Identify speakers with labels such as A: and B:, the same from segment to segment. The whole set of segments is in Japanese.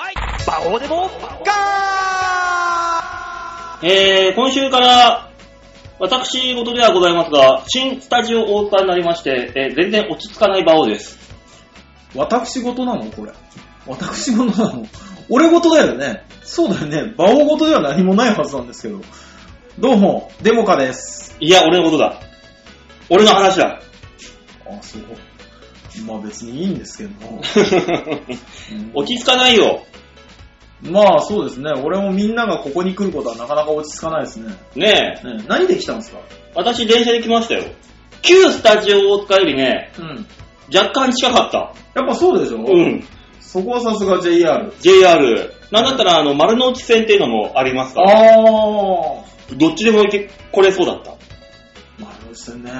A: ここでも、ガ
B: ーえー、今週から、私事ではございますが、新スタジオ大塚になりまして、えー、全然落ち着かない場をです。
C: 私事なのこれ。私事なの俺事だよね。そうだよね。馬王事では何もないはずなんですけど。どうも、デモカです。
B: いや、俺のことだ。俺の話だ。
C: あ、そう。まあ別にいいんですけど。
B: 落ち着かないよ。
C: まあそうですね。俺もみんながここに来ることはなかなか落ち着かないですね。
B: ねえ。
C: ねえ何で来たんですか。
B: 私電車で来ましたよ。旧スタジオ大塚よりね、うん、若干近かった
C: やっぱそうでしょ
B: うん。
C: そこはさすが JR。
B: JR。なんだったら、あの、丸の内線っていうのもありますから、
C: ね。あ
B: あ。どっちでも行け、これそうだった。
C: 丸の内線ね。。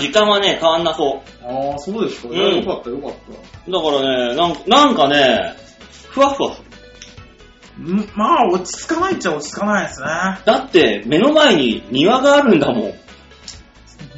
B: 時間はね、変わんなそう。
C: ああ、そうですか。うん、よかったよかった
B: だからね、なんなんかね、ふわふわする。
C: まあ、落ち着かないっちゃ落ち着かないですね。
B: だって、目の前に庭があるんだも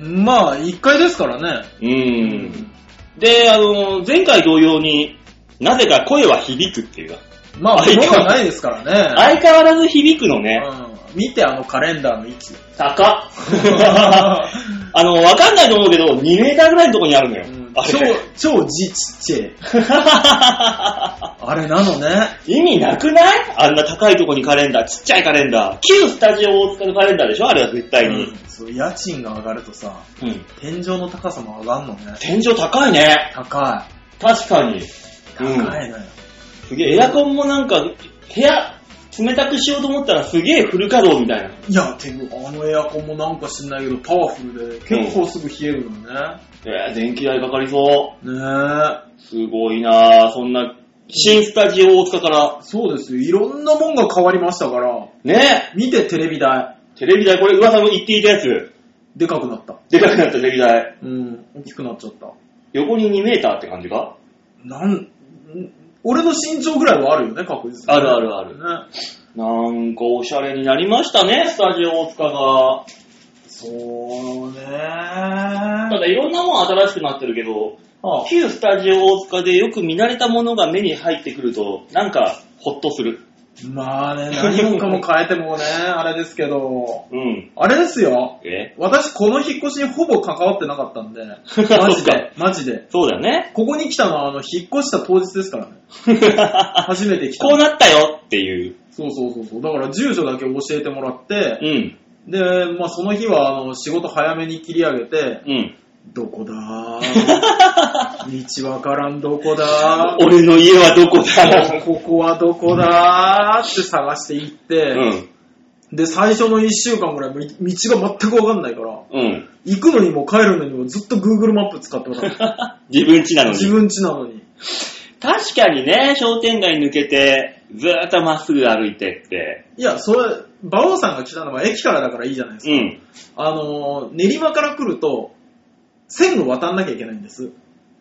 C: ん。まあ、1階ですからね。
B: うん。で、あの、前回同様に、なぜか声は響くっていう
C: まあ、相変わらないですからね。
B: 相変わらず響くのね。
C: うん、見て、あのカレンダーの位置。
B: 高っ。 あの、わかんないと思うけど、2メーターぐらいのとこにあるのよ。うん
C: 超、超字ちっちゃい。あれなのね。。
B: 意味なくないあんな高いとこにカレンダー、ちっちゃいカレンダー。旧スタジオ大塚のカレンダーでしょあれは絶対に、うん
C: そう、家賃が上がるとさ、うん、天井の高さも上がんのね。
B: 天井高いね。
C: 高
B: い。確かに。
C: 高い
B: う
C: のよ。
B: ん、すげえ、エアコンもなんか、部屋、冷たくしようと思ったらすげえフル稼働みたいな。
C: いや、てあのエアコンもなんか知んないけどパワフルで、結構すぐ冷えるのね。。
B: うん、えー、電気代かかりそう
C: ねえ。
B: すごいなぁ、そんな、新スタジオ大塚から。
C: そうですよ、いろんなもんが変わりましたから。
B: ね
C: え。見て、テレビ台。
B: テレビ台、これ噂の言っていたやつ。
C: でかくなった。
B: でかくなった、テレビ台。
C: うん、大きくなっちゃった。
B: 横に2メーターって感じか
C: なん、俺の身長ぐらいはあるよね、確実
B: に。あるあるある。ね、なんかおしゃれになりましたね、スタジオ大塚が。
C: そうね
B: ただいろんなもん新しくなってるけど、はあ、旧スタジオ大塚でよく見慣れたものが目に入ってくると、なんかほっとする。
C: まあね、何もかも変えてもね、 あれですけど、
B: うん、
C: あれですよ、
B: え
C: 私この引っ越しにほぼ関わってなかった んで、マジで、マジで。
B: そうだよね。
C: ここに来たのは、あの、引っ越した当日ですからね。初めて来た。
B: こうなったよっていう。
C: そうそうそうそう。だから住所だけ教えてもらって、
B: うん、
C: で、まあその日は、あの、仕事早めに切り上げて、
B: うん、
C: ど こだ道わからんどこだ
B: 俺の家はどこだ
C: ここはどこだって探していって、
B: うん、
C: で、最初の1週間ぐらい道が全くわかんないから、
B: うん、
C: 行くのにも帰るのにもずっと Google マップ使ってもら
B: う。自分家なのに。
C: 自分家なのに。
B: 確かにね、商店街抜けて、ずーっとまっすぐ歩いてって。
C: いや、それ、馬王さんが来たのは駅からだからいいじゃないですか。
B: うん、
C: あの、練馬から来ると、線路渡んなきゃいけないんです。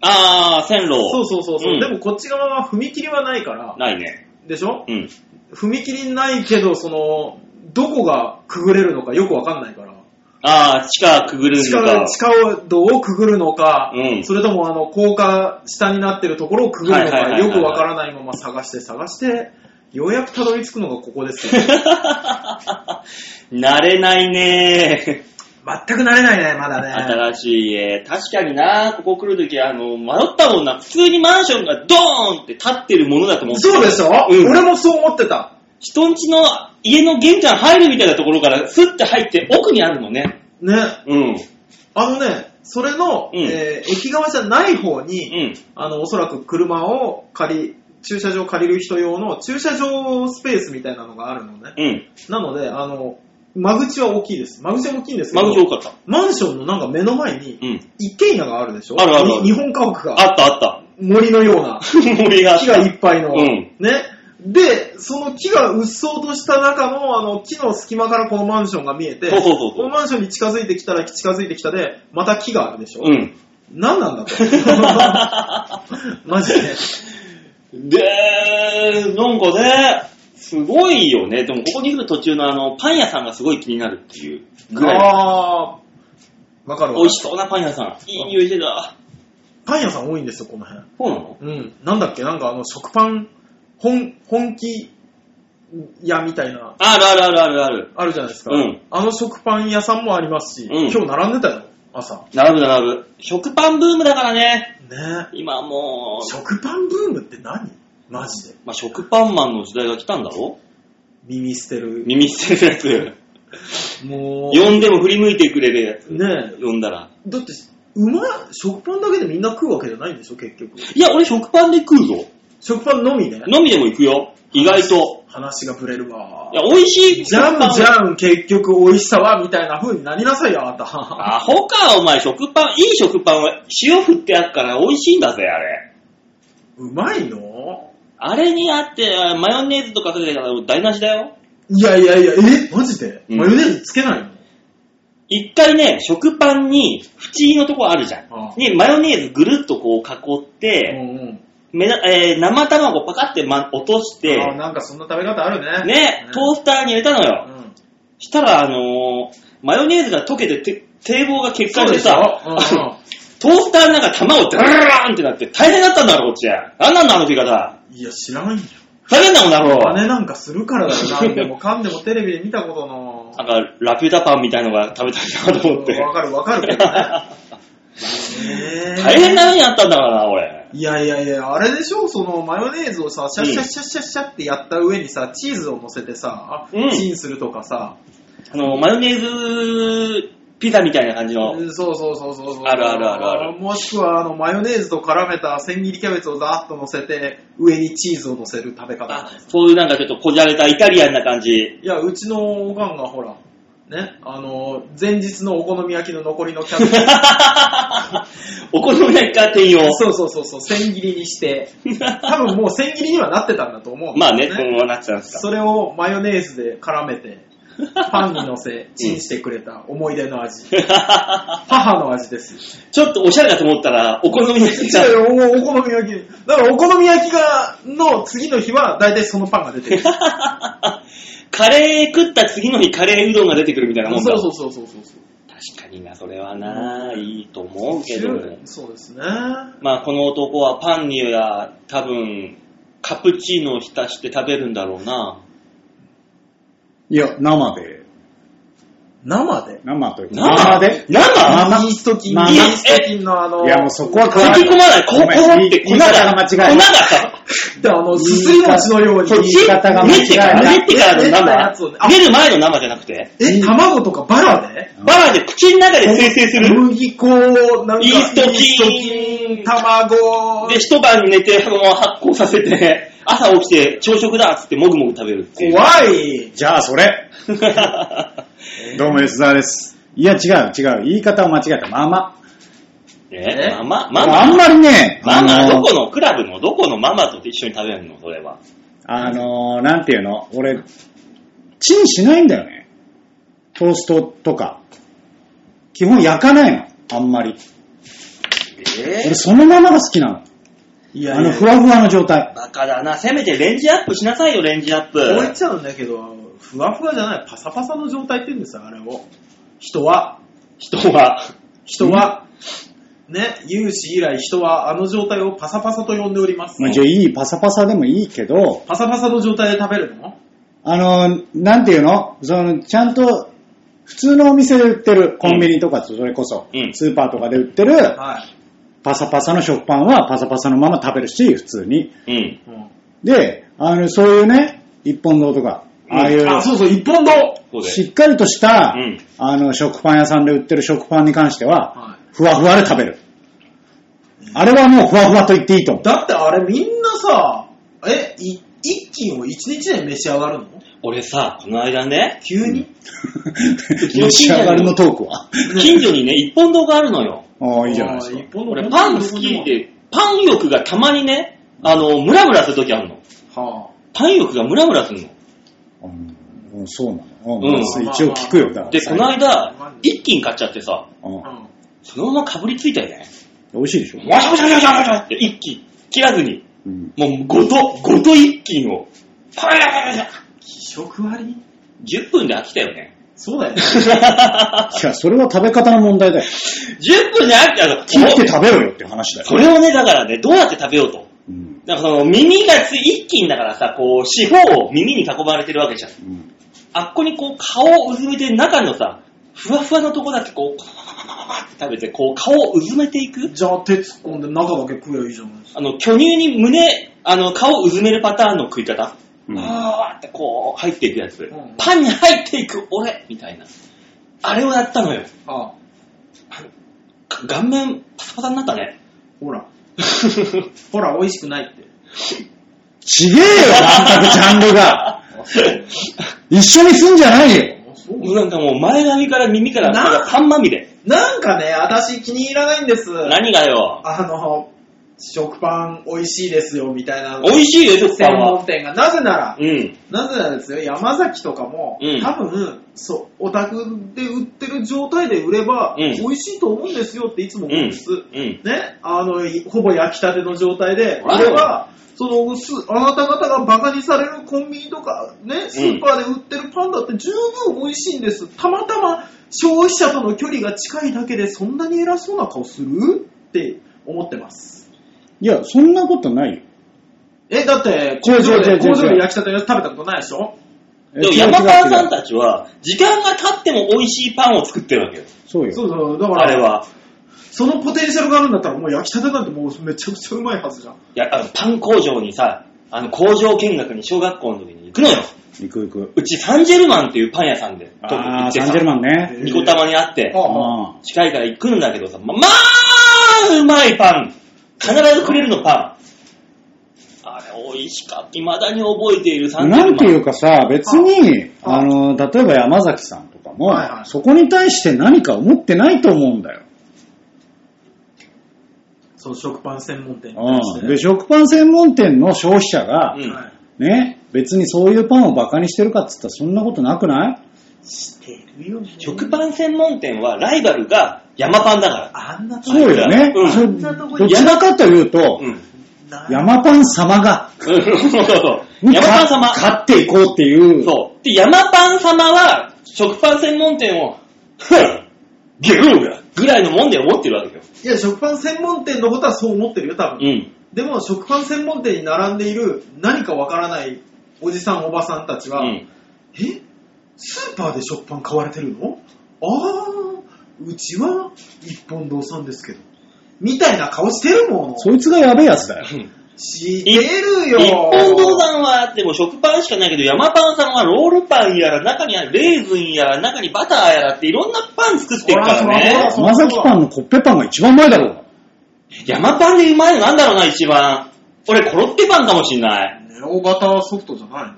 B: ああ、線路。
C: そうそうそうそう、うん、でもこっち側は踏切はないから。
B: ないね。
C: でしょ
B: うん。
C: 踏切ないけど、その、どこがくぐれるのかよくわかんないから。
B: ああ、地下くぐるのか。
C: 地下道をくぐるのか、
B: うん、
C: それともあの、高架下になってるところをくぐるのか、よくわからないまま探して探して、ようやくたどり着くのがここです よ、ね。
B: 慣れないねー。
C: 全く慣れないね、まだね。
B: 新しい家。確かにな、ここ来るとき、あの、迷ったもんな。普通にマンションがドーンって立ってるものだと思って
C: そうでしょ、うん、俺もそう思ってた。
B: 人んちの家の玄関入るみたいなところからスッて入って奥にあるのね。
C: ね。
B: うん。
C: あのね、それの、うん、えー、駅側じゃない方
B: に、うん、
C: あの、おそらく車を借り、駐車場借りる人用の駐車場スペースみたいなのがあるのね。
B: うん、
C: なので、あの、間口は大きいです。間口は大きいんですけ
B: ど。間口多かった。、
C: マンションのなんか目の前に、一軒家があるでしょ、うん
B: あるある
C: 日本家屋が。
B: あったあった。
C: 森のような。
B: 森が
C: 木がいっぱいの。
B: うん、
C: ね。で、その木がうっそうとした中の、あの、木の隙間からこのマンションが見えて、
B: そうそうそう
C: このマンションに近づいてきたら近づいてきたで、また木があるでしょ
B: うん。
C: 何なんだと。 マジ
B: で。で、なんかね、すごいよね。でも、ここに来る途中のあの、パン屋さんがすごい気になるっていうぐらい。
C: あー、わかる
B: 美味しそうなパン屋さん。いい匂いしてた。
C: パン屋さん多いんですよ、この辺。
B: そうなの
C: うん。なんだっけ、なんかあの、食パン、本、本気屋みたいな、
B: あるあるあるあるある。
C: あるじゃないですか。
B: うん
C: あの食パン屋さんもありますし、
B: うん
C: 今日並んでたよ、朝。
B: 並ぶ並ぶ。食パンブームだからね。
C: ね
B: 今もう、
C: 食パンブームって何マジで。
B: まあ、食パンマンの時代が来たんだろ
C: 耳捨てる。
B: 耳捨てるやつ。
C: もう、
B: 呼んでも振り向いてくれるやつ。
C: ねえ
B: 呼んだら。
C: だって、うまい、食パンだけでみんな食うわけじゃないんでしょ、結局。
B: いや、俺食パンで食うぞ。
C: 食パンのみね。
B: 飲みでも行くよ。意外と。
C: 話がぶれるわ
B: い。や、美味しい。
C: じゃんじ
B: ん。
C: ゃん、結局美味しさは、みたいな風になりなさいよ、あなた。
B: アホか、お前。食パン、いい食パンは塩振ってやっから美味しいんだぜ、あれ。
C: うまいの
B: あれにあって、あマヨネーズとかかけてたら台無しだよ。
C: いやいやいや、えマジで、
B: うん
C: マヨネーズつけないの
B: 一回ね、食パンに、縁のとこあるじゃ
C: ああ
B: ん。に、マヨネーズぐるっとこう囲っ
C: う
B: て、
C: んうん。
B: めなえー生卵パカって、ま、落として、
C: あーなんかそんな食べ方あるね。
B: ね、トースターに入れたのよ。
C: うん
B: したら、あのーマヨネーズが溶けてて、堤防が決
C: そ
B: 壊
C: う
B: し
C: で
B: て
C: しょ
B: さ、
C: うん
B: あのトースターの中玉をダラーンってなって大変だったんだろ、こっち。なんなんだ、あの食い方。
C: うんいや、知らんよ。
B: 大変だもんだろ。
C: 真似なんかするからだよ。なんでもかんでもテレビで見たことの。
B: なんか、ラピュタパンみたいのが食べたいなと思って。
C: わかるわかるけどね。
B: 大変な目にあったんだからな、俺。
C: いやいやいや、あれでしょそのマヨネーズをさ、シャッシャッシャッシャッシャッってやった上にさ、チーズを乗せてさ、
B: うん
C: チンするとかさ、
B: あの、マヨネーズピザみたいな感じの。
C: うんそうそうそうそうそう。
B: あるあるあるある
C: もしくは、あの、マヨネーズと絡めた千切りキャベツをザーッと乗せて、上にチーズを乗せる食べ方
B: あ。そういうなんかちょっとこじゃれたイタリアンな感じ。
C: いや、うちのおかんがほら、ね、あの、前日のお好み焼きの残りのキャベツ、
B: お好み焼き家庭用。
C: そうそうそうそう、千切りにして、多分もう千切りにはなってたんだと思うん
B: まあ
C: だ
B: ね、
C: よ
B: こうなっちゃうんですか。
C: それをマヨネーズで絡め て、パンに乗せ、チンしてくれた思い出 の味。母の味です。
B: ちょっとおしゃれだと思ったら、お好み焼き
C: い
B: じゃ
C: やいやおお好み焼き。だからお好み焼きが、の次の日は大体そのパンが出 てくる。
B: カレー食った次の日カレーうどんが出てくるみたいなもんだ。
C: そうそうそうそうそう。
B: 確かにな、それはな、いいと思うけど。
C: そうですね。
B: まあ、この男はパンにや、多分、カプチーノを浸して食べるんだろうな。
A: いや、生で。
C: 生で
A: 生というか
B: 生
A: 生で
B: 生
C: イ
A: 生
C: ースト菌、イー
A: まあ
C: スト菌のあの、
A: いや、もうそこは
B: 書き込まない。こ、こ
A: ごめん
B: ろって
A: 言
B: 粉
A: い
B: が、
A: 方が
B: 粉が
A: 間違えた。
B: さ、
C: であの、すすり餅のように
A: そ。っち言い方が
B: 練
A: 間違
B: っ
A: い
B: てか
A: な
B: ら、
A: い
B: 練ってからの
C: 練ったやつをねあ
B: 生。練る前の生じゃなくて、
C: え、卵とかバラで
B: バラで口の中で生成する。
C: 麦粉、なんか、
B: イースト菌
C: 菌卵、
B: で、一晩寝て、そのまま発酵させて、朝起きて、朝食だっつって、もぐもぐ食べるっていう。
C: 怖い。
A: じゃあ、それ。どうも、吉沢です。いや、違う、違う。言い方を間違えた。ママ。
B: え
C: え
B: マママ
A: あん
B: マ
A: まりね、
B: ママ
A: あ
B: ど
A: の
B: このクラブのどこのママと一緒に食べるのそれは。
A: あのー、なんていうの俺、チンしないんだよね。トーストとか。基本焼かないの。あんまり。
B: え
A: 俺、そのままが好きなの。
C: いや
A: あ
C: い
A: の、
C: や、
A: ふわふわの状態。
B: バカだな。せめてレンジアップしなさいよ、レンジアップ。
C: こう言っちゃうんだけど、ふわふわじゃない、パサパサの状態って言うんですよ、あれを。人は、
B: 人は。
C: 人は、ね、有志以来人はあの状態をパサパサと呼んでおります。
A: まあ、じゃあ、いい、パサパサでもいいけど、
C: パサパサの状態で食べるの
A: あの、なんていうのその、ちゃんと、普通のお店で売ってる、コンビニとか、それこそ、
B: うん
A: スーパーとかで売ってる、
C: はい。
A: パサパサの食パンはパサパサのまま食べるし、普通に。
B: うん。
C: うん
A: で、あの、そういうね、一本堂とか、
B: うん
A: ああいう、
C: あ、そうそう、一本堂
B: そうだ
A: し
B: よ。
A: っかりとした、
B: うん
A: あの、食パン屋さんで売ってる食パンに関しては、
C: は
A: ふわふわで食べる。あれはもうふわふわと言っていいと思
C: い。だってあれみんなさ、え、い一斤を一日で召し上がるの
B: 俺さ、この間ね、
C: 急に、
A: う。召し上がりのトークは。
B: 近所にね、一本堂があるのよ。
A: ああ、いいじゃないです
C: あ
A: か。
C: 一本堂
B: 俺パン好き。で、パン欲がたまにね、あの、ムラムラするときあるの。
C: は
B: パン欲がムラムラするの。
A: うんうん、そうな
B: う
A: の。
B: ん
A: うん、一応聞くよ。だから
B: で、この間、一斤買っちゃってさ、
A: うん
C: あ。うん
B: そのままかぶりついたよね。
A: 美味しいでしょ、
B: わしゃわしゃわしゃわしゃって一気切らずに、
A: うん、
B: もうごと、ごと一気を、パラパラパラパラ
C: 気色割り
B: 10分で飽きたよね。
C: そうだよね。
A: いや、それは食べ方の問題だよ。
B: 10分で飽きたの。
A: 切って食べろよっていう話だよ。
B: それをね、だからね、どうやって食べようと。
A: うん、
B: なんかその耳がつ一気にだからさ、こう、四方を耳に囲まれてるわけじゃん。
A: うん
B: あっこにこう顔をうずめて中のさ、ふわふわのとこだけこう、パパパパパパって食べて、こう顔をうずめていく。
C: じゃあ手突っ込んで中だけ食えばいいじゃないですか。
B: あの、巨乳に胸、あの、顔をうずめるパターンの食い方。
A: うん
B: あーってこう入っていくやつ、
C: ん
B: パンに入っていく俺みたいな。あれをやったのよ。
C: ああ、
B: か顔面パサパサになったね。
C: ほら、 ほら、美味しくないって。
A: ちげえよ、全くジャンルが。一緒にすんじゃないよ。
B: もうなんかもう前髪から耳から手がパンまみれ。
C: なんかね、私気に入らないんです。
B: 何がよ。
C: あの、食パン美味しいですよ、みたいな。
B: 美味しいよ、食パ
C: 専
B: ンは。
C: 門店が。なぜなら、
B: うん。
C: なぜならですよ、山崎とかも、
B: うん
C: 多分、そう、オタクで売ってる状態で売れば、
B: うん
C: 美味しいと思うんですよっていつも
B: う
C: 思うん
B: ん
C: です。。
B: うん。
C: ね、あの、いほぼ焼きたての状態で、
B: あ
C: 売れば、その、すあなた方がバカにされるコンビニとか、ね、スーパーで売ってるパンだって十分美味しいんです。たまたま消費者との距離が近いだけで、そんなに偉そうな顔するって思ってます。
A: いや、そんなことないよ。
C: え、だって、
A: 違う
C: 工場
A: 違う違
C: で、
A: う
C: 工場で焼きたてのやつ食べたことないでしょ
A: え
B: でも
A: 違う
B: 山川さん
A: 違う違う
B: たちは、時間が経っても美味しいパンを作ってるわけよ。
A: そう
C: そ
A: よ。
C: うそう、だか
B: あれ
C: ら、
B: は。
C: そのポテンシャルがあるんだったら、もう焼きたてなんてもうめちゃくちゃうまいはずじゃん。
B: いや、あの、パン工場にさ、あの、工場見学に小学校の時に行くのよ。
A: 行く行く。
B: うちサンジェルマンっていうパン屋さんで、
A: あー、サンジェル
B: ン。
A: マンね。
B: ニコタマにあって、
A: あ
B: 近いから行くんだけどさ、ま、まあ、うまいパン。必ずくれるのパン。あれ、美味しかった。未だに覚えているサ
A: あ
B: ンジェルマ
A: な
B: ン。
A: んていうかさ、別に、
C: ああ
A: あの、例えば山崎さんとかも
C: はいは、い
A: そこに対して何か思ってないと思うんだよ。
C: その食パン専門店に対し
A: う
C: てね
A: ん。で、食パン専門店の消費者が
B: う、ん
C: はい
A: ね、別にそういうパンをバカにしてるかっつったらそんなことなくない
C: してるよね。
B: 食パン専門店はライバルが山パンだから。
C: あんなとこ
A: そうよね。
B: うん
A: それ
C: そんなとこ
A: どちらかというと
B: う、ん。
C: ない
A: 山パン様が、
B: そうそうそう。 山パン様。
A: 勝っていこうっていう。
B: そう。で、山パン様は、食パン専門店を、ふんゲローがぐらいのもんで思ってるわけよ。
C: いや、食パン専門店のことはそう思ってるよ、多分。
B: うん。
C: でも、食パン専門店に並んでいる何かわからないおじさん、おばさんたちは、
B: うん。
C: えスーパーで食パン買われてるのあー、うちは一本堂さんですけど。みたいな顔してるもん。
A: そいつがやべえやつだよ。
C: してるよ。
B: 一本堂さんは、でも食パンしかないけど、山パンさんはロールパンやら、中にはレーズンやら、中にバターやらっていろんなパン作ってるから
C: そら
B: ね。
C: そ
A: 山崎パンのコッペパンが一番前だろうが。
B: 山パンでうまいのなんだろうな、一番。俺、コロッケパンかもしんない。
C: ネオバターソフトじゃないの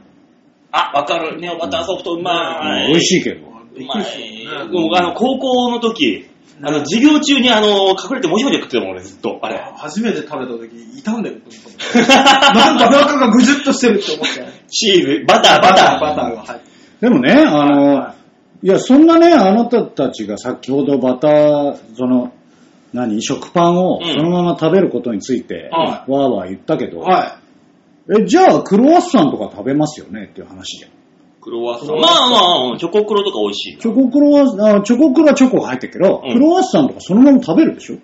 B: あ、わかる。ネオバターソフトうまい。
A: 美味しいけど。
B: うまい。
C: びっくりした
B: 僕、あの、高校の時、あの、授業中に、あの、隠れてもじもじ食ってたもん、俺、ずっと。あれ。
C: 初めて食べた時、傷んでると 思ったもん。なんか中がぐじゅっとしてるって思って。
B: チーズ、バター、バター。
C: バターが入って。
A: でもね、あ
C: は
A: の、いや、そんなね、あなたたちが先ほどバター、その、何、食パンを
B: うん
A: そのまま食べることについて、わ
B: は
A: ーわー言ったけど、
C: は
A: え、じゃあクロワッサンとか食べますよねっていう話で。
B: クロワッサ
C: ク
B: ン。
C: ロ
B: ま
C: ワッサ
B: あ
C: ン
B: まあ、チョコクロとか美味しい。
A: チョコクロワッサンあ、チョコクロはチョコが入ってるけど、
B: うん
A: クロワッサンとかそのまま食べるでしょ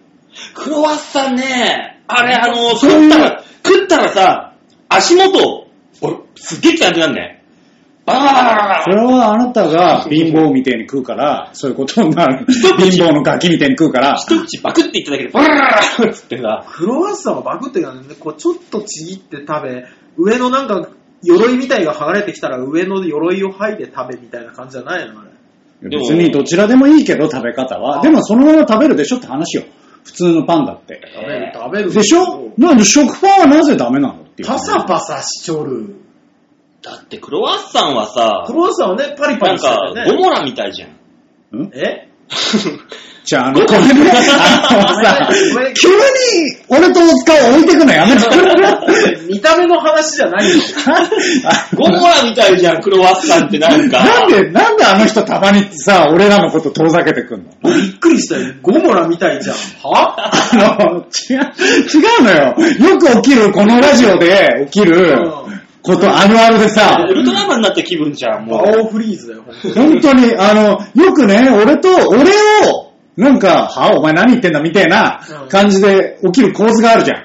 B: クロワッサンね、あれ、あの、
A: そう
B: 食ったら、食ったらさ、足元、俺、すっげえ汚くなんね。バラバラバラ
A: そ
B: バラ。
A: れはあなたが貧乏みたいに食うから、 そういうことになる。貧乏のガキみたいに食うから、
B: 一口バクっていっただけで、バラバラバラっつってさ
C: い。。クロワッサンはバクって感じで、こうちょっとちぎって食べ、上のなんか、鎧みたいが剥がれてきたら上の鎧を剥いで食べみたいな感じじゃないのあれ。
B: でも
A: 別にどちらでもいいけど食べ方は。でもそのまま食べるでしょって話よ。普通のパンだって。
C: 食べる食べるけど。
A: でしょなんで食パンはなぜダメなのっていう。
C: パサパサしちょる。
B: だってクロワッサンはさ
C: ク、ロワッサンはね、パリパ
B: なん
C: リして
B: か、
C: る
B: ゴ
C: ね。
B: モラみたいじゃん。
A: ん
C: え
A: じゃあ、あの、これね、あ
C: ごめん
A: のさ、急に俺と大塚を置いてくのやめて
C: 見た目の話じゃないよ。
B: ゴモラみたいじゃん、クロワッサンってなんか。
A: なんで、なんであの人たまにさ、俺らのこと遠ざけてくんの
C: びっくりしたよ。ゴモラみたいじゃん。は
A: あの、違う、違うのよ。よく起きる、このラジオで起きる
C: うん
A: ことあるあるでさ、
B: ウルトラマンになった気分じゃん、も
C: バ
B: う。
C: オフリーズだよ、本当に
A: 本当に、あの、よくね、俺と、俺を、なんか、はお前何言ってんだみたいな
C: うん
A: 感じで起きる構図があるじゃん。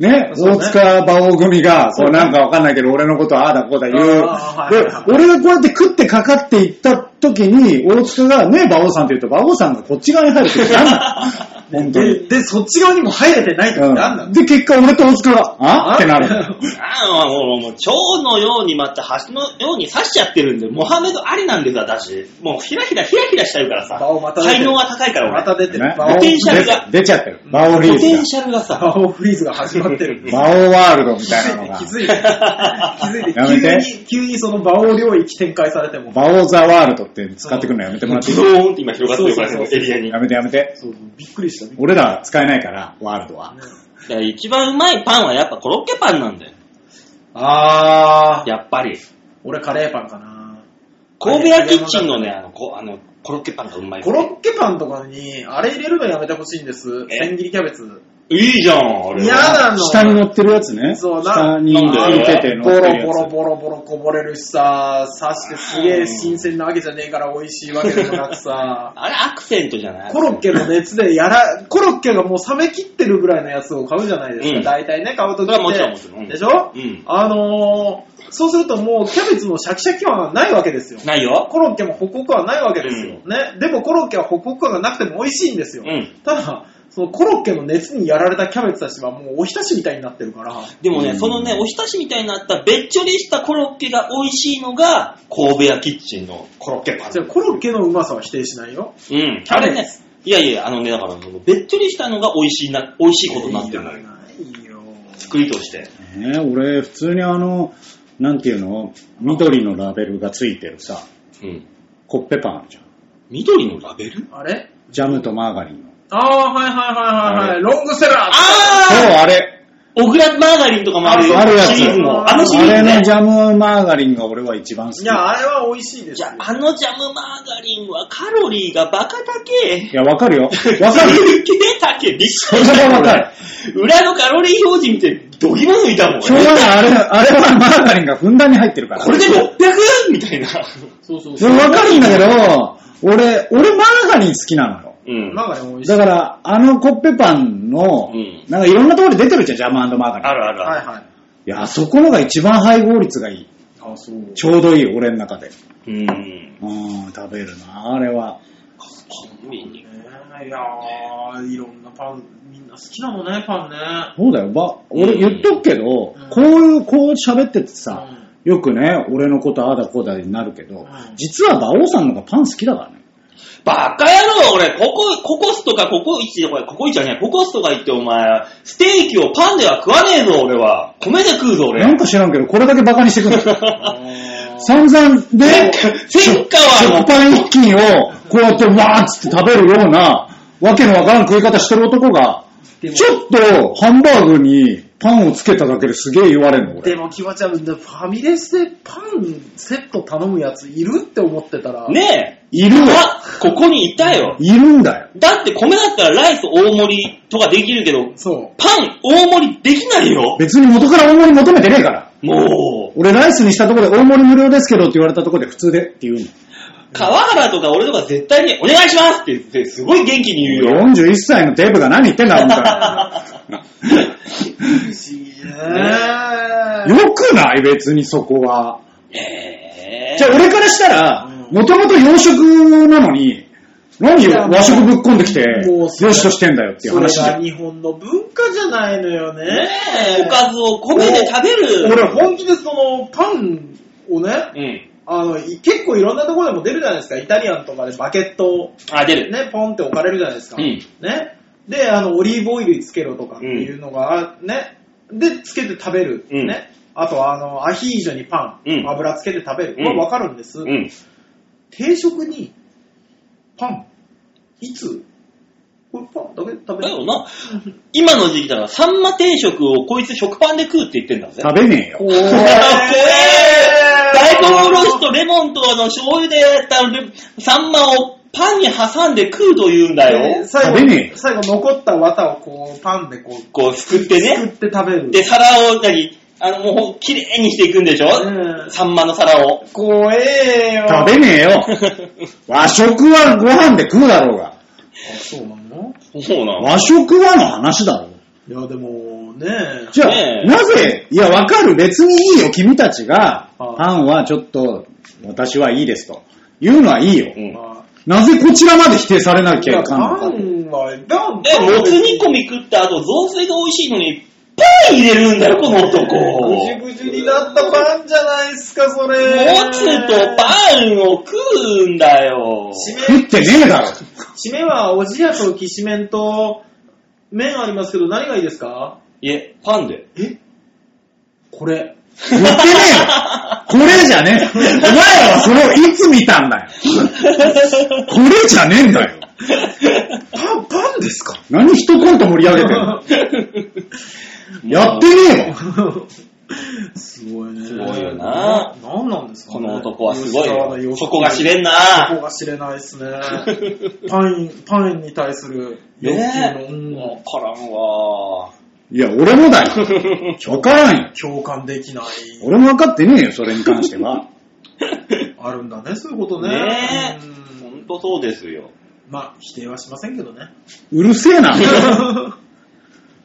A: ね、
C: そうね
A: 大塚馬王組が、
C: そ
A: こ
C: う
A: う
C: ね
A: なんかわかんないけど、俺のことああだこうだ
C: あ
A: 言。
C: ーはいはいはいう
A: で、俺がこうやって食ってかかっていった時に、大塚がね、馬王さんって言うと、馬王さんがこっち側に入るって 何なの本当
C: で
A: に。
C: で、そっち側にも入れてないって
A: う
C: 何
A: ん
C: なの、
A: で、結果俺と大塚が、あってなる。
B: ああ、もう、もう、蝶のようにまた橋のように刺しちゃってるんで、モハメドありなんです、私。もう、ひらひら、ひらひらしちゃうからさ。
C: 顔また出て
B: 才
C: る
B: 能が高いから、
C: ま
B: 俺。
C: た出てる
A: ね。
C: バ
B: ポ
C: オ
B: テンシャルが
A: 出出ちゃってる。馬王リ
B: ポテ
A: ー
B: ン
A: ズ
B: シャルがさ、
C: バオフリーズが始まってる。
A: が。馬王ワールドみたいなのが
C: 気。づい て、気づいて、
A: やめて
C: 急に、急にその馬王領域展開されても、
A: 馬王ザワールドって使ってくるのやめてもらっていい
B: ズドーンって今広がってるから、
C: そう
B: そ
C: そう
B: の
C: そう
B: エリアに。
A: やめてやめて。
C: そうびっくりしたね。
A: 俺ら使えないから、ワールドは。
B: いや一番うまいパンはやっぱコロッケパンなんだよ。
C: あー、
B: やっぱり。
C: 俺カレーパンかな。
B: 神戸屋キッチンのね、あの、こあのコロッケパンがうまい。
C: コロッケパンとかに、あれ入れるのやめてほしいんです。
B: え
C: 千切りキャベツ。
B: いいじゃん、あれ。
C: 嫌なの。
A: 下に乗ってるやつね。
C: そうな
A: 下に
B: なんだ
A: 浮
B: よ
A: いてて乗
C: ボ
A: って
C: ロ
A: るや
C: ボロ
A: つ。
C: ボロボロこぼれるしさ、刺してすげえ新鮮なわけじゃねえから美味しいわけでもな くさ、
B: あれアクセントじゃない
C: コロッケの熱でやら、コロッケがもう冷め切ってるぐらいのやつを買うじゃないですか。
B: うん
C: 大体ね、買うとき
B: そ
C: っ
B: れ
C: て。
B: はもちろんもちろん。
C: でしょ
B: うん。
C: あのー、そうするともうキャベツのシャキシャキ感はないわけですよ。
B: ないよ。
C: コロッケもホクホクはないわけですよ。ね。でもコロッケはホクホク感がなくても美味しいんです
B: う
C: よ。
B: ん。
C: ただ、そのコロッケの熱にやられたキャベツたちはもうおひたしみたいになってるから、
B: でもね、
A: うん
B: そのね、おひたしみたいになった、べっちょりしたコロッケが美味しいのが、神戸屋キッチンのコロッケパン。
C: じゃあコロッケのうまさは否定しないよ。
B: うん。
C: キャ
B: あ
C: ベツ
B: れね、いやいや、あのね、だから、べっちょりしたのが美味しいな、美味しいことになってるのよ。
C: いよ。
B: 作りとして。
A: ね俺、普通にあの、なんていうの緑のラベルがついてるさ、
B: うん。
A: コッペパンあるじゃん。
B: 緑のラベル
C: あれ
A: ジャムとマーガリンの。
C: ああ、はいはいはいはい
A: あ
C: はい。
A: れ
C: ロングセラー
B: あ
A: そう、あれ。
B: オグラマーガリンとかもあるよ
A: あるやつ
B: シリーズも。あのシリ
A: あ
B: ーズね。
A: れのジャムマーガリンが俺は一番好き。
C: い
A: いや、
C: や、あれは美味しいです
B: じ
C: よ
B: ゃ。あ、あのジャムマーガリンはカロリーがバカだけ。
A: わかるよ。わかる。
B: すっげえだけ、びっくり
A: それはわかる。
B: 裏のカロリー表示見て、どぎも抜いたもん。
A: しょうがない。あれ、あれはマーガリンがふんだんに入ってるから。
B: これで 600? みたいな。
C: そうそう
A: でもわかるんだけど、俺、俺マーガリン好きなのよ。
B: うん。
C: なんかね、美味しい。
A: だから、あのコッペパンの、
B: うん
A: なんかいろんなところで出てるじゃん、ジャムマーガリン。
B: あるあるあ
C: は
B: る
C: い。はい。
A: いや、あそこのが一番配合率がいい。
C: あ、そう。
A: ちょうどいい、俺の中で。
B: うん。
A: うん、食べるな、あれは。
B: コンビニ。
C: いやー、いろんなパン、みんな好きなのね、パンね。
A: そうだよ、ば、俺
B: うん
A: 言っとくけど、
C: うん
A: こういう、こう喋っててさ、
C: うん
A: よくね、俺のことああだこうだになるけど、
C: ん
A: 実は馬王さんの方がパン好きだからね。
B: バカ野郎、俺、ここ、ココスとかココイチとか、ココイチじゃねえ、ココスとか行ってお前、ステーキをパンでは食わねえぞ、俺は。米で食うぞ、俺。
A: なんか知らんけど、これだけ馬鹿にしてくる の
C: あ
A: 散々で、
B: 天下は
A: 食パン一斤を、こうやってわーっつって食べるような、わけのわからん食い方してる男が、
C: でも
A: ちょっとハンバーグにパンをつけただけですげえ言われんの、
C: ーで
A: 俺。
C: も、キバちゃん、ファミレスでパンセット頼むやついるって思ってたら、
B: ねえ。
A: いるわ。
B: あ、ここにいたよ。
A: いるんだよ。
B: だって米だったらライス大盛りとかできるけど、
C: そう。
B: パン大盛りできないよ。
A: 別に元から大盛り求めてねえから。
B: もう、
A: 俺ライスにしたところで大盛り無料ですけどって言われたところで普通でって言うの。
B: 川原とか俺とか絶対にお願いしますって言って、すごい元気に言うよ。
A: 41歳のデブが何言ってんだ、みたいな。
C: 不思議ねー。
A: よくない別にそこは。
B: えー、
A: じゃあ俺からしたら
C: うん、
A: もともと洋食なのに、何
C: いや
A: よ和食ぶっこんできて、
C: も
A: よ
C: うそれ
A: しとしてんだよっていう
C: それ
A: 話じゃ
C: が
A: ん。
C: 日本の文化じゃないのよね
B: ね。え、おかずを米で食べる。
C: 俺本気でそのパンをね、
B: うん。
C: あの、い結構いろんなところでも出るじゃないですか。イタリアンとかでバケットを
B: あ、出る。
C: ね、ポンって置かれるじゃないですか。
B: うん
C: ね。で、あの、オリーブオイルつけろとかっていうのが、ね。で、つけて食べる。
B: うん
C: ね。あと、あの、アヒージョにパン、
B: うん
C: 油つけて食べる。
B: う
C: こ
B: ん
C: れわかるんです。
B: うん。
C: 定食に、パン、いつこれパンだけで食べ
B: だ
C: る
B: よな。今の時期だから、サンマ定食をこいつ食パンで食うって言ってんだぜ。
A: 食べねえよ。
C: 怖え
B: 怖え大根おろしとレモンとあの醤油でやったレサンマをパンに挟んで食うと言うんだ
C: ね
B: よ。
C: 最
A: 食べね
C: 後、
A: え
C: 最後残った綿をこう、パンでこう、
B: こう、すくって
C: 作っ
B: ね。
C: て食べる。
B: で、皿を、なに、あの、もう、綺麗にしていくんでしょ
C: うん
B: サンマの皿 を。
C: 怖えよ。
A: 食べねえよ。和食はご飯で食うだろうが。
C: あそうなの
B: そうな
A: 和食はの話だろ。
C: いや、でも、ね
A: じゃあ、
B: ねえ
A: なぜ、いや、わかる、別にいいよ、君たちが、
C: はい
A: パンはちょっと、私はいいですと。言うのはいいよ。
B: うん
C: ま
A: なぜこちらまで否定されな
C: あ、い
A: きゃ
C: や、
A: いかんの
C: パ
A: か。
C: ンは、パン
B: で、もつ煮込み食った後、雑炊が美味しいのに、パン入れるんだよ、この
C: ぐじゅ
B: 男。
C: ぐじゅになったパンじゃないですか、それ。
B: もつとパンを食うんだよ。
C: 締
A: 食
C: め
A: っ、てねえだろ。
C: 締めはおじやときしめんと、麺ありますけど、何がいいですか
B: いえ、パンで。
C: えこれ。
A: 言ってねえよ。これじゃねえ。お前らはそれをいつ見たんだよ。これじゃねえんだよ。
C: パン、パンですか
A: 何一コント盛り上げてんの やってねえよ。
C: すごいね。
B: すごいよな。
C: 何なんですかね
B: この男はすごい
C: 吉沢の
B: よ。
C: 欲
B: そこが知れん
C: そ
B: な。
C: こが知れないですね。パン、パンに対する欲
B: ね
C: 求
B: え。
C: の、うん
B: もうからん わ。
A: いや、俺も だよ。わからんよ。
C: 共感できない、
A: 俺も分かってねえよ、それに関しては。
C: あるんだね、そういうことね。
B: ねえ。
C: う
B: ほ
C: ん
B: んとそうですよ。
C: まあ、否定はしませんけ どね。
A: うるせえな。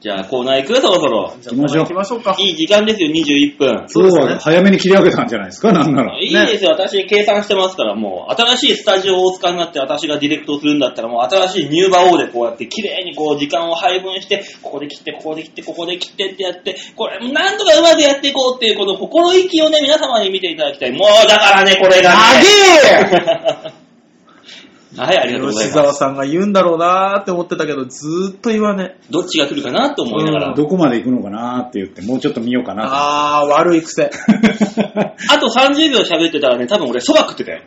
B: じゃあ、コーナー行くよ、そろそろ。
C: じゃあ、
A: きましょう
C: 行きましょうか。
B: いい時間ですよ、21分。
C: そうです
A: 今日
C: ね
A: は早めに切り上げたんじゃないですか、なんなら。
B: いいですよ、私計算してますから、もう、新しいスタジオ大塚になって私がディレクトするんだったら、もう新しいニューバオーでこうやって綺麗にこう時間を配分して、ここで切って、ここで切って、ここで切ってってやって、これ、なんとかうまくやっていこうっていう、この心意気をね、皆様に見ていただきたい。もう、だからね、これが
A: 長え
B: ね。 はい、ありがとうござい
C: 吉
B: ま
C: 沢
B: す。
C: さんが言うんだろうなーって思ってたけど、ずーっと言わねえ。
B: どっちが来るかなと思いながら。
A: どこまで行くのかなって言って、もうちょっと見ようかな
C: あー、悪い 癖。
A: と。
B: あと30秒喋ってたらね、多分俺、蕎麦食ってたよ。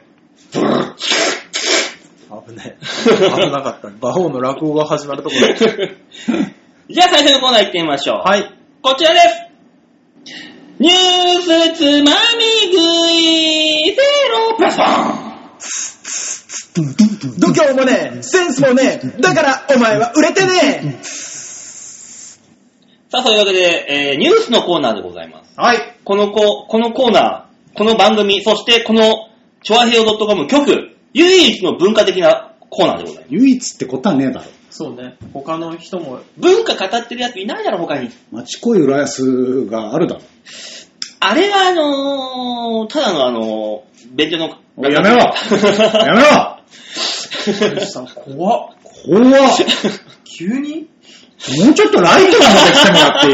C: 危ねえ。危なかった。馬王の落語が始まるところ。
B: じゃあ、最初のコーナー行ってみましょう。
C: はい。
B: こちらです。ニュースつまみ食いゼロプラスワン
C: 度胸もねえ、センスもねえ、だからお前は売れてねえ。
B: さあ、そういうわけで、えーニュースのコーナーでございます。
C: はい。
B: このコこのコーナー、この番組、そしてこの、チョアヘオ .com 局、唯一の文化的なコーナーでございます。
A: 唯一ってことはねえだろ。
C: そうね。他の人も、
B: 文化語ってるやついないだろ、他に。
A: 町恋浦安があるだろ。
B: あれは、あのー、ただのあのー、便所の。
A: おいやめろやめろ
C: さ、 怖っ。
A: 怖っ
C: 急に
A: もうちょっとライトなので来ても らってい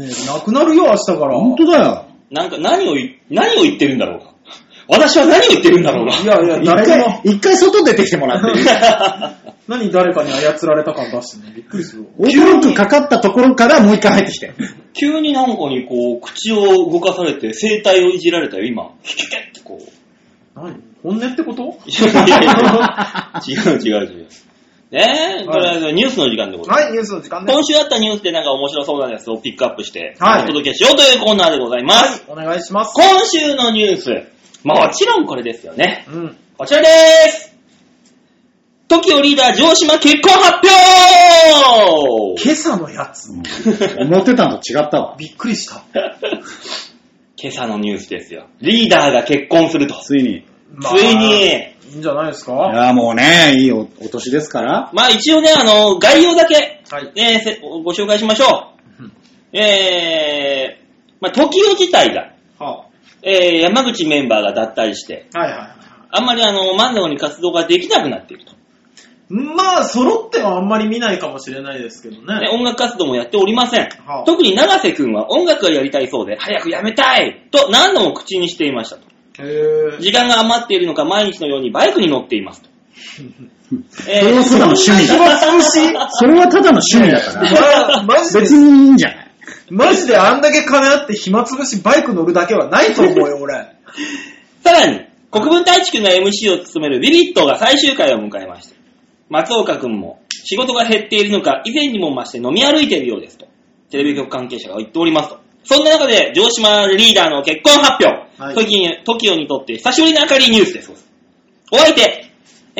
A: い
C: ねえ、なくなるよ、明日から。
A: 本当だよ。
B: なんか何をい、何を言ってるんだろうか。私は何を言ってるんだろうか。
C: いやいや、
A: 一
C: 誰にも
A: 回、、一回外出てきてもらっていい
C: 何誰かに操られた感出してね、びっくりするわ。
A: 驚くかかったところからもう一回入ってきて。
B: 急になんかにこう、口を動かされて、声帯をいじられたよ、今。キキキってこう。
C: 何本音ってこと
B: いやいやいや違う違う違う。ねえ、とりあえずニュースの時間でございます。
C: はい、ニュースの時間です。
B: 今週あったニュースでなんか面白そうなやつをピックアップして、
C: はい
B: お届けしようというコーナーでございます。
C: お願いします。
B: 今週のニュース、もちろんこれですよね。
C: うん。
B: こちらでーす。TOKIO リーダー城島結婚発表
C: 今朝のやつ、
A: 思ってたのと違ったわ。
C: びっくりした。
B: 今朝のニュースですよ。リーダーが結婚すると。つ
A: ついに。い
C: まあ
B: いに。
C: いいんじゃないですかは
A: や、もうね、いいおお年ですから。
B: まあ一応ね、あの、概要だけ、
C: い。
B: ね、せご紹介しましょ
C: うん
B: う。えー、まあ、時代自体が、
C: は
B: えー、山口メンバーが脱退して、
C: あ、はいはいはい。
B: あんまりあの、満足に活動ができなくなっていると。
C: まあ、揃ってはあんまり見ないかもしれないですけど
B: で
C: ね。
B: 音楽活動もやっておりません
C: はあ。
B: 特に長瀬くんは音楽がやりたいそうで、早くやめたいと何度も口にしていましたと。
C: へえ。
B: 時間が余っているのか、毎日のようにバイクに乗ってい ますと。え
A: それはただの趣 味だ。それはただの趣味だから。
C: まあマジで
A: 別、にいいんじゃない
C: マジであんだけ金あって暇つぶしバイク乗るだけはないと思うよ、 俺。
B: さらに、国分太一くんが MC を務めるビビットが最終回を迎えました。松岡くんも、仕事が減っているのか、以前にも増して飲み歩いているようですと、テレビ局関係者が言っておりますと。そんな中で、城島リーダーの結婚発表、
C: はい
B: TOKIO にとって久しぶりの明るいニュースです。お相手、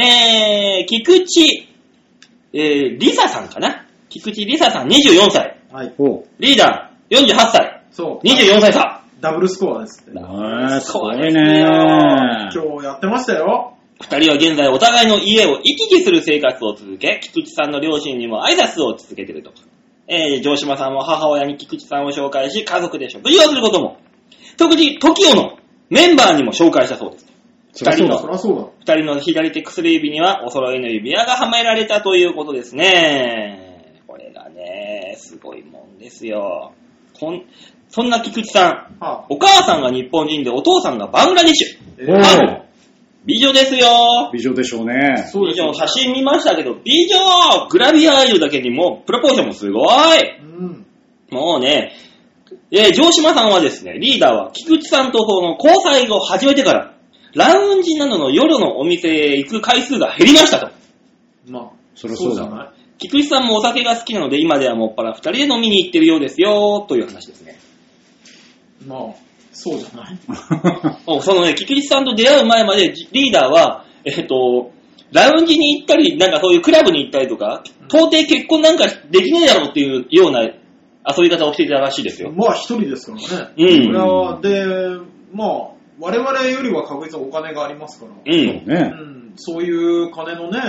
B: えー、菊池、えー、リサさんかな菊池リサさん24歳、
C: はい。
A: おう。
B: リーダー48歳、
C: そう。
B: 24歳差。
C: ダブルスコアですって。
A: ねえすごいね。
C: 今日やってましたよ。
B: 二人は現在お互いの家を行き来する生活を続け、菊池さんの両親にも挨拶を続けてると。えー、城島さんは母親に菊池さんを紹介し、家族で食事をすることも、特に TOKIO のメンバーにも紹介したそうです。
A: そりゃそうだ
B: 二
C: そ
B: 人
C: りゃそうだ。
B: 二人の左手薬指にはお揃いの指輪がはめられたということですね。これがね、すごいもんですよ。こんそんな菊池さん、
C: はあ、
B: お母さんが日本人でお父さんがバングラディッシュ。
C: え
A: お
C: ー
A: ー
B: 美女ですよ。
A: 美女でしょうね。
C: そうで
B: 美
C: すよ
B: 女、写真見ましたけど、美女グラビアアイドルだけにもプロポーションもすごい
C: うん。
B: もうね、えー城島さんはですね、リーダーは菊池さんとこの交際を始めてから、ラウンジなどの夜のお店へ行く回数が減りましたと。
C: まあ、
A: そりゃそうだ
C: じゃない。
B: 菊池さんもお酒が好きなので、今ではもっぱら二人で飲みに行ってるようですよ、という話ですね。
C: まあ、そうじゃない。
B: おそのね、菊池さんと出会う前まで、じリーダーは、えっと、ラウンジに行ったり、なんかそういうクラブに行ったりとか、到底結婚なんかできねえだろうっていうような遊び方をしていたらしいですよ。
C: まあ、一人ですからね。
B: うん
C: これは、で、まあ、我々よりは確実にお金がありますから。
B: うん。
C: う
A: ね、
C: ん、そういう金のね、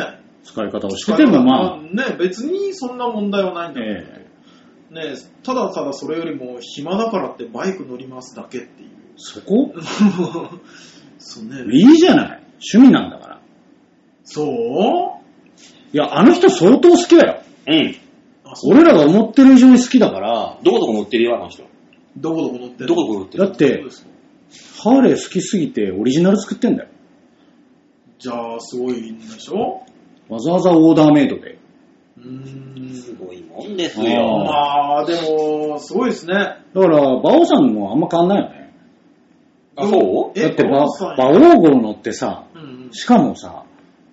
A: 使い方をしててもまあ、
C: ね、別にそんな問題はないんだけど、
A: ええ
C: ね、ただただそれよりも暇だからってバイク乗りますだけっていう。
A: そこ
C: そうね。
A: いいじゃない。趣味なんだから。
C: そう
A: いや、あの人相当好きだよ。
B: うん。
C: あ、そう。
A: 俺らが思ってる以上に好きだから、
B: どこどこ乗ってるよ、あの人。
C: どこどこ乗ってる
B: どこどこ乗って
A: だ
B: る
A: って
C: そう、ですか
A: ハーレー好きすぎてオリジナル作ってんだよ。
C: じゃあ、すごいんでしょ
A: わざわざオーダーメイドで。
C: うー
B: す
C: ん。
B: ごいもんです
A: あー
B: よ。
C: まあ、でも、すごいですね。
A: だから、馬王さんもあんま変わんないよね。
B: あ、そう
C: え
A: だって馬、
C: 馬王さん
A: 馬王号乗ってさ、
C: うんうん
A: しかもさ、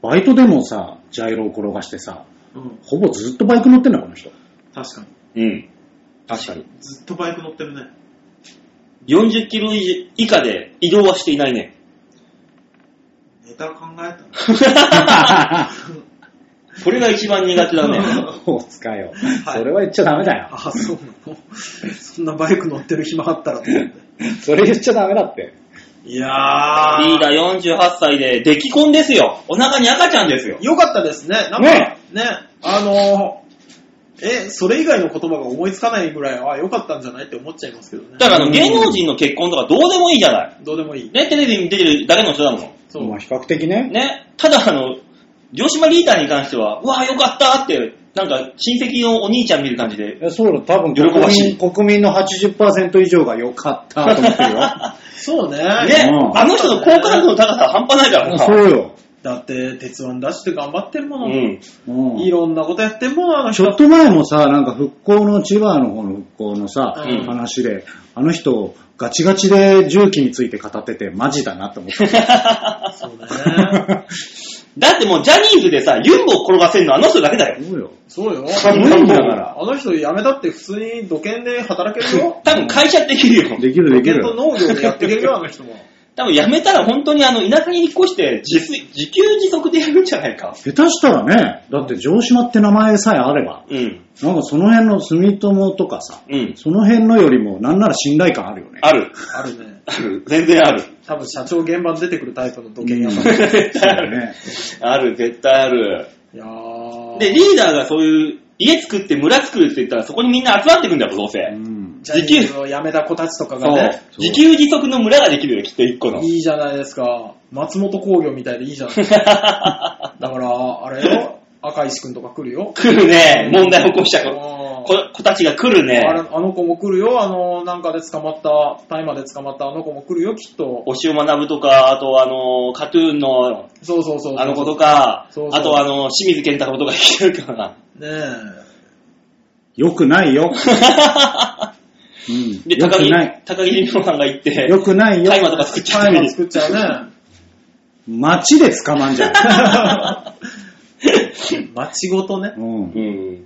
A: バイトでもさ、ジャイロを転がしてさ、
C: うん、
A: ほぼずっとバイク乗ってんだよ、こ の人。
C: 確かに。
B: うん。確かに。
C: ずっとバイク乗ってるね。
B: 40キロ以下で移動はしていないね。
C: ネタ考えたね。
B: これが一番苦手だ ね。
A: 大塚よ。
C: はい
A: それは言っちゃダメだよ。
C: あ、そうなの。 そんなバイク乗ってる暇あったらと思って。
A: それ言っちゃダメだって。
C: いや
B: リーダー48歳で、出来婚ですよ。お腹に赤ちゃんですよ。
C: よかったですね。なんかね
A: ね、
C: あのーえ、それ以外の言葉が思いつかないぐらいは良かったんじゃないって思っちゃいますけどね。
B: だからあの、芸能人の結婚とかどうでもいいじゃない。
C: どうでもいい。
B: ね、テレビに出てるだけの人だもん。
C: そ
A: ま
C: う
A: あ。比較的ね。
B: ね、ただあの、城島リーダーに関しては、うわーよかったって、なんか親戚のお兄ちゃん見る感じで、
A: いやそうだ、多分
B: 喜ば
A: 国
B: しい
A: 民国民の80%以上が良かったと思っ てるよ。
C: そうね。
B: ね、
A: うん
B: あの人の好感度の高さ半端ないから
A: そ
B: さ。
A: うよ。
C: だって、鉄腕出して頑張ってるも
B: う
C: の。
B: ん。
A: うん
C: いろんなことやってるもの、あの
A: ち
C: 人。
A: ょっと前もさ、なんか復興の千葉の方の復興のさ、
C: うん
A: 話で、あの人、ガチガチで重機について語ってて、マジだなって思った。
C: そうね。
B: だってもうジャニーズでさ、ユンボを転がせるのあの人だけだよ。
A: そうよ。
C: そうよ。
A: 寒いんだから
C: あの人辞めたって普通に土建で働けるよ。
B: 多分会社できるよ。
A: できる
C: 土
A: でき
C: 建
A: る。
C: と農業でやっていけるよ、あの人も。
B: 多分辞めたら本当にあの、田舎に引っ越して自炊、自給自足でやるんじゃないか。
A: 下手したらね、だって城島って名前さえあれば、
B: うん。
A: なんかその辺の住友とかさ、
B: うん。
A: その辺のよりもなんなら信頼感あるよね。
B: ある。
C: あるね。
B: ある。全然ある。
C: 多分社長現場に出てくるタイプの土建屋さん。い
B: 絶対あ
A: そう
B: る。
A: ね。
B: ある、絶対ある。
C: やー。
B: で、リーダーがそういう、家作って村作るって言ったらそこにみんな集まってくんだよ、どうせ。
A: うん。
C: ジャニーズを辞めた子たちとか
B: そ
C: が
B: う
C: ね、。
A: そう
B: 自給自足の村ができるよ、きっと一個の。
C: いいじゃないですか。松本工業みたいでいいじゃな いですか。だから、あれよ、赤石くんとか来るよ。
B: 来るね。問題起こした子
C: あー
B: 子子たちが来るね
C: あ。れあの子も来るよ、あの、なんかで捕まった、大麻で捕まったあの子も来るよ、きっと。
B: 押尾学ぶとか、あとあの、カトゥーンの
C: そうそうそうそう。
B: あの子とか
C: そう、そう
B: あとあの、清水健太郎とか来てるからな。
C: ねえ。
A: よくな いよ。うん。
B: で、
A: よ
B: 高
A: く
B: 木
A: ない。、
B: 高木里美子さんが行って、
A: よくないよ
B: 大。麻とか作っちゃ
C: 大
B: う
C: 麻作っち ゃうね。
A: 街で捕まんじゃう。
C: 街ごとね。
A: うん。
B: うん。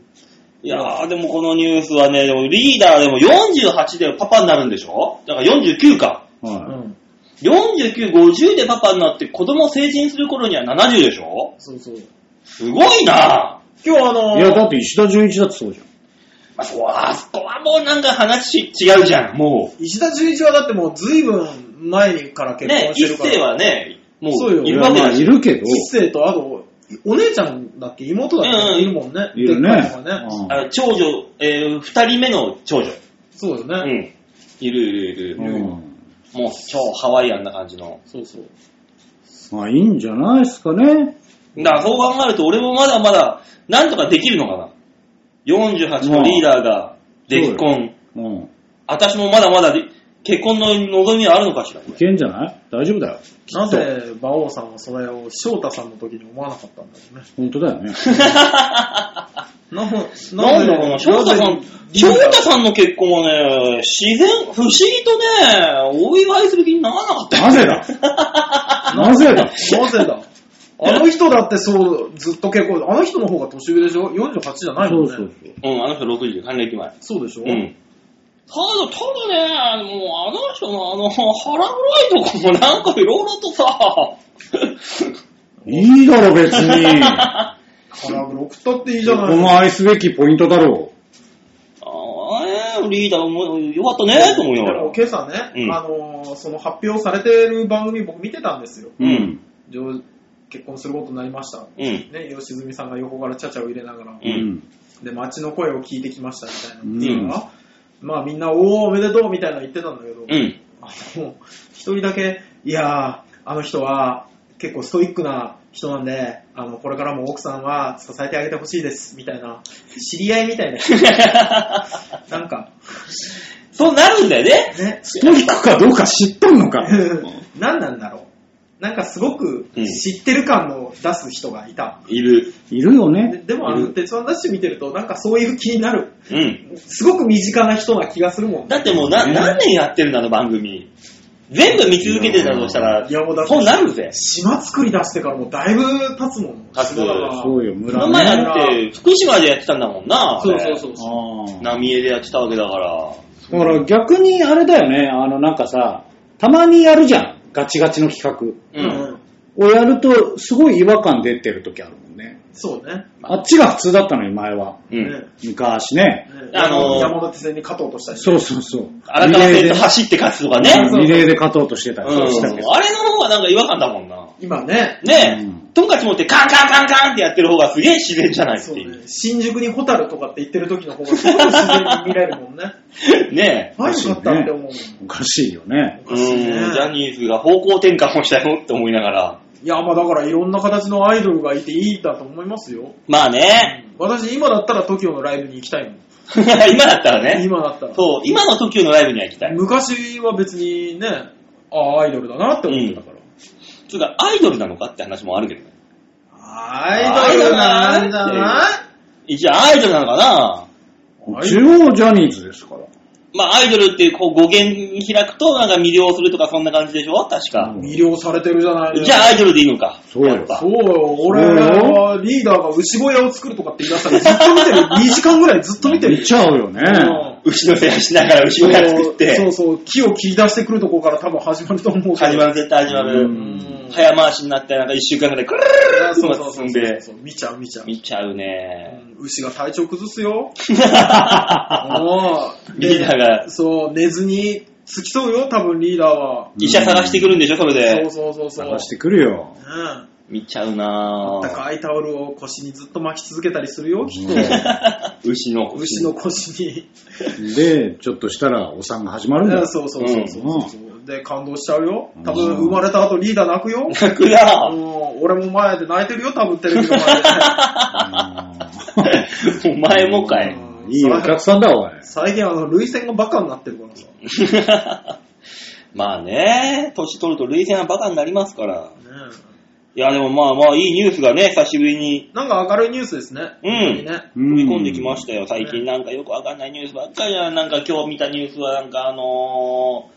B: いやー、でもこのニュースはね、でもリーダーでも48でパパになるんでしょだから49か。
C: う
A: は
C: ん。
B: 49、50でパパになって子供成人する頃には70でしょ
C: そうそう。
B: すごいな
C: 今日あの
A: い。いや、だって石田純一だってそうじゃん。
B: まあ、そこは、あそこはもうなんか話違うじゃん、も
C: 石田純一はだってもう随分前から
B: う。
C: 結
B: ね
C: 婚、し
B: 一
C: てるから。
B: 世はね、も
C: そうよ
B: うい
A: い
B: る
A: や
B: わけ
A: まあ
B: だし
A: い。るけど、
C: 一世とあと、お姉ちゃんだっけ妹だっ
B: うんうん
C: けいるもんね。
A: いる
C: でっか
A: ね
C: いのがね。
A: うん
B: あの長女、えー、二人目の長女。
C: そうよね。
B: うん。いるいるいる。
A: うん
B: もう超ハワイアンな感じの。
C: そうそう。
A: まあいいんじゃないですかね。
B: だからそう考えると俺もまだまだなんとかできるのかな。48のリーダーが結婚。
A: うん。
B: 私もまだまだで結婚の望みはあるのかしら。こ
A: い
B: れ
A: けんじゃない大丈夫だよ。き
C: な
A: っと。
C: ぜ、馬王さんはそれを翔太さんの時に思わなかったんだろうね。
A: 本当だよね。
C: な
B: なんだろうな、翔太さん、翔太さんの結婚はね、自然、不思議とね、お祝いする気にならなかったよ
A: なぜだなぜだ
C: ん。なぜだあの人だってそう、ずっと結婚、あの人の方が年上でしょ ?48 じゃない
A: そ
C: もん
A: う
C: ね。
A: そうそう。
B: うん、あの人60で、還暦前。
C: そうでしょ、
B: うん。ただ、ただね、もうあの人のあの、腹黒いとこもなんかいろいろとさ、
A: いいだろ別に。
C: 腹黒くたっていいじ
A: こ
C: ゃない。
A: の愛すべきポイントだろ
B: ああ、ねリーダーもよかったね、と思いながら。
C: 今朝ね、
B: うん
C: あのーその発表されてる番組僕見てたんですよ。
A: う。
B: うん。
C: 上結婚することになりました。
B: うん。
C: ね、吉住さんが横からちゃちゃを入れながら、
A: う
B: うんん。
C: で、街の声を聞いてきましたみたいな。
A: うん
C: まあみんな、おおおめでとうみたいなの言ってたんだけど、
B: うん。
C: あの、一人だけ、いやー、あの人は結構ストイックな人なんで、あの、これからも奥さんは支えてあげてほしいです、みたいな、知り合いみたいな人。なんか、
B: そうなるんだよね。
C: ね、
A: ストイックかどうか知っとんのか。
C: 何なんだろう。なんかすごく
B: うん
C: 知ってる感を出す人がいた。
B: いる。
A: いるよ
C: で
A: ね。
C: でもあの、鉄腕ダッシュ見てると、なんかそういう気になる。
B: うん。
C: すごく身近な人な気がするもんね。
B: だってもうな、
A: ね
B: 何年やってるんだ、あの番組。全部見続けてたとしたら、
C: いやもうだって
B: そうなるぜ。
C: 島作り出してからもうだいぶ経つもん。
B: 経つ
C: 島だから
A: そうよ、
B: この
A: 村
B: 前
A: ね。
B: だって、福島でやってたんだもんな。。
C: そうそうそううそう。
A: ああ
B: 浪江でやってたわけだから。
A: だから逆にあれだよね、あのなんかさ、たまにやるじゃん、ガチガチの企
B: う
C: うん
B: ん。
C: うん
A: 画をやると、すごい違和感出てる時あるもんね。
C: そうね。
A: あっちが普通だったのに前は。
B: う
C: ね
B: ん。
A: 昔ね。
C: ね
B: あのー
C: 山手線に勝とうとしたり。
A: そうそうそう。
B: 荒川線と走って勝つとかね。
A: リレーで、リレーで勝とうとしてた
B: うん。
A: りしたけど。
B: あれの方がなんか違和感だもんな。
C: 今ね、
B: ね
A: うん
B: え、トンカチ持ってカンカンカンカンってやってる方がすげえ自然じゃないって
C: そう
B: い
C: ね
B: う。
C: 新宿にホタルとかって言ってる時の方がすごい自然に見られるも んね。
B: ね
C: 前に勝ったって思うもん。
A: おかしいよね。
B: え。う
C: おか
B: ん、
C: しい
B: ジ
C: ね
B: ャニーズが方向転換をしたよって思いながら。
C: いや、まあだからいろんな形のアイドルがいていいんだと思いますよ。
B: まあね、
C: 私今だったら TOKIO のライブに行きたいもん。
B: 今だったらね、
C: 今だったら。
B: そう、今の TOKIO のライブには行きたい。
C: 昔は別にね、ああ、アイドルだなって思ってたから。
B: つうか、アイドルなのかって話もあるけどね。
C: アイドルなんじゃない
B: 一応アイドルなのかな
A: 中央ジャニーズですから。
B: まあ、アイドルってこう語源開くと、なんか魅了するとかそんな感じでしょ確か。
A: うん
C: 魅了されてるじゃない
B: じゃあアイドルでいいのか。
A: そう
B: や
A: よ
B: っぱ
C: そうよ、俺はリーダーが牛小屋を作るとかって言い出したらずっと見てる。2時間ぐらいずっと見てる
A: 見。ちゃうよね。
B: 牛の世話しながら牛を作っ
C: そう
B: て、
C: そう、木を切り出してくるとこから多分始まると思うけど。
B: 始まる、絶対始ま
A: う
B: る。
C: うん。
B: 早回しになって、なんか一週間ぐらい、くるーっ
C: そう
B: と
C: そうそ
B: 進
C: うん
B: で、
C: そう。見ちゃう、見ちゃう。
B: 見ちゃう
C: う
B: ね。
C: ん牛が体調崩すよ。もう
B: リーダーが
C: ねそう、寝ずに付き添うよ、多分リーダーは。
B: 医者探してくるんでしょ、それで
C: そう。そうそうそう。
A: 探してくるよ。
C: うん
B: 見ちゃう
C: あ
B: な
C: ったかいタオルを腰にずっと巻き続けたりするよ、きっと。
B: 牛の。
C: 牛の。腰に。
A: で、ちょっとしたらお産が始まるんだ
C: う
A: よ
C: ん。そうそうそうそうそうそう、で、感動しちゃうよ。多分
A: うん
C: 生まれた後リーダー泣くよ。
B: 泣くな
C: う ん俺も前で泣いてるよ、多分テレビの前で。
B: お前もかい。
A: うんいいお客さんだ、お前。
C: 最近あの、涙腺がバカになってるからさ。ね
B: まあね、年取ると累戦はバカになりますから。
C: え
B: いや、でもまあまあ、いいニュースがね、久しぶりに
C: なんか明るいニュースですね。
B: うん
C: 本当にね
A: うん
B: 飛び込んできましたよ。最近なんかよくわかんないニュースばっかりや。なんか今日見たニュースはなんかあの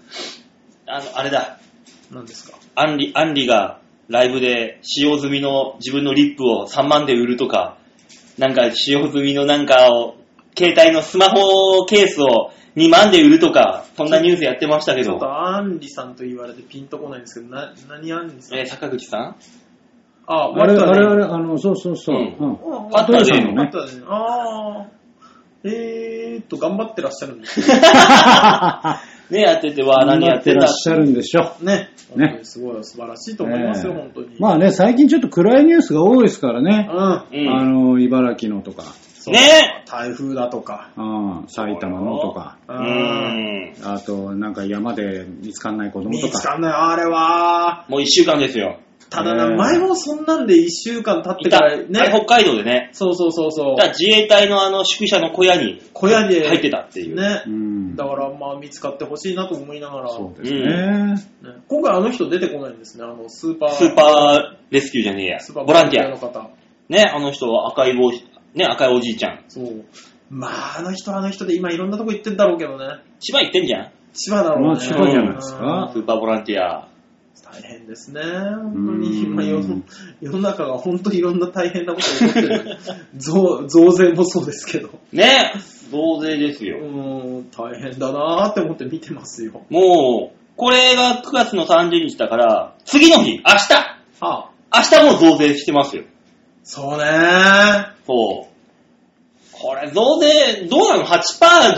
B: ー、あの、あれだ、
C: なんですか。
B: アンリ、アンリがライブで使用済みの自分のリップを3万で売るとか、なんか使用済みのなんかを、携帯のスマホケースを2万で売るとか、そんなニュースやってましたけ
C: ちょっ
B: ど。
C: とアンリさんと言われてピンとこないんですけど、な、何アンリさん
B: えー坂口さん
C: あ、
A: あれ、
C: 割と
A: あ
C: ね
A: れ、あれ、あの、そうそうそう。
B: うん
A: うん
C: うん
B: パッと出る
A: のね
C: パッと出る あー。えーっと、頑張ってらっしゃるんですね
B: ね、やってて、わあ、
A: 頑
B: 何や
A: 張
B: っ
A: ってて
B: ん
A: ら
B: だ
A: っ。しゃるんでしょう。
C: ね。
A: ね
C: 本当にすごい素晴らしいと思いますよ、
A: ええ
C: 本当に。
A: まあね、最近ちょっと暗いニュースが多いですからね。
C: うん。
B: うん
A: あの、茨城のとか、
C: そう
B: ね
C: 台風だとか。
A: うん埼玉のとか、
B: う
C: うん。
B: ん。
A: あと、なんか山で見つかんない子供
C: 見
A: と
C: つ
A: か。
C: かんない、あれは。
B: もう一週間ですよ。
C: ただな、
A: ねえ
C: 前もそんなんで一週間経っ
B: い
C: て
B: た、
C: から
B: あれ
C: ね。
B: 北海道でね。
C: そうそうそうそう
B: だか。ら自衛隊のあの宿舎の小屋に
C: 小屋に
B: 入ってたっていう。
C: ね
A: う。ん
C: だ。からまあ見つかってほしいなと思いながら、
A: そうですね。
C: ね今回あの人出てこないんですね、あのスーパー、
B: スーパーレスキューじゃねえや
C: スー。パー
B: ボランティ
C: の
B: ア。
C: 方。
B: ね、あの人は赤い帽子、ね、赤いおじいちゃん。
C: そう。まああの人はあの人で今いろんなとこ行ってんだろうけどね。
B: 千葉行ってんじゃん。
C: 千葉だろう
A: まあ
C: ね。
A: 千葉じゃないですか
B: ス
C: う
B: ー
C: ん
B: パーボランティア。
C: 大変ですね。本当に、
A: うん
C: 今世の世の中が本当にいろんな大変なことが起こって る。増増税もそうですけど。
B: ね、増税です
C: う
B: よ。
C: ん、大変だなーって思って見てますよ。
B: もう、これが9月の30日だから、次の日、明日
C: ああ
B: 明日も増税してますよ。
C: そうねー。
B: そう。これ、増税、どうなの ?8%、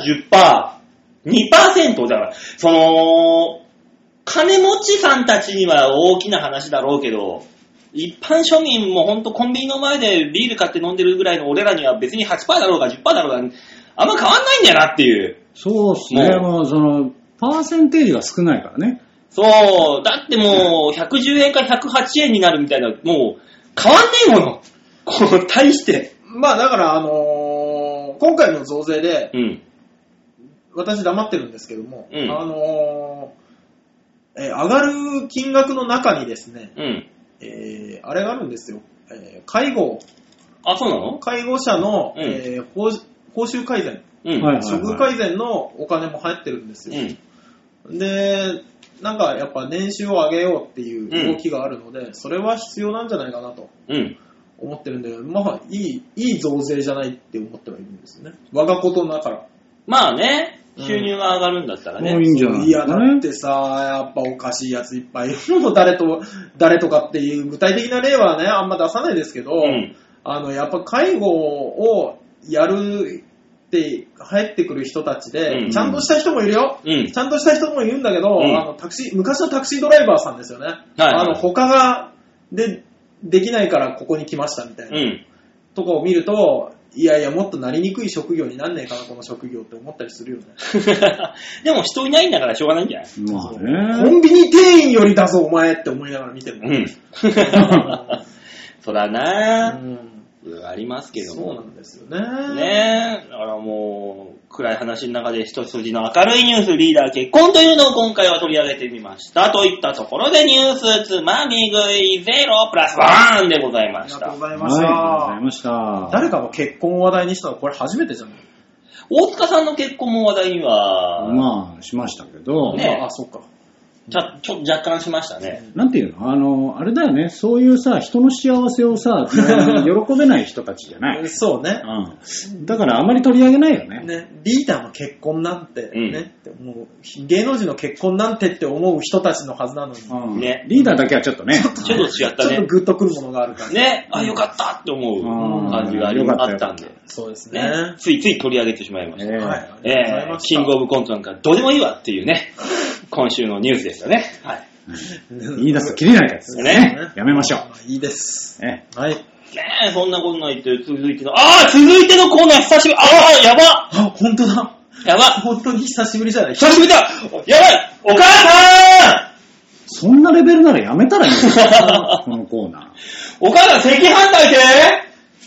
B: 10%、2%だから、その、金持ちさんたちには大きな話だろうけど、一般庶民もほんとコンビニの前でビール買って飲んでるぐらいの俺らには別に8%だろうが10%だろうが、あんま変わんないんだよなっていう。
A: そうです
B: も
A: ね。
B: う
A: もうその、パーセンテージが少ないからね。
B: そう、だってもう110円か108円になるみたいな、もう変わんねえもの。この、対して。
C: まあだから、あのー今回の増税で、
B: うん。
C: 私黙ってるんですけども、
B: うん
C: あのーえー上がる金額の中にですね、
B: うん。
C: えーあれがあるんですよ、えー介護、
B: あ、そうなの
C: 介護者の、
B: うん
C: えー報報酬改善、
B: うん。
A: はいはい
C: 処遇改善のお金も入ってるんです
B: う
C: よ。
B: ん。
C: で、なんかやっぱ年収を上げようっていう動きがあるので、それは必要なんじゃないかなと
B: うん。
C: 思ってるんで、まあいい、いい増税じゃないって思ってはいるんですね。我がことだから。
B: まあね、
C: うん
B: 収入が上がるんだったらね。
A: もういいんじゃない
C: いや、だってさ、やっぱおかしいやついっぱいいるの、誰と、誰とかっていう具体的な例はね、あんま出さないですけど、
B: うん。
C: あの、やっぱ介護をやるって入ってくる人たちで、
B: うん
C: ちゃんとした人もいるよ。
B: うん
C: ち。ゃんとした人もいるんだけど、
B: うん
C: あのタクシー、昔のタクシードライバーさんですよね。
B: はい
C: あの、他が、で、できないからここに来ましたみたいな、
B: うん。
C: とかを見ると、いやいや、もっとなりにくい職業になんねえかな、この職業って思ったりするよね。
B: でも人いないんだからしょうがないんじゃない
A: まあ
C: コ
A: ね。
C: ンビニ店員よりだぞ、お前って思いながら見てるの。
B: うん。 そらな
C: うん
B: ありますけど
C: そう
B: も。
C: なんですよね。
B: ねえ、だからもう、暗い話の中で一筋の明るいニュース、リーダー結婚というのを今回は取り上げてみました。といったところでニュースつまみ食いゼロプラスワンでござい
C: あ
B: ま
C: り
B: し
C: がと
B: た
C: うご。ざいまし
A: はい、ありがとうござ
C: た
A: い。ました。
C: 誰かが結婚を話題にしたのこれ初めてじゃない
B: 大塚さんの結婚も話題には、
A: まあ、しましたけど、
B: ね
C: あ、そっか。
B: ちゃちょっと若干しましたね。
A: なんていうのあの、あれだよね。そういうさ、人の幸せを さ、喜べない人たちじゃない。う
C: そうね。
A: ん。だからあまり取り上げないよね。
C: ね、リーダーの結婚なんて、
B: うん
C: ね、って思う。芸能人の結婚なんてって思う人たちのはずなのに、ちょ
A: うん
B: ね
A: リーダーだけはちょっとね。
B: ちょっと違った
C: っ
B: ね
C: と。グッとくるものがあるから。
B: ね、あ、よかったって思
A: う
B: うん感じがあり
A: よかった
B: あったんで、
C: そうですね。
B: ね、ついつい取り上げてしまいました。
A: ええ
C: はい。ありがとうござい
B: えー
C: ました
B: キングオブコントなんかどうでもいいわっていうね、今週のニュースですよね。はい。
A: 言い出すと切れないやつですね。やめましょう。
C: あいいです。
A: え
C: はい。
B: ねえ、そんなことないって、続いての、ああ続いてのコーナー久しぶり、ああやば
C: あ、本当だ。
B: やば
C: 本当に久しぶりじゃない
B: 久しぶりだやばいお母
A: そんなレベルならやめたらいい んですよ
B: さん
A: このコーナー。
B: お母さん赤飯炊いて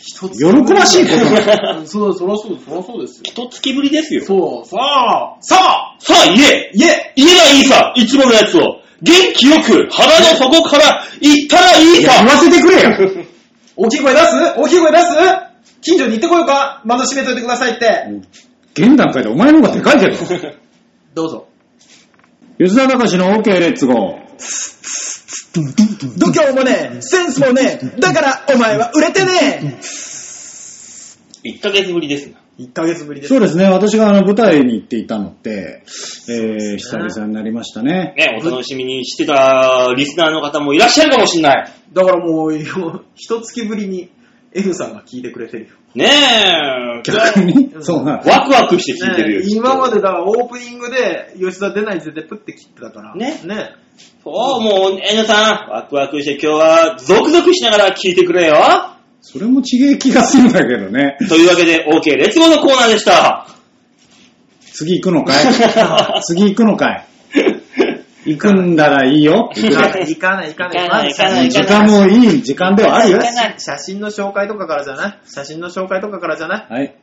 C: 一つ
A: 喜ばしいことだ
C: うん そう、そらそうです、そらそうですよ。
B: 一月ぶりですよ。
C: そう、さあ、さあ、
B: さあ、言え言え言えばいいさいつものやつを元気よく腹の底から言ったらいい
A: いや言
B: さ
A: わせてくれよ
C: 大きい声出す大きい声出す近所に行ってこようか窓閉めといてくださいって。
A: 現段階でお前の方がでかいけど。
C: どうぞ。
A: 吉田隆の OK レッツゴー。
C: 度胸もね、センスもね、だからお前は売れてね
B: 1ヶ月ぶりですな。
C: !1 ヶ月ぶりです。
A: そうですね、私があの舞台に行っていたのって、えー、
C: す
A: 久
C: ね
A: 々になりましたね。
B: ね、お楽しみにしてたリスナーの方もいらっしゃるかもしれない。
C: だからもう、よ一月ぶりに F さんが聞いてくれてるよ。
B: ねえ。
A: 逆にそうなんだ。
B: ワクワクして聞いてるよ。
C: ね
B: きっと
C: 今までだからオープニングで吉田出ないぜでプって切ってたから。
B: ね
C: ね。
B: そう、もう、N さん、ワクワクして今日は、ゾクゾクしながら聞いてくれよ。
A: それもちげえ気がするんだけどね。
B: というわけで、OK、レッツゴーのコーナーでした。
A: 次行くの かい次行くのかい行くんだらいいよ。
C: 行かない、行かない、行かない。
B: 行かない行かない
C: まず
A: 時間もいい時間ではあるよ。
B: 行かない
C: 写真の紹介とかからじゃない写真の紹介とかからじゃない
A: はい。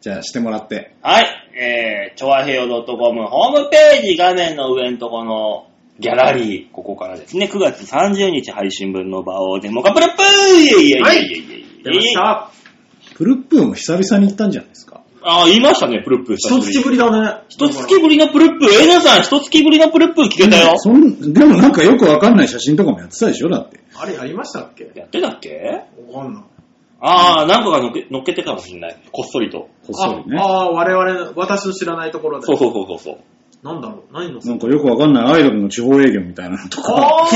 A: じゃあしてもらって。
B: はい、えー、チョアヘヨ .com ホームページ画面の上のとこのギャラリー、ここからですね、9月30日配信分の場をデモカプレップいえいえいえいえいえいえ
C: はい出ま
B: いえ
C: した。
A: プルップーも久々に行ったんじゃないですか。
B: あー、言いましたね、プルップ。
C: 一月ぶりだね。
B: 一月ぶりのプルップ、エナさん、一月ぶりのプルップ聞けたよ。
A: そんでもなんかよくわかんない写真とかもやってたでしょだって。
C: あれやりましたっけ
B: やってたっけ
C: わかんない。
B: あー、何個か乗っけ乗っけてたかもしんない。こっそりと。
A: こっそりね
C: あ。あー、我々の、私の知らないところで。
B: そうそうそうそうそう。
C: なんだろう何の
A: なんかよくわかんないアイドルの地方営業みたいなのとか、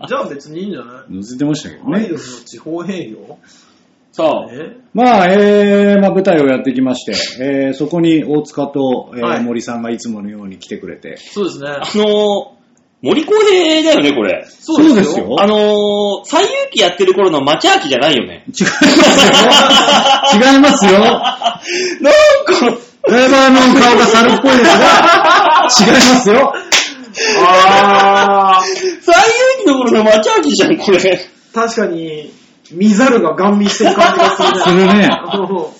C: あーじゃあ別にいいんじゃない
A: 載せてましたけど
C: アイドル
A: ね。
C: の地方営業
B: そう。
C: え
A: まあ、えー、まあ舞台をやってきまして、えー、そこに大塚と、えー
C: はい
A: 森さんがいつものように来てくれて。
C: そうですね。
B: あのー、森公平だよね、これ。
C: そうですよ
B: あのー、最遊記やってる頃の町秋じゃないよね。
A: 違いますよ。違いますよ。
B: なんか、
A: ドライバーの顔が猿っぽいですが、違いますよ。
C: ああ。
B: 最遊記の頃の町秋じゃん、これ。
C: 確かに、見ざるがガン見してる感じがするね。
A: するね。
C: そ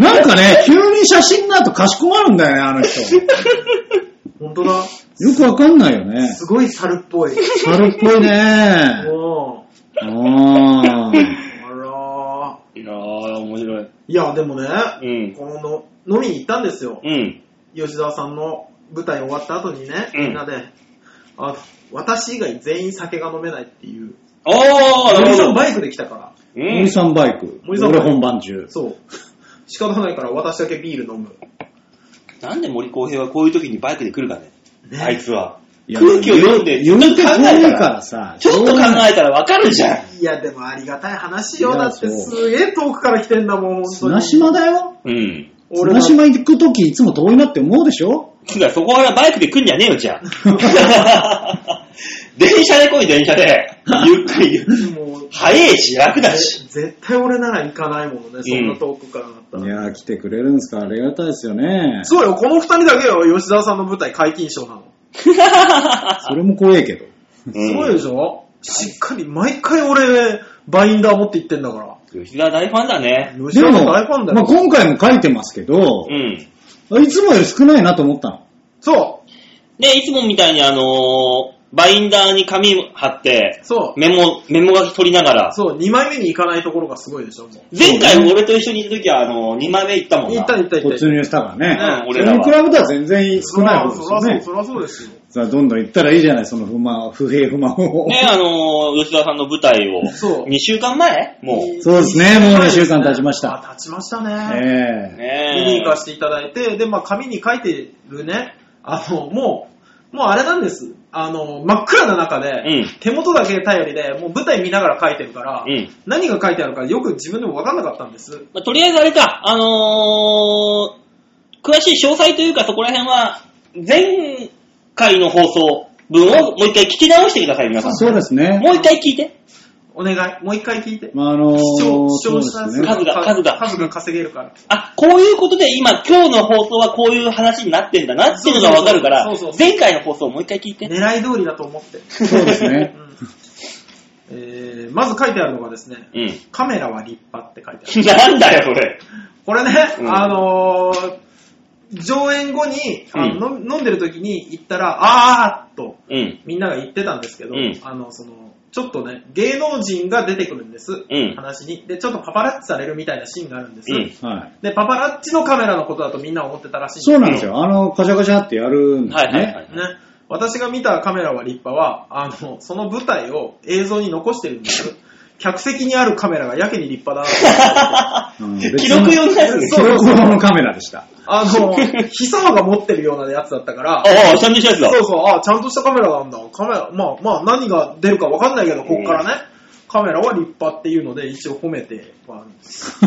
A: なんかね、急に写真だとかしこまるんだよね、あの人。
C: う 本当だ。
A: よくわかんないよね。
C: すごい猿っぽい。
A: 猿っぽいね。
C: おー
A: あー
C: あらー
B: いやー、面白い。
C: いや、でもね、
B: うん。
C: このの、飲みに行ったんですよ。
B: うん。
C: 吉沢さんの舞台終わった後にね、
B: うん
C: みんなで、あ私以外全員酒が飲めないっていう。
B: おー、な
C: 森
B: る
C: さん
B: ほど。
C: バイクで来たから。
B: う
A: 森
B: ん。
A: さんバイク。
C: 森さんバイ
A: 俺
C: ク
A: 本番中。
C: そう。 仕方ないから私だけビール飲む。
B: なんで森公平はこういう時にバイクで来るかね。
C: ね
B: あいつは。
A: いや
B: 空気を読んで、ちょ
A: 言
B: っ
A: う
B: と考
A: てこ
B: え
A: ねえ
B: た。
A: かららさ。
B: ちょっと考えたらわかるじゃん。
C: いや、でもありがたい話よ。
A: いや
C: だって
A: そう
C: すげえ遠くから来てんだもん、本当
A: 砂
C: に。
A: 島だよ。
B: うん。
C: 俺
A: 砂
C: だ
A: 島行くときいつも遠いなって思うでしょ
B: だからそこからバイクで来んじゃねえよ、じゃ あ。電車で来い、電車で。ゆっくり。
C: もう、
B: 早いし、楽だし。
C: 絶対俺なら行かないものね、そんな遠くからだった
A: い
C: ら。
A: やー、来てくれるんですからありがたいですよね。
C: そうよ、この二人だけよ、吉沢さんの舞台解禁賞なの。
A: それも怖えけど。
B: うん
C: すごいでしょ、しっかり、毎回俺、バインダー持って行ってんだから。
B: 吉田大ファンだね。
C: 吉沢
A: でも、
C: さん大ファンだ
A: まあ、
C: よ。
A: 今回も書いてますけど
B: う、ん。
A: いつもより少ないなと思ったの。
C: そう、
B: で、いつもみたいにあのーバインダーに紙貼って、
C: そう、
B: メモ、メモ書き取りながら。
C: そう、2枚目に行かないところがすごいでしょ、もう。
B: 前回俺と一緒にいた時は、あのー、2枚目行ったもんな。
C: 行った行った行った。
A: 突入したから
B: うん
A: ね。そ
B: 俺
A: れ
B: ら
A: に
B: は
A: 比べたら全然少ない方ですよね。
C: そりゃそう、そりゃそうですよ。
A: さあ、どんどん行ったらいいじゃない、その不満、不平不満を。
B: ね、あのー吉田さんの舞台を。
C: そう
B: 2週間前もう。
A: そうですねもうね週間経ちました
C: あ経ちましたね。
A: ええ
B: ねえ
C: 見に行かせていただいて、で、まあ、紙に書いてるね、あの、もう、もうあれなんです。あの、真っ暗な中で、
B: うん
C: 手元だけ頼りで、もう舞台見ながら書いてるから、
B: うん
C: 何が書いてあるかよく自分でも分かんなかったんです。
B: まあとりあえずあれか、あのー詳しい詳細というかそこら辺は、前回の放送分をもう一回聞き直してください、皆さん。
A: そうですね。
B: もう一回聞いて。
C: お願い、もう一回聞いて。
A: まあ、あのー、
C: 視聴視
A: そ
C: 聴
A: うで
C: 者
A: す
C: 数
A: ね。
B: 数が数が
C: 数が稼げるから。
B: あ、こういうことで今、今日の放送はこういう話になってんだなっていうのがわかるから
C: そうそうそうそう、
B: 前回の放送をもう一回聞いて。
C: 狙い通りだと思って。
A: そうです
C: う
A: ね。
C: んえーまず書いてあるのがですね、
B: うん。
C: カメラは立派って書いてある。
B: なん だよ、それ。
C: これね、
B: うん
C: あのー上演後に、あの飲飲んでる時に行ったら、あーっと
B: うん。
C: みんなが言ってたんですけど、
B: うん
C: あの、その、ちょっとね、芸能人が出てくるんです、
B: うん
C: 話に。で、ちょっとパパラッチされるみたいなシーンがあるんです。
B: うん。
A: はい。
C: で、パパラッチのカメラのことだとみんな思ってたらしい
A: そうなんですよ。あの、カシャカシャってやるんです
B: は
A: ね。
B: いはいはい。
C: ね、私が見たカメラは立派は、あの、その舞台を映像に残してるんです。客席にあるカメラがやけに立派だな。
A: う ん
B: 記録用のやつね。
A: 記録用のカメラでした。
C: あの、ヒサが持ってるようなやつだったから、
B: ああ、ちゃんとしたやつだ。
C: そうそう、あ、ちゃんとしたカメラなんだ。カメラ、まあまあ、何が出るかわかんないけど、こっからね。カメラは立派っていうので、一応褒めてはあるんです。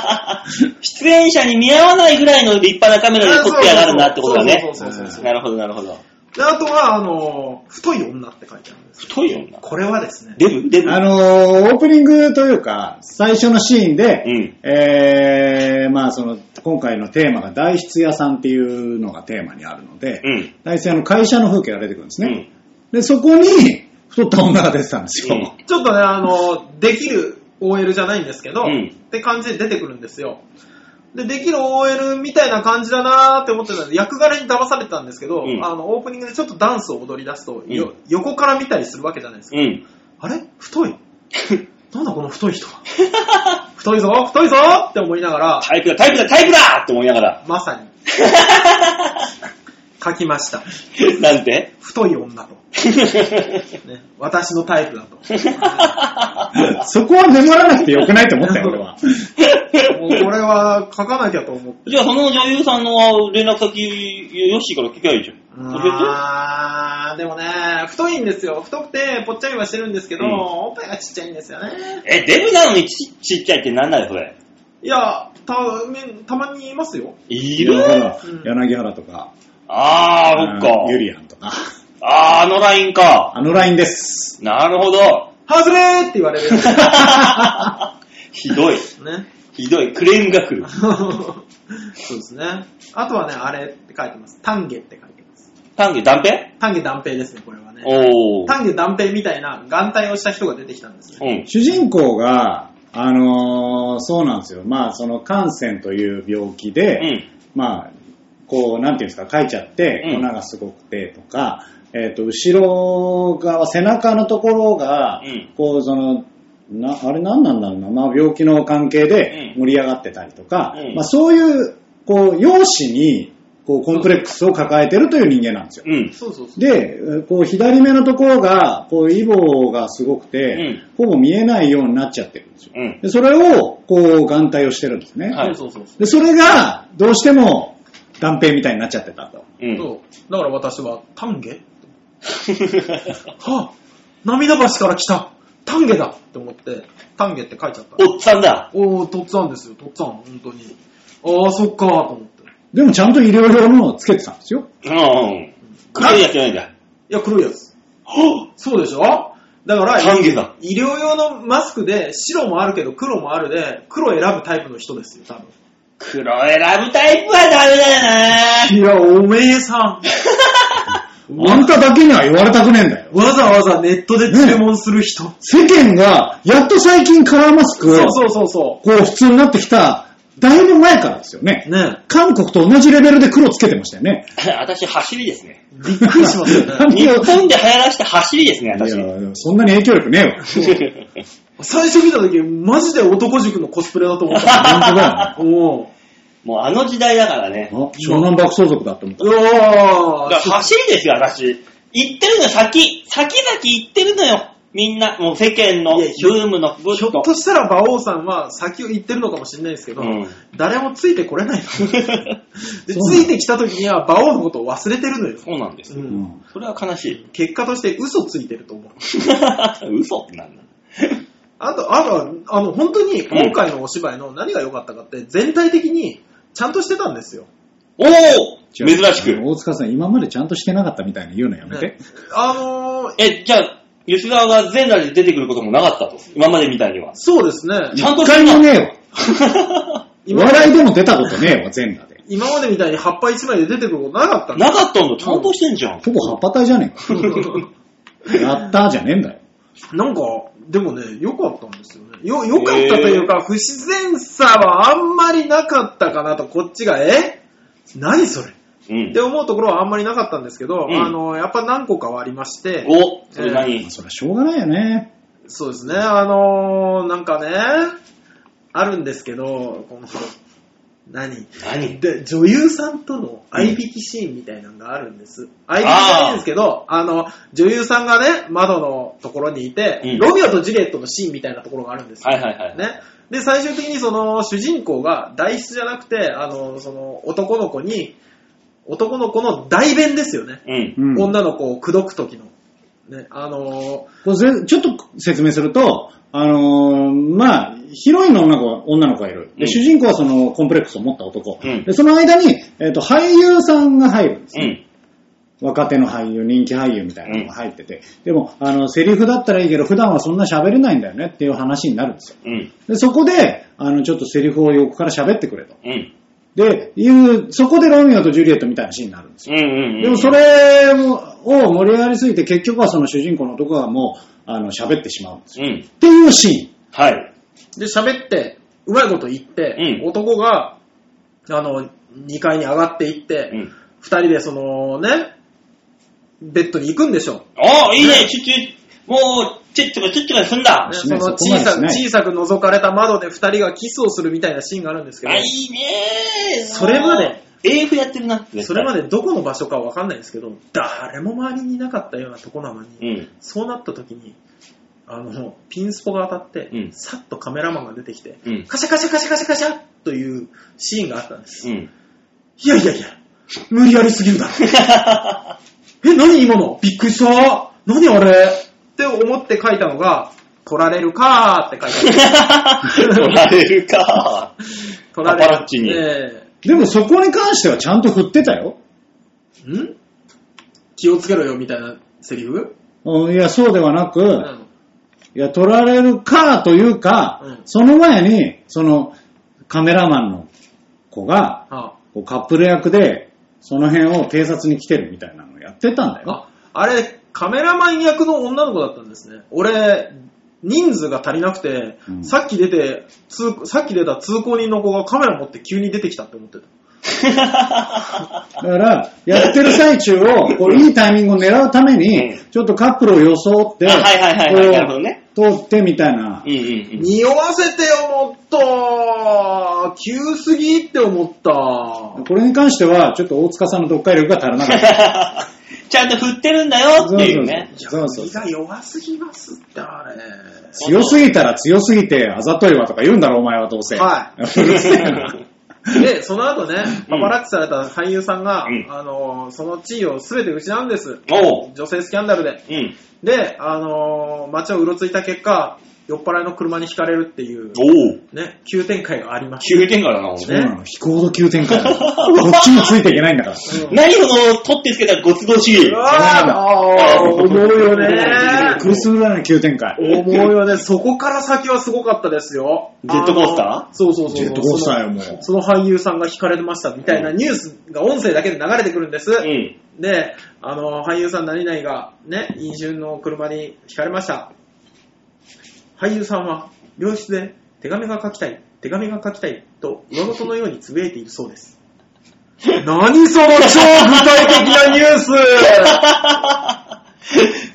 B: 出演者に見合わないぐらいの立派なカメラで撮ってやがるなってことだね
C: そう。そうそうそう
B: なるほど、なるほど。
C: であとは、あの、太い女って書いてあるんです。
B: 太いよな。
C: これはですね、
B: デブデブ
A: あのーオープニングというか、最初のシーンで、
B: うん
A: えーまあその、今回のテーマが代筆屋さんっていうのがテーマにあるので、
B: うん。
A: 大体あの会社の風景が出てくるんですね。で、そこに太った女が出てたんですよ。
B: うん
C: ちょっとね、あの、できる OL じゃないんですけ
B: う
C: ど、
B: ん
C: って感じで出てくるんですよ。で、できる OL みたいな感じだなーって思ってたんで、役柄に騙されてたんですけど、
B: うん
C: あの、オープニングでちょっとダンスを踊り出すと、
B: う
C: よ
B: ん
C: 横から見たりするわけじゃないですか。
B: うん。
C: あれ 太いなんだこの太い人は。太いぞ太いぞって思いながら、
B: タイプだ、タイプだ、タイプだって思いながら。
C: まさに。書きました。
B: なんて
C: 太い女と。ね、私のタイプだ と。
A: そこは眠らなくてよくないと思ったよ、俺は。
C: もうこれは書かなきゃと思って。
B: じゃあ、その女優さんの連絡先、ヨッシーから聞きゃいいじゃん。
C: あー、でもね、太いんですよ。太くて、ぽっちゃりはしてるんですけど、
B: うん
C: おっぱいがちっちゃいんですよね。
B: え、デブなのにちちっちゃいってなんだよ、それ。
C: いや、た、ねたまにいますよ。
B: い
A: い
B: る
A: ろいろ
C: うん
A: 柳原とか、
B: あー、そっか
A: うん。ユリアンとか、
B: あー、あのラインか。
A: あのラインです。
B: なるほ ど。
C: ハズレーって言われ るやつで
B: ひどい。
C: すね。
B: ひどい。クレームが来る。
C: そうですね。あとはね、あれって書いてます。丹下って書いてます。
B: 丹下断平
C: 丹下断平ですね、これはね。
B: おー。
C: 丹下断平みたいな眼帯をした人が出てきたんです
B: う
C: ね。
B: ん。
A: 主人公が、あのーそうなんですよ。まあ、その感染という病気で、
B: うん。
A: まあ、こう、なんていうんですか、書いちゃって、
B: うん
A: 粉がすごくてとか、えっ、と、後ろ側、背中のところが、
B: うん
A: こう、その、な、あれ何なんだろうな、まあ、病気の関係で
B: うん
A: 盛り上がってたりとか、
B: うん
A: まあ、そういう、こう、容姿に、こう、コンプレックスを抱えてるという人間なんですよ。
B: うん。
C: そうそうそう。
A: で、えーこう、左目のところが、こう、イボがすごくて、ほぼ見えないようになっちゃってるんですよ。
B: うん。
A: でそれを、こう、眼帯をしてるんですね。
B: はい
C: そうそうそう
A: で、それが、どうしても、断片みたいになっちゃってたと。
B: うん。
C: そう。だから私は、丹下はあ、涙橋から来た丹下だって思って、丹下って書いちゃった。
B: おっさんだ。
C: おー、とっつぁんですよ、とっつぁん、本当に。あー、そっかーと思って。
A: でもちゃんと医療用のをつけてたんですよ。
B: うんうん。黒いやつじゃないんだ。
C: いや、黒いやつ。そうでしょだから、
B: 丹下だ。
C: 医療用のマスクで、白もあるけど黒もあるで、黒選ぶタイプの人ですよ、多分。
B: 黒選ぶタイプはダメだよね
C: いや、おめえさん。
A: あんただけには言われたくねえんだよ。
C: わざわざネットで注文する人。
A: 世間が、やっと最近カラーマスクを、
C: そうそうそうそ
A: こう普通になってきた、だいぶ前からですよね
C: う。。ね
A: 韓国と同じレベルで黒つけてましたよね。
B: 私、走りですね。
C: びっくりしますよ ね。
B: 日本で流行らした走りですね、
A: いや
B: 私。
A: そんなに影響力ねえわ。
C: 最初見た時、マジで男塾のコスプレだと思った。
A: 本当だ
C: おー
B: もうあの時代だからね。
A: よ。あ湘南爆走族だと思った。
C: うわ
B: だから
C: ー
B: 走りですよ、私。行ってるのよ、先。先々行ってるのよ。みんな、もう世間の、
C: いや
B: ブームの、ブ
C: ひょ
B: ッ
C: っ
B: と。
C: としたら馬王さんは先を行ってるのかもしれないですけど、
B: うん
C: 誰もついてこれないのでつ
A: そうなの
C: いてきた時には馬王のことを忘れてるのよ、
B: そうなんです
C: う
B: よ。
A: うんん
B: それは悲しい。
C: 結果として嘘ついてると思う
B: 嘘ってなんだ。
C: あとあとはあの本当に今回のお芝居の何が良かったかって全体的にちゃんとしてたんですよ、
B: おお珍し
A: あの
B: く。
A: 大塚さん、今までちゃんとしてなかったみたいに言うのやめて
C: ね。あのー、
B: え、じゃあ、吉沢が全裸で出てくることもなかったと。今までみたいには。
C: そうですね
B: ちゃんと
A: 一
B: して
A: 回
B: ん
A: も
B: な
A: ねえわ。
C: 今ま
A: 笑い
C: で
A: でも出たことねえわ、全裸で。
C: 今までみたいに葉っぱ一枚で出てくることなかったんだ
B: なかったんだ。ちゃんとしてんじゃん。
A: ほぼ葉っぱ体じゃねえか。 やったーじゃねえんだよ。
C: なんか、でもね、良かったんですよね。よ、良かったというか、不自然さはあんまりなかったかなと、こっちが、え何それ
B: うん
C: って。思うところはあんまりなかったんですけど、
B: うん
C: あの、やっぱ何個かはありまして、
B: おそれ何、
A: まあそりゃしょうがないよね。
C: そうですね、あのーなんかね、あるんですけど、この、何
B: 何
C: で、女優さんとの相引きシーンみたいなのがあるんです。相引きじゃないんですけど、あの、女優さんがね、窓のところにいて、
B: うん
C: ロミオとジュリエットのシーンみたいなところがあるんですよ
B: はいはいはい。
C: ね。で、最終的にその主人公が代筆じゃなくて、あの、その男の子に、男の子の代弁ですよね。
B: うん。
A: うん
C: 女の子を口説く時の。ね、あのー
A: これぜちょっと説明すると、あのーまあ、ヒロインの女の子が女の子がいる。で
B: うん
A: 主人公はそのコンプレックスを持った男。
B: うん
A: でその間に、えっと俳優さんが入るんです、
B: うん。
A: 若手の俳優、人気俳優みたいなのが入ってて。でも、あの、セリフだったらいいけど、普段はそんな喋れないんだよねっていう話になるんですよ。
B: うん。
A: で、そこで、あの、ちょっとセリフを横から喋ってくれと。
B: うん。
A: で、いう、そこでロミオとジュリエットみたいなシーンになるんですよ。
B: うんうんうん。
A: でもそれを盛り上がりすぎて、結局はその主人公の男がもう、あの、喋ってしまうんですよ。
B: うん。
A: っていうシ
B: はい。
C: で、喋って、うまいこと言って、
B: うん
C: 男が、あの、2階に上がっていって、
B: うん。
C: 二人でそのね、ベッドに行くんでしょ
B: おー、いいね、チュッチュッ。もう、チュッチュがチュッチュがすんだ
C: う。。
A: し
C: そ
A: ない
C: の
A: そこま
C: 小
A: で
C: さ
A: し
C: く、
A: ない
C: 小さく覗かれた窓で二人がキスをするみたいなシーンがあるんですけ
B: あ、いいねー。
C: それまで。
B: AF やってるな。
C: ど、それま
B: で。
C: でどこの場所かわかんないんですけど、誰も周りにいなかったようなとこなのに、
B: うん。
C: そうなった時に、あの、ピンスポが当たって、
B: うん
C: さっとカメラマンが出てきて、
B: うん
C: カシャカシャカシャカシャカシャというシーンがあったんです。
B: うん。
C: いやいやいや、無理やりすぎるだろ。 え、何今のびっくりした。何あれって思って書いたのが、取られるかーって書いてある。
B: 取られるか。
C: 取られる。
B: パパラッチに
C: え
A: ーン。でもそこに関してはちゃんと振ってたよ。
C: えん気をつけろよみたいなセリフ
A: うんいや、そうではなく、
C: うん。
A: いや、取られるかというか、
C: うん
A: その前に、その、カメラマンの子が、
C: あ
A: こうカップル役で、その辺を偵察に来てるみたいなのをやってたんだよ。
C: あ、あれ、カメラマン役の女の子だったんですね。俺、人数が足りなくて、
A: うん
C: さっき出て、通さっき出た通行人の子がカメラ持って急に出てきたって思ってた。
A: だから、やってる最中を、こういいタイミングを狙うために、
B: うん
A: ちょっとカップルを装って、
B: あはいはいはいはいなるほどね
A: こう通ってみたいな
B: うん。 うん
C: 匂わせてよ、もっと急すぎって思った。
A: これに関しては、ちょっと大塚さんの読解力が足らなかった。
B: うん。ちゃんと振ってるんだよ っていうね。
A: そうそう
C: 胃が弱すぎますって、あれ。
A: 強すぎたら強すぎて、あざといわとか言うんだろ、お前はどうせ。
C: は
A: うるせえな。
C: で、その後ね、パパラッチされた俳優さんが、
B: うん
C: あの、その地位を全て失うんです。
B: おう。
C: 女性スキャンダルで。
B: うん。
C: で、あの、街をうろついた結果、酔っ払いの車にひかれるっていう、
B: おう。
C: ね、急展開がありまし
B: 急点からな、ほん
A: そうなの、飛行度 急展開だ。こっちについていけないんだから。
C: た。
B: 何その、取ってつけたご都合主義
C: う。わぁ、思うよね。
A: 苦すぐらいの急展開。
C: 思うよね。そこから先はすごかったですよ。
B: ジェットコースタ
C: ーそうそうそう。
A: ジェットコースターよ、もう。
C: そのその俳優さんが惹かれてましたみたいなニュースが音声だけで流れてくるんです。
B: うん。
C: で、あの、俳優さん何々がね、飲酒の車に惹かれました。俳優さんは、病室で手紙が書きたい、手紙が書きたいと、上事のように呟いているそうです。何その超具体的なニュース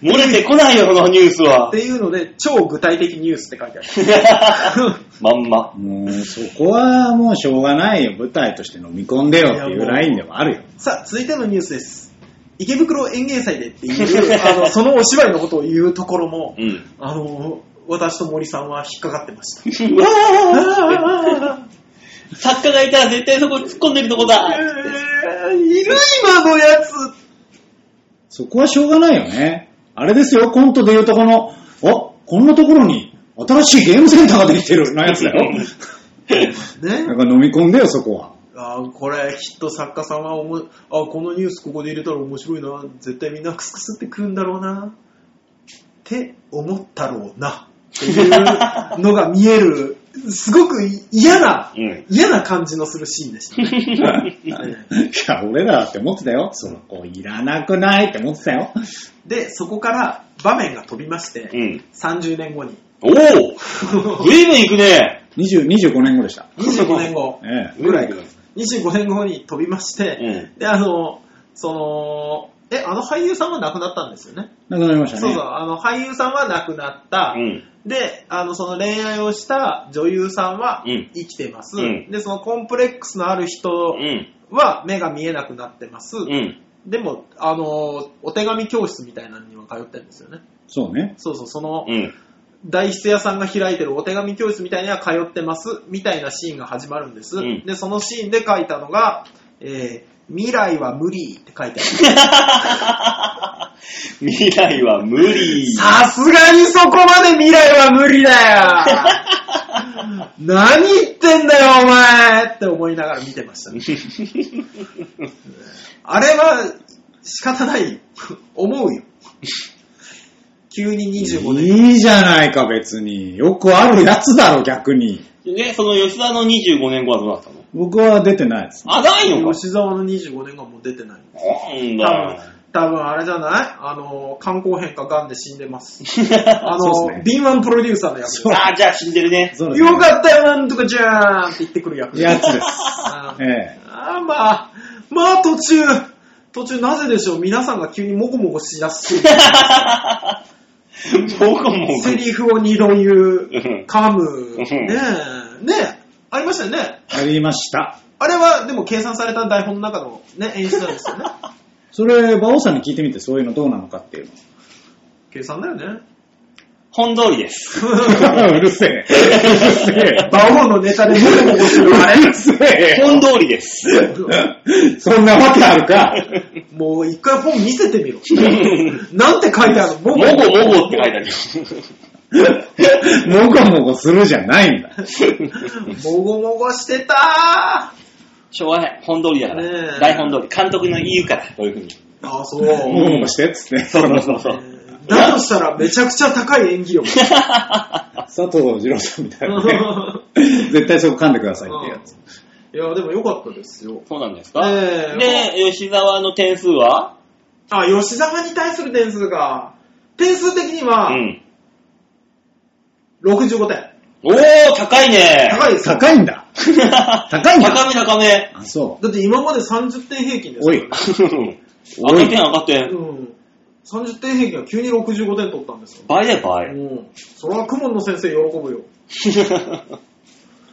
B: 漏れてこないよ、このニュース
C: っ
B: は
C: て。いうので、超具体的ニュースって書いてある。
B: まんま。
A: もう、そこはもうしょうがないよ。舞台として飲み込んでよっていうラインでもあるよ。
C: さあ、続いてのニュースです。池袋演芸祭でって いう、あの、そのお芝居のことを言うところも
B: う、ん。
C: あの、私と森さんは引っかかってま した。
B: うわー作家がいたら絶対そこ突っ込んでるとこだ。
C: えーいる今のやつ
A: そこはしょうがないよね。あれですよ、コントで言うとこの、おこんなところに新しいゲームセンターができてるなやつだ よ。だ
C: ね
A: から飲み込んでよ、そこ は。
C: あーこれきっと作家さんはおもあこのニュースここで入れたら面白いな絶対みんなクスクスってくるんだろうなって思ったろうなっていうのが見えるすごく嫌な、
B: うん
C: 嫌な感じのするシーンでしたね、
A: いや、俺らだって思ってたよ。その子いらなくないって思ってたよ。
C: でそこから場面が飛びまして、
B: うん。
C: 30年後に
B: おおずいぶん行くね。
A: 20 25年後でした。
C: 25年後
A: ええ。
C: ぐらいか25年後に飛びまして、
B: う
C: で、あの、その、え、あの俳優さんは亡くなったんですよね。
A: 亡くなりましたね。
C: そうそう、あの俳優さんは亡くなった。
B: うん。
C: で、あの、その恋愛をした女優さんは
B: うん
C: 生きてます。
B: うん
C: で、そのコンプレックスのある人
B: うん。
C: は目が見えなくなってます。
B: うん。
C: でも、あの、お手紙教室みたいなのには通ってるんですよね。
A: そうね。
C: そうそう、その、
B: うん。
C: 大筆屋さんが開いてるお手紙教室みたいには通ってますみたいなシーンが始まるんです、
B: うん
C: でそのシーンで書いたのが、えー未来は無理って書いてある。
B: 未来は無理。
C: さすがにそこまで未来は無理だよ何言ってんだよお前って思いながら見てましたね。あれは仕方ないよ。思うよ。急に25年。
A: いいじゃないか、別に。よくあるやつだろ、逆に。
B: で、その吉田の25年後はどうなったの
A: 僕は出てないです。
B: あ、ないのか。
C: 吉沢の25年がもう出てな
B: な
C: い。
B: ん
C: 多分
B: だ。、
C: 多分あれじゃないあの、肝硬変か癌で死んで ます。あ
A: そうっす
C: の、
A: ね
C: 敏腕プロデューサーの役。
A: そう
B: あ、じゃあ死んでるね。
A: そうですね
C: よかったよ、なんとかじゃーんって言ってくる役。
A: やつです。
C: あー
A: え
C: あー、まあ、まあ途中、途中なぜでしょう、皆さんが急にもこもこしだ す。
B: 僕も。
C: セリフを二度言う
B: うん、
C: 噛む。
B: ん
C: ねえ、ねえ、ありましたよね。
A: え。やりました。
C: あれは、でも計算された台本の中のね、演出なんですよ ね。
A: それ、馬王さんに聞いてみて、そういうのどうなのかっていう
C: 計算だよ ね。
B: 本通りです。
A: の。うるせえ。うるせえ。
C: 馬王のネタでもこもこするあ
A: う
C: れ
A: る。せえ。
B: 本通りです。
A: そんなわけあるか。
C: もう一回本見せてみろ。なんて書いてあるのも
B: もごもごって書いてあるよ。
A: もごもごするじゃないんだ。
C: もごもごしてた
B: しょうがない。本通りだか
C: ね
B: ら。
C: え
B: 台本通り。監督の言うから。こういうふうに。
C: ーああ、そう。え
A: もご
C: ー
A: もごしてっつって。
B: そうそうそうそう。
C: だとしたらめちゃくちゃ高い演技 力。
A: 佐藤二郎さんみたいなね。 絶対そこ噛んでくださいってやつ。
C: いや、でも良かったですよ。
B: そうなんですか
C: ええ
B: で、吉沢の点数は
C: あ、吉沢に対する点数が、点数的に
B: う
C: は
B: ん。
C: 65点。
B: おー、高いね。
C: 高いですよ。
A: 高いんだ。高いんだ
B: 高め高め。
A: あ、そう。
C: だって今まで30点平均ですから、ね。
A: お
B: 赤
A: い
B: 点赤点。
C: うん。30点平均は急に65点取ったんですよ。
B: 倍だよ 倍。
C: うん。それは顧問の先生喜ぶよ。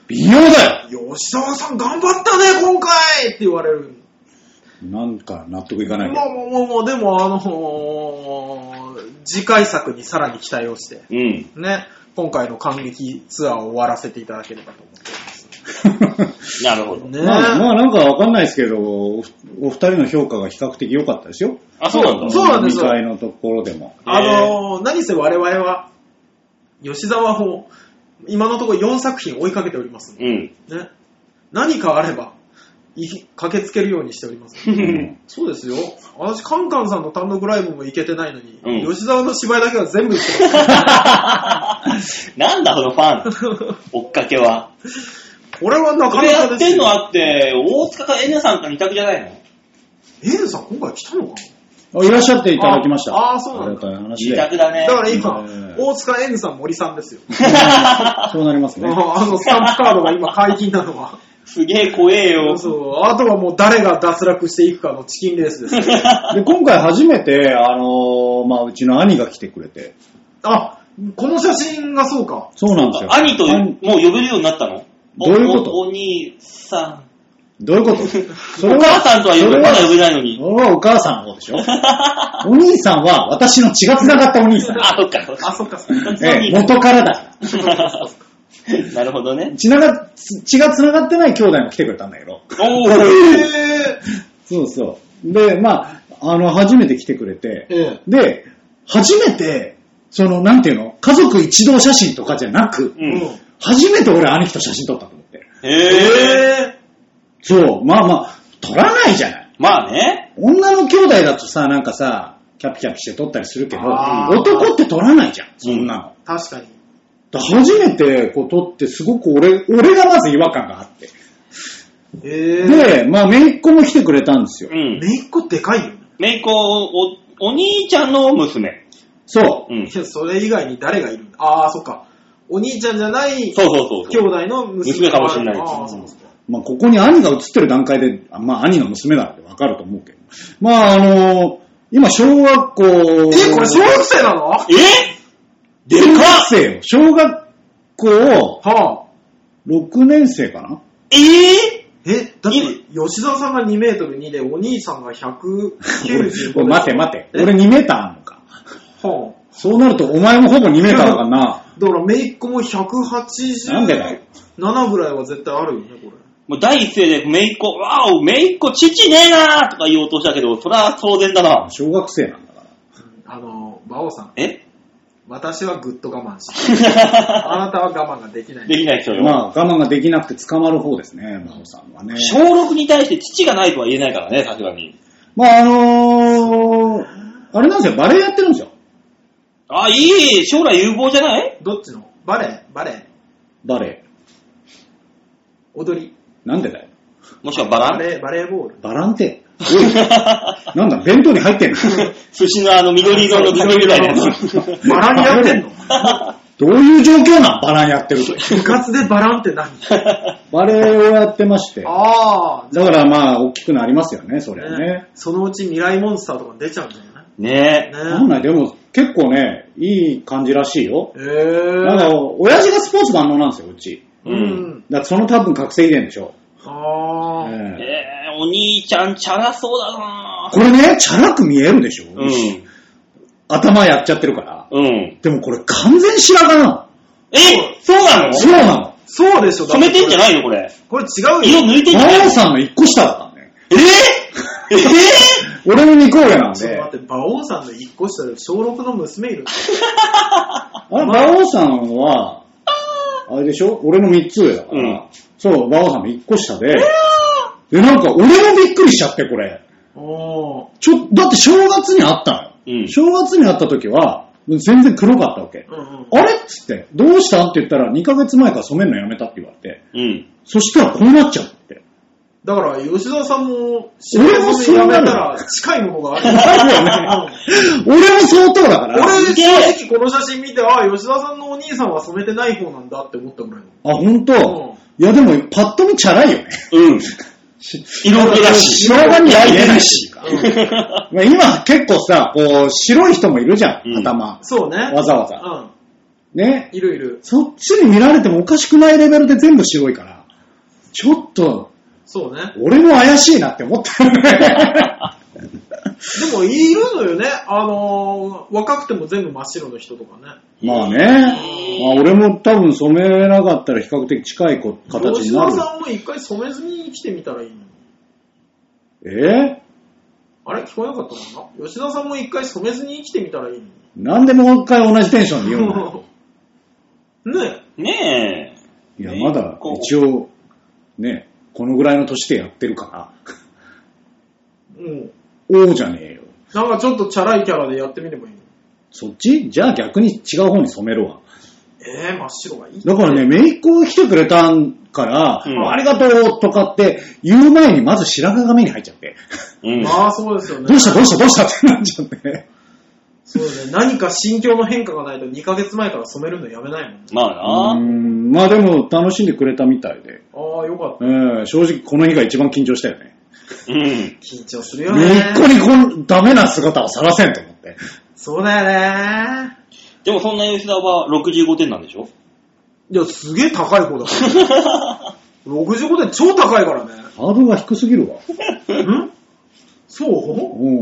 A: 微妙だよ
C: 吉沢さん頑張ったね、今回って言われる。
A: なんか納得いか
C: ま
A: な
C: あ
A: いけ
C: ま
A: ど。
C: あまあまあ、でもあのー次回作にさらに期待をして、
B: うん。
C: ね、今回の感激ツアーを終わらせていただければと思ってます。
B: なるほど。
C: ね
A: まあ、まあなんかわかんないですけど、おお二人の評価が比較的良かったですよ。
B: あ、そうなんだ。
C: そうなんですよ
A: 2階のところでも。
C: あのー何せ我々は、吉沢法、今のところ4作品追いかけておりますんで、
B: うん。
C: ね。何かあれば、い駆けつけるようにしており ます。
A: うん
C: そうですよ。私、カンカンさんの単独ライブも行けてないのに、
B: うん
C: 吉沢の芝居だけは全部行って ます。
B: なんだ、そのファン。追っかけは。
C: これはな
B: こ
C: か
B: れ
C: な
B: や
C: か
B: っ
C: です
B: てんの
C: よ。
B: あって、大塚かエネさんか二択じゃないの
C: エルさん今回来たのかな
A: あいらっしゃっていただきました。
C: ああそうなんだ
A: ありがたい話
B: 二
A: で。
B: 択だね
C: だ。から今、
A: ね
C: 大塚 N さん、森さ んですよ。
A: そうなりますね。
C: あのスタンプカードが今解禁なの は。
B: すげえ怖えよ。
C: そう。あとはもう誰が脱落していくかのチキンレースですよ。
A: で、今回初めて、あのーまあ、うちの兄が来てくれて。
C: あ、この写真がそうか。
A: そうなんですよ。
B: 兄ともう
A: 兄
B: 呼べるようになったの
A: どういうこと
B: おおお兄さん。
A: どういうことそ
B: お母さんとは呼べ
A: それ
B: まだ呼べないのに。
A: 俺はお母さんの方で しょお兄さんは私の血が繋がったお兄さん。
B: あ、そっか。
C: あ、そっかそっか。
A: ええ元からだから。
B: なるほどね。
A: 血が、血が繋がってない兄弟も来てくれたんだけど。
B: お
C: え
B: ー。
A: そうそう。で、まあ、あの、初めて来てくれ
C: え
A: て、
C: え
A: で、初めて、その、なんていうの家族一同写真とかじゃなく、
B: う
C: えうん
B: ん。
A: 初めて俺兄貴と写真撮ったと思って。
B: へえ。
A: そう、まあまあ、撮らないじゃない。
B: まあね。
A: 女の兄弟だとさ、なんかさ、キャピキャピして撮ったりするけど、
C: あー
A: 男って撮らないじゃん、そんなの。
C: 確かに。
A: だから初めてこう撮って、すごく俺、俺がまず違和感があって。
C: ええ
A: で、まあ、姪っ子も来てくれたんですよ
B: う。ん。
C: めいっ子でかいよね。
B: めいっ子、お、お兄ちゃんの娘。
A: そうう。
B: ん。
C: い
B: そう
C: や、 それ以外に誰がいるんだああ、そっか。お兄ちゃんじゃない
B: そうそう
C: 兄
B: そう。
C: 弟の娘
B: 娘かもしれない
C: ああ、そうそう
A: まあ、ここに兄が映ってる段階で、あまあ、兄の娘だってわかると思うけど。まあ、あのー今、小学
C: え、
A: 校。
C: これ小学生なのは
B: えで
A: 小
B: か
A: 学
B: っ
A: 生よ。小学校
C: あ。
A: 6年生かな
B: えー
C: え、だって
B: い、
C: 吉沢さんが2メートル2で、お兄さんが
A: お
C: 195
A: い待て待て。
C: え
A: 俺2メーターあるのか。
C: て。はあ。
A: そうなると、お前もほぼ2メーターだ からな。
C: だから、めいっ子も187
A: なんでだよ
C: ぐらいは絶対あるよね、これ。
B: もう第一声で、めいっ子、わお、めいっ子、父ねえなーとか言おうとしたけど、それは当然だな。
A: 小学生なんだから。
C: あの、馬王さん、
B: え
C: 私はぐっと我慢してる。あなたは我慢ができない。
B: できない人よ。
A: まあ、我慢ができなくて捕まる方ですね、真帆さんはね。
B: 小6に対して父がないとは言えないからね、さすがに。
A: まあ、あのー、あれなんですよ、バレエやってるんですよ。
B: あ、いい、将来有望じゃない
C: どっちのバレエバレエ
A: バレエ。
C: 踊り
A: なんでだよ。
B: もしくはバラ
C: バ
B: ン
C: レーバレーボール
A: バランテ。おいなんだ、弁当に入ってんの
B: 寿司のあの緑色の紙みたいなや つ。
C: バラにやってんの
A: どういう状況なんバランやってると。
C: 部活でバランって何
A: バレエをやってまして。
C: ああ、
A: だからまあ、大きくなりますよね、それはね
C: ね。そのうち未来モンスターとか出ちゃうんじゃな
B: ねえ。
A: ないん
C: ね
A: ない、でも結構ね、いい感じらしいよ。
C: え
A: なん
C: ー。
A: か、親父がスポーツ万能なんですよ、うち。
C: う。ん。
A: だからその多分覚醒遺伝でしょ。
C: ああ、
A: ええ
B: えー、お兄ちゃん、チャラそうだな
A: これね、チャラく見えるでしょ、
B: うん。
A: 頭やっちゃってるから。
B: うん。
A: でもこれ完全白髪なの。
B: え、そうなの
A: そうなの。
C: そうでしょ、
B: 染めてんじゃ
C: い
B: ないのこれ。
C: これ違うよ。
B: 色抜いてんじゃない
A: 馬王
B: の
A: さんの一個下だからね。
B: えー、えー、
A: 俺の二個上なん
C: ちょっと
A: で。
C: 待って、馬王さんの一個下で小6の娘いる
A: あれ、馬王さんは、あれでしょ俺の三つ上だから。
B: うん
A: そう、馬王さんの一個下で。で、なんか俺もびっくりしちゃって、これ。
C: のお
A: ちょ、だって正月に会ったのよ。
B: うん
A: 正月に会った時は、全然黒かったわけ。
C: ー。うんうん。
A: あれっつって、どうしたって言ったら、2ヶ月前から染めるのやめたって言われて、
B: うん。
A: そしたらこうなっちゃうって。
C: だから、吉沢さんも、
A: 俺もそうなる
C: やめたら近いものがある。
A: 俺も相当だか
C: 俺
A: ら、あ、、
C: 正直この写真見て、ああ、吉田さんのお兄さんは染めてない方なんだって思ったぐらいの。
A: 本当いやでも、パッと見チャラいよね。
B: うん。色気だし。
A: 白髪には見えないし。
C: うん
A: まあ今結構さ、こう、白い人もいるじゃ
B: うん
A: ん、頭。
C: そうね。
A: わざわざ。
C: うん。
A: ね。
C: いるいる。
A: そっちに見られてもおかしくないレベルで全部白いから、ちょっと、
C: そうね。
A: 俺も怪しいなって思ったよ ね。
C: でも、いるのよね。あのー、若くても全部真っ白の人とかね。
A: まあね、まあ、俺も多分染めなかったら比較的近いこ形に
C: 吉
A: な
C: 田
A: る。
C: さんも一回染めずに生きてみたらいいのに。
A: え
C: あれ聞こえなかったのかな吉田さんも一回染めずに生きてみたらいい
A: ー、なんでもう一回同じテンションで言うの
C: のに。 ね
B: ねえ。
A: いや、
B: ね
A: まだ
B: こう
A: 一応、ね、このぐらいの年でやってるか
C: え。うん。
A: ら、王じゃねえよ。
C: なんかちょっとチャラいキャラでやってみればいいの。
A: そっちじゃあ逆に違う方に染めるわ。
C: ええ真っ白がいい。
A: だからね、姪っ子が来てくれたから、
B: うん
A: ありがとうとかって言う前にまず白髪が目に入っちゃって、
B: うん。
C: まあそうですよね。
A: どうしたどうしたどうしたってなっちゃって。
C: そうですね。何か心境の変化がないと2ヶ月前から染めるのやめないもん。
B: まあ
A: うー
B: な。
A: んまあでも楽しんでくれたみたいで、
C: ああ、よかった。
A: うん、正直この日が一番緊張したよね。
B: うん。
C: 緊張するよ
A: め
C: ね。
A: っこにこんダメな姿をさらせんと思って。
C: そうだよね。
B: でもそんな吉田は65点なんでしょ
C: いや、すげえ高い 方だから。65点超高いから ね。
A: ハードルが低すぎるわ。
C: んそう
A: う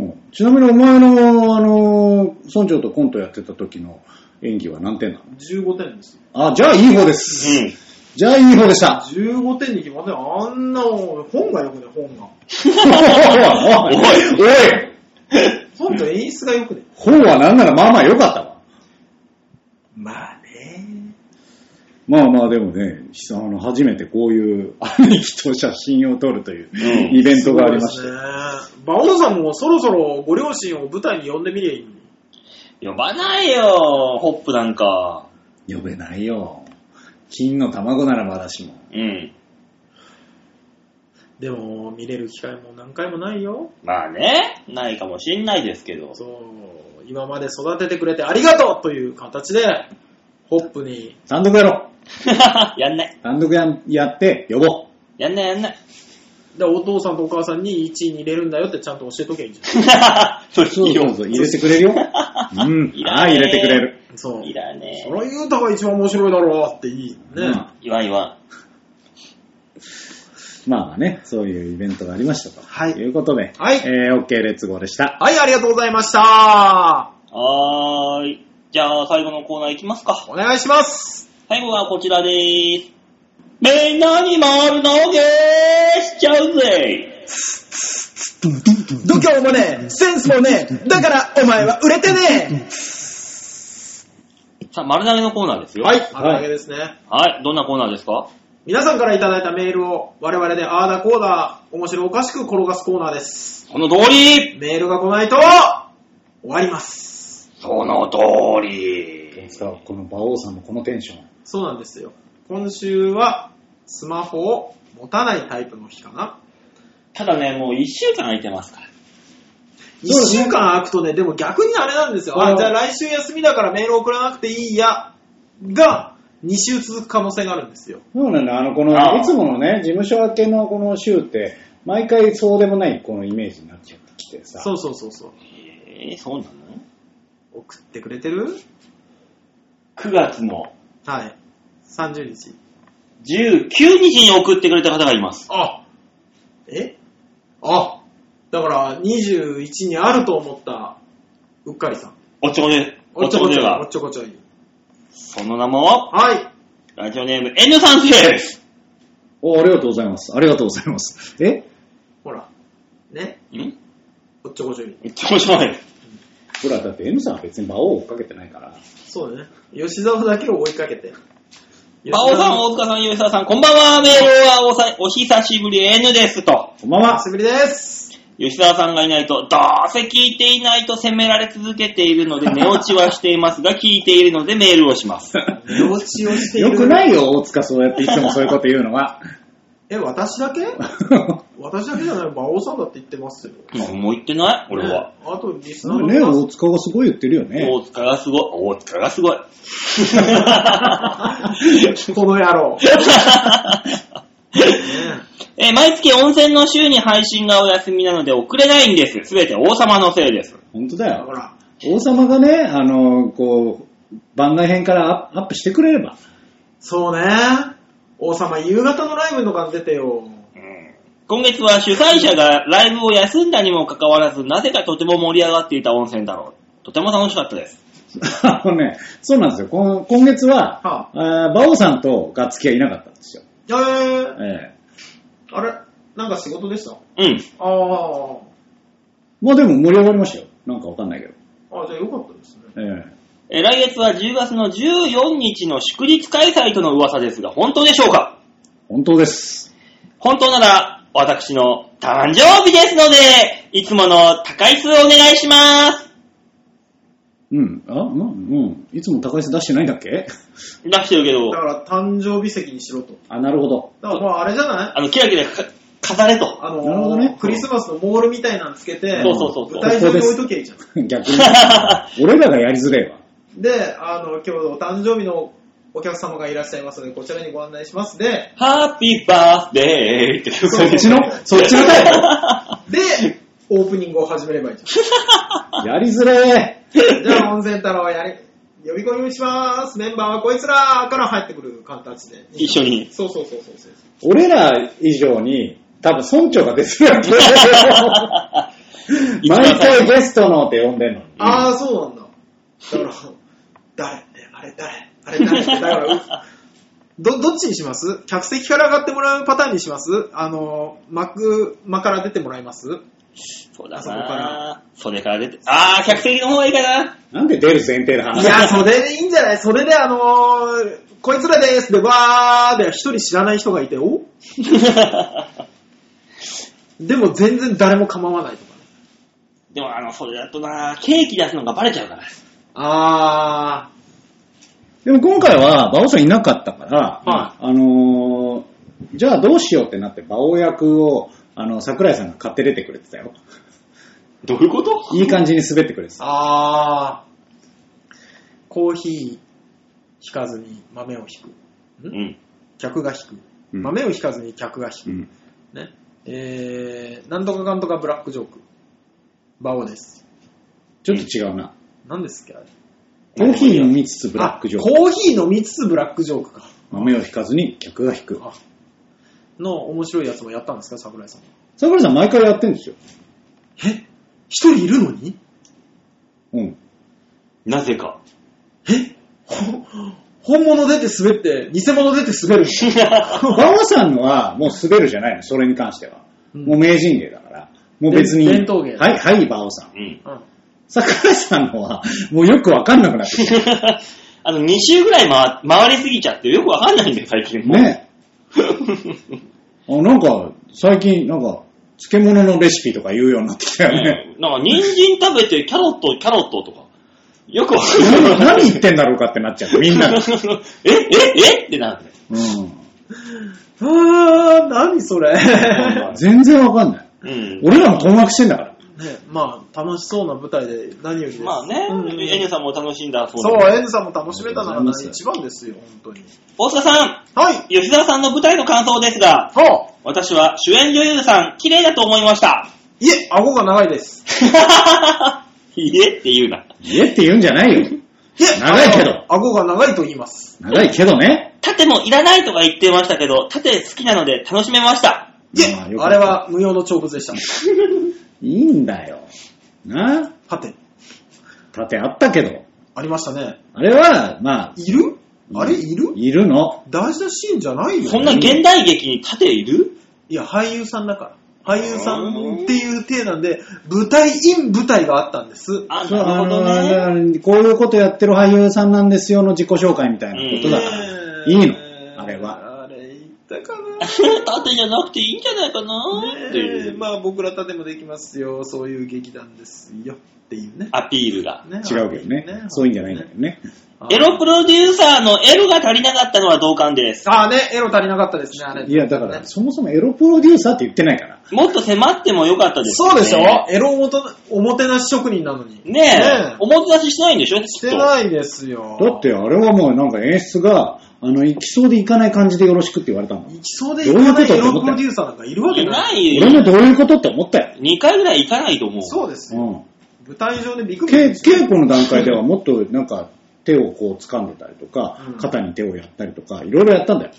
A: ん。ちなみにお前の、あの、村長とコントやってた時の演技は何点なの
C: ?15 点です。
A: あ、じゃあいい方で
B: う
A: す。
B: ん。
A: じゃあいい方でした。
C: 15点に決まってあんなもん本が良くね、本が。
A: おい、おい、
C: 本と演出が良くね。
A: 本はなんならまあまあ良かったわ。
C: まあね。
A: まあまあでもね、ひあの初めてこういう兄貴と写真を撮るという
B: うん
A: イベントがありまして。
C: た。馬王さんもそろそろご両親を舞台に呼んでみりゃいいのに。
B: 呼ばないよ、ホップなんか。
A: 呼べないよ。金の卵ならまだしも。
B: うん。
C: でも、見れる機会も何回もないよ。
B: まあね、ないかもしんないですけど。
C: そう、今まで育ててくれてありがとうという形で、ホップに、
A: 単独やろう。
B: やんない。
A: 単独ややって呼ぼう。
B: やんない、やんない。
C: でお父さんとお母さんに1位に入れるんだよってちゃんと教えとけばいいじ
B: それ
A: そうそうそう、入れてくれるよ。 うん
B: い。ら
A: あ
B: ね
A: あ、
B: え
A: 入れてくれる。
C: ゃん。そう。
B: いらね
C: それ言うたが一番面白いだろうっていい。ね。
A: う
B: え。
A: ん
B: いわんいわ
A: まあまあね、そういうイベントがありましたと。
C: はい
A: いうことで、
C: はい
A: えー、OK レッツゴーでした。
C: はい、ありがとうございました。
B: ん。はーい。じゃあ、最後のコーナーいきますか。
C: お願いします。
B: 最後はこちらでーす。みんなに丸投げしちゃうぜ
D: 度胸もねえ、センスもねえ、だからお前は売れてね
B: さあ、丸投げのコーナーですよ。。
C: はいい、あらげですね。
B: はい、どんなコーナーですか
C: 皆さんからいただいたメールを我々であーだこーだ面白おかしく転がすコーナーです。
B: その通り
C: メールが来ないと終わります。
B: その通り。
A: ですかこの馬王さんのこのテンション。
C: そうなんですよ。今週はスマホを持たないタイプの日かな。
B: ただね、もう一週間空いてますから。
C: 1
A: そうですね
C: 週間空くとね、でも逆にあれなんですよ。
A: あ
C: あ、
A: ー
C: じゃあ来週休みだからメール送らなくていいや。が、2週続く可能性があるんですよ。
A: そうなんだ、あの、こ
B: あ
A: の、
B: あ
A: いつものね、事務所明けのこの週って、毎回そうでもないこのイメージになっちゃってきてさ。
C: そうそうそうそう。
B: えー、そうなの
C: 送ってくれてる
B: ?9 月の
C: はい。30日。
B: 19日に送ってくれた方がいます。
C: あえあだから21にあると思った、うっかりさん。
B: おっちょこちょい、おっちょこちょい
C: おっ
B: が。
C: ちょこちょい。
B: その名も、
C: はい。
B: ラジオネーム N さんです。
A: お、ありがとうございます。ありがとうございます。え
C: ほら。ね。
B: ん
C: おっちょこちょい。
B: おっちょこちょい。
A: ほら、だって M さんは別に馬王を追っかけてないから。
C: そうだね。吉沢だけを追いかけて。
B: バオさん、大塚さん、吉沢さん、こんばんは。メールはおさお久しぶり N ですと。
A: こんばん
C: お
A: は
C: 久。しぶりです。
B: 吉沢さんがいないと、どうせ聞いていないと責められ続けている ので、寝落ちはしていますが、聞いているのでメールをします。
C: 幼稚をしている。
A: よくないよ、大塚、そうやっていつもそういうこと言うの は。
C: え、私だけ私だけじゃない。馬王さんだって言ってますよ。
B: 何 も言ってない俺は。
C: ね。あと、リスナーの
A: ね、
C: 皆さん
A: 大塚がすごい言ってるよね。
B: 大塚がすごい。大塚がすごい。
C: この 野郎。ね
B: えー毎月温泉の週に配信がお休みなので遅れないんです。すべて王様のせいです。
A: 本当だ
C: ほ
A: よ。
C: ら。
A: 王様がね、あの、こう、番外編からアップアップしてくれれば。
C: そうね。王様、夕方のライブの感じ出てよ。
B: 今月は主催者がライブを休んだにもかかわらず、なぜかとても盛り上がっていた温泉だろう。とても楽しかったです。
A: あのね、そうなんですよ。この今月は、
C: は
A: あー馬王さんとガッツキはいなかったんですよ。
C: えー、
A: ええ
C: あれなんか仕事でした
B: うん。
C: あー。
A: まあでも盛り上がりましたよ。なんかわかんないけど。
C: あ、じゃあよかったですね。
A: え
B: えー来月は10月の14日の祝日開催との噂ですが、本当でしょうか
A: え本当です。
B: 本当なら、私の誕生日ですので、いつもの高い数お願いします。
A: うん。あ、うん、うん。いつも高橋さん出してないんだっけ
B: 出してるけど
C: だ、から誕生日席にしろと。
A: あ、なるほど。
C: だからまああれじゃない
B: あの、キラキラか飾れと。
C: あの
A: なるほどね
C: クリスマスのモールみたいなのつけて、
B: そうそうそうそう
C: 舞台上に置いときゃいいじゃん。
A: 逆 に。俺らがやりづれえわ。
C: で、あの、今日お誕生日のお客様がいらっしゃいますので、こちらにご案内します。で、
B: ハッピーバースデーって曲
A: そ
B: が
A: っちの、そっちのタイ
C: で、オープニングを始めればいいじ
A: プ。 やりづれえ。
C: ゃん。じゃあ、温泉太郎はやり、呼び込みします。メンバーはこいつらから入ってくる形で。
B: 一緒に。
C: そうそうそうそうそう。
A: 俺ら以上に、多分村長が出づ らい。毎回ゲストのって呼んでんのに。
C: ああ、そうなんだ。だから、誰あれ誰あれ誰ってだから、うど、どっちにします客席から上がってもらうパターンにしますあの、幕、間から出てもらいます
B: そうだ
C: あそこか
B: な袖から出て。あー、客席の方がいいかな。
A: なんで出る前提の話
C: いや、それでいいんじゃないそれであのーこいつらですで、わーで、一人知らない人がいて、 おでも全然誰も構わないとかね。
B: でも、あの、袖だとなケーキ出すのがバレちゃうから。
C: あ
A: でも今回は、馬王さんいなかったから、
C: は
A: あのーじゃあどうしようってなって、馬王役を、あの、桜井さんが買って出てくれてたよ。
B: どういうこと
A: いい感じに滑ってくれて
C: ー、
A: た。
C: あー、コーヒー引かずに豆を引く。
B: うん。
C: 客が引く。
A: うん
C: 豆を引かずに客が引く。
A: うん
C: ね。えー、なんとかかんとかブラックジョーク。バオです。
A: ちょっと違うな。
C: 何ですっけあれ
A: コーヒー飲みつつブラックジョー
C: あ
A: ク。
C: コーヒー飲みつつブラックジョークか。
A: 豆を引かずに客が引く。
C: あの面白いやつもやったんですか、桜井さん。
A: 桜井さん毎回やってんですよ。
C: え一人いるのに
A: うん。
B: なぜか。
C: えほ、本物出て滑って、偽物出て滑る。
A: 馬王さんのはもう滑るじゃないの、それに関しては。
C: うん
A: もう名人芸だから。もう別に。
C: 伝伝統芸
A: はい、はい、馬王さん。
B: うん。
C: うん
A: 桜井さんのは、もうよくわかんなくなってき
B: あの、2周ぐらい回回りすぎちゃってよくわかんないんだよ、最近
A: て
B: も。
A: ね。あなんか、最近、なんか、漬物のレシピとか言うようになってきたよね。
B: ねなんか、人参食べて、キャロット、キャロットとか。よくわかんない。
A: 何何 言ってんだろうかってなっちゃ う、みんなが。
B: え、え、えってなるね。
A: うん。
C: あー、何それ。 ね
A: 全然わかんない。
B: うん。
A: 俺らも困惑してんだから。
C: まあ、楽しそうな舞台で何よりです。
B: まあね、
C: うん
B: エネさんも楽しんだそう
C: そ
B: だ
C: う
B: けど、
C: エンさんも楽しめたなら
A: ありがとうございます
C: 一番ですよ、本当に。
B: 大塚さん、
C: はい。
B: 吉沢さんの舞台の感想ですが、
C: は
B: 私は主演女優さん、綺麗だと思いました。
C: いえ、顎が長いです。
B: いえって言うな。
A: 家って言うんじゃないよ。
C: いえ、
A: 長いけど
C: あの顎が長いと言います。
A: 長いけどね。
B: 縦もいらないとか言ってましたけど、縦好きなので楽しめました。
C: いえ、
A: あーよかった
C: あれは無用の長物でした。
A: いいんだよ。な
C: はて、
A: 盾あったけど。
C: ありましたね。
A: あれは、まあ、
C: いるあれいる
A: いるの。
C: 大事なシーンじゃないよ。
B: そんな現代劇に縦いる
C: いや、俳優さんだから。俳優さんっていう体なんで、舞台イン舞台があったんです。
B: あ、
A: そう
B: な
A: あ
B: るほど
A: のあれ あ
B: ね。
A: れこういうことやってる俳優さんなんですよの自己紹介みたいなことだから。
C: ねえ
A: いいの。あれは。。
C: あれ言ったかな
B: 縦じゃなくていいんじゃないかなって
C: ね
B: い
C: え
B: う
C: まあ僕らたでもできますよ。そういう劇団ですよ。っていうね。
B: アピールが。
C: ね
A: 違うけどね。そういうんじゃないんだけどね。
C: あ
B: エロプロデューサーの L が足りなかったのは同感です。
C: ああね、エロ足りなかったですね、あれ。
A: いや、だから、
C: ね
A: そもそもエロプロデューサーって言ってないから。
B: もっと迫ってもよかったです、ね。
C: そうでしょエロおもとおもてなし職人なのに。
B: ねえ、
C: ねえ
B: おもてなししてないんでしょ
C: し
B: きってと
C: ないですよ。
A: だって、あれはもうなんか演出が、あの、行きそうで行かない感じでよろしくって言われたも
C: 行
A: ん。
C: きそうで行かない
A: どう
C: エ
A: いうこと
C: ロプロデューサーなんかいるわけ
B: い
C: ない。
B: ない
A: 俺
B: よ。
A: もどういうことって思ったよ。
B: 2回ぐらい行かないと思う。
C: そうです
A: う
C: よ。
A: ん。
C: 舞台上でビッグ
A: け稽古の段階ではもっとなんか手をこう掴んでたりとか
C: うん、
A: 肩に手をやったりとか、いろいろやったんだよ。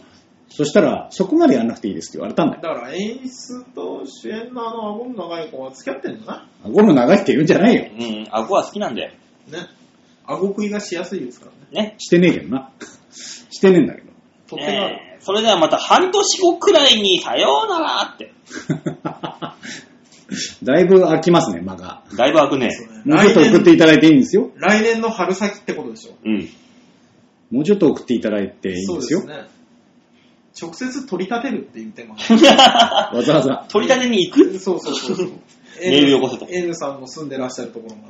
A: そしたら、そこまでやんなくていいですって言われたんだ
C: だ
A: よ。
C: から演出と主演のあの顎の長い子は付き合ってんだな。
A: 顎の長いって言うんじゃないよ。
B: うん、顎は好きなんだよ。
C: ね。顎食いがしやすいですからね。
B: ね。
A: してねえけどな。してねえん だけど。
C: 取っ手がある。
B: えーそれではまた半年後くらいにさようならって。
A: だいぶ空きますね、間が。
B: だいぶ開くね。
C: そうね
A: もうちょっと送っていただいていいんですよ。
C: 来年の春先ってことでしょ。
B: うん。
A: もうちょっと送っていただいていいんですよ。
C: そうですね。直接取り立てるっていう手 もある。
A: わざわざ。
B: 取り立てに行く
C: そうそうそう そう。
B: メールよこせと
C: N さんの住んでらっしゃるところまで。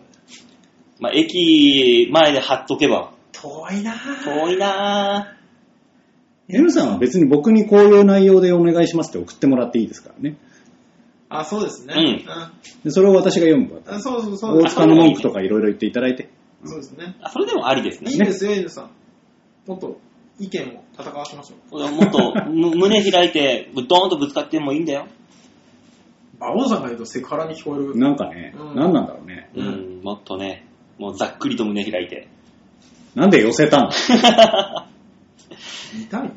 B: まあ、駅前で貼っとけば。
C: 遠いなぁ
B: 遠いな
A: N さんは別に僕にこういう内容でお願いしますって送ってもらっていいですからね。
C: あ、そうですね。
B: うん
A: でそれを私が読むパターン
C: あそうそうそう
A: 大
C: で
A: 塚の文句とかいろいろ言っていただいて。
C: す。そうですね。
B: ぁ。あそれでもありです
C: いい
B: ね。
C: ですよ、N さん。もっと意見を戦わせましょう。
B: もっとむ 胸開いて、ぶドーンとぶつかってもいいんだよ。
C: 馬王さんが言うとセクハラに聞こえる。
A: なんかね、
C: うん
A: 何なんだろうね。
B: う
C: うん
B: ん、もっとね、もうざっくりと胸開いて。
A: なんで寄 せたの
C: 痛い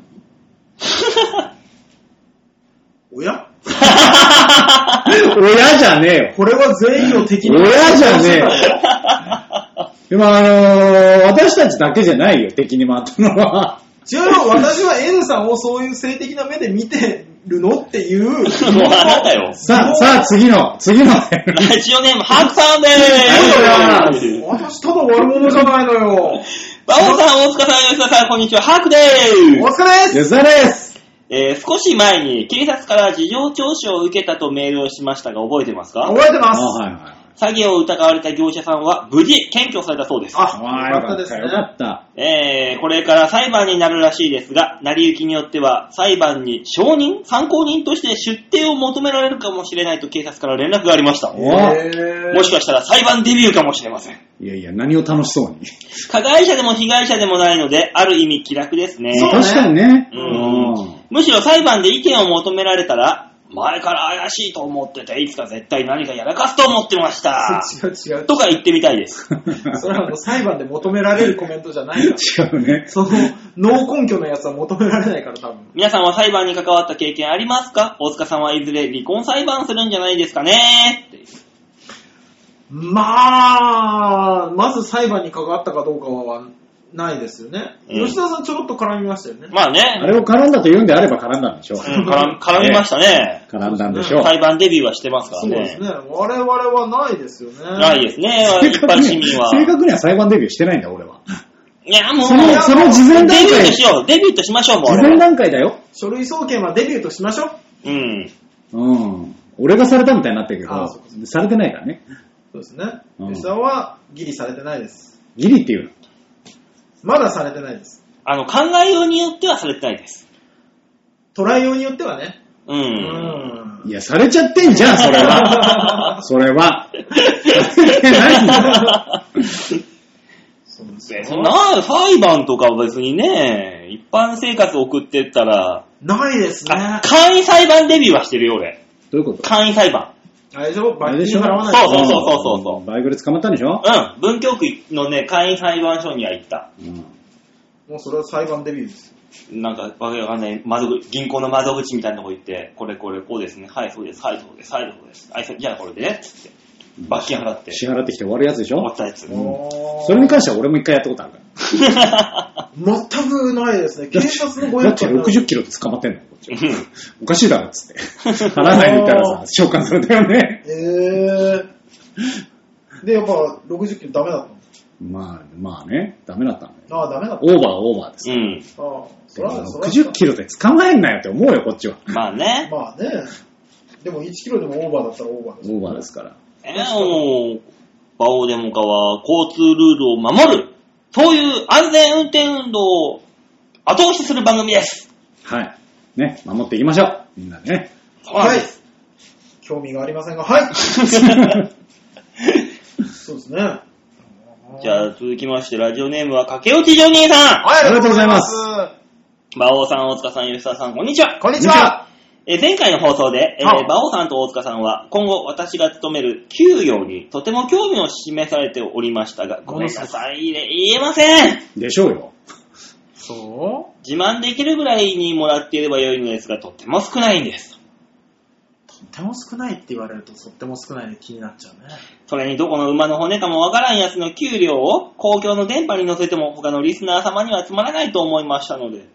C: おや
A: 親じゃねえ よ。
C: これは全員を敵に。
A: 親じゃねえ よ。でもあのー私たちだけじゃないよ、敵に回ったのは。
C: 違うよ、私は N さんをそういう性的な目で見てるのっていう。 も う
B: もうあなたよ。
A: さあ、さあ次の、次の。
B: ラジオネーム、ハクさんで
A: ありがとうご
B: ーす。
C: 私ただ悪者じゃないの よ。
B: バオさん、大塚さん、吉田さん、こんにちは。ハクで
C: お
B: ーす。
C: 疲れです。
A: 吉沢です。
B: えー、少し前に警察から事情聴取を受けたとメールをしましたが、覚えてますか
C: 覚えて
A: あ、
C: ます。
A: はいはい。
B: 詐欺を疑われた業者さんは無事検挙されたそうです。
C: あ、よかったですね
A: よ。かった。
B: えー、これから裁判になるらしいですが、成り行きによっては裁判に証人、参考人として出廷を求められるかもしれないと警察から連絡がありました。
A: おわ
C: へー
B: もしかしたら裁判デビューかもしれません。
A: いやいや、何を楽しそうに。
B: 加害者でも被害者でもないので、ある意味気楽ですね。
C: そうね
A: 確かにね。
B: うん
A: うん
B: むしろ裁判で意見を求められたら、前から怪しいと思ってて、いつか絶対何かやらかすと思ってました。
C: 違う違う。
B: とか言ってみたいです。
C: それはもう裁判で求められるコメントじゃないから。
A: 違うね。
C: その、脳根拠のやつは求められないから多分。
B: 皆さんは裁判に関わった経験ありますか大塚さんはいずれ離婚裁判するんじゃないですかねっていう
C: まあ、まず裁判に関わったかどうかは、ないですよね。
B: うん
C: 吉田さんちょろっと絡みましたよね。
B: まあ
A: あ
B: ね、
A: れを絡んだと言うんであれば絡んだんでしょう。
B: うん絡絡みましたね。
A: 絡んだんでしょう。
B: 裁判デビューはしてますか
C: そう
B: ら
C: です
B: ね。
C: ね。我々はないですよね。
B: ないですね、
A: 正
B: 一般
A: 確
B: 市
A: に
B: 民
A: 正
B: は。
A: 確には裁判デビューしてないんだ、俺は。
B: いや、もう、
A: その、その事
B: デ
A: 前
B: ビ
A: 段
B: ューと
A: 階、
B: し
A: 事
B: よう、デビューとしましょう、もう。
A: 前段階だよ。
C: 書類送検はデビューとしましょ
B: う
C: う。
B: ん。
A: うん。俺がされたみたいになってるけ
C: あそうかそ
A: ど、されてないからね。
C: そうですね。
A: うん
C: 吉田はギリされてないです。
A: ギリっていうの。
C: まだされてないです。
B: あの、考えようによってはされてないです。
C: トライ用によってはね。
B: う。
C: うんん。
A: いや、されちゃってん じゃん、それは。それは。されてないんだよ
C: そうで すよ
B: 別にな、裁判とかは別にね、一般生活送ってったら、
C: ないですね。
B: あ簡易裁判デビューはしてるよ、俺。
A: どういうこと
B: 簡易裁判。
C: 大丈夫
A: あ
C: 罰
A: れでし
C: 金
A: ょ
C: 払わない
B: そうそうそうそうそうそうん
A: バイクで捕まったんでしょ
B: うん。文京区のね、簡易裁判所には行った。
A: うん。
C: もうそれは裁判デビューです。
B: なんか、わけわかんない、窓口、銀行の窓口みたいなとこ行って、これこれ、こうですね、はい、そうです、はい、そうです、はい、そうです。あいさじゃあこれでね、つって。罰金払って、
A: 支払ってきて終わるやつでし
B: 終わ
A: ょ
B: ったやつ。
A: んそれに関しては俺も一回やったことあるから。
C: 全くないですね。警察のご
A: だって60キロで捕まってんの、こっちはおかしいだろ、つって。払わないでいたらさ、召喚されたよね。
C: えー。で、やっぱ60キロダメだっ
A: まあ、まあね、ダメだったん
C: た
A: だよ。
C: のああ、ダメだっ
A: オーバーオーバーです
B: う。ん。
C: た。ああ、そら、そら。
A: 60キロで捕まえんなよって思うよ、こっちは。
B: まあね。
C: まあね。でも1キロでもオーバーだったらオーバー
A: オ
C: です。
A: ーバーですから。
B: えー、もう、馬王デモカは交通ルールを守る、そういう安全運転運動を後押しする番組です。
A: はい。ね、守っていきましょう。みんなでね。
B: そうなんです。
C: 興味がありませんが、はい。そうですね。あ
B: じゃあ続きまして、ラジオネームは駆け落ちジョニーさ
A: ありがとうございます
B: ん。馬王さん、大塚さん、吉沢さん、こんにちは。
C: こんにちは。
B: えー前回の放送で、えー
C: はあ
B: 馬王さんと大塚さんは、今後私が勤める給与にとても興味を示されておりましたが、ごめんなさい、言えません。
A: でしょうよ。
C: そう
B: 自慢できるぐらいにもらっていればよいのですが、とっても少ないんです。
C: とっても少ないって言われると、とっても少ないで気になっちゃうね。
B: それにどこの馬の骨かもわからんやつの給料を公共の電波に乗せても他のリスナー様にはつまらないと思いましたので。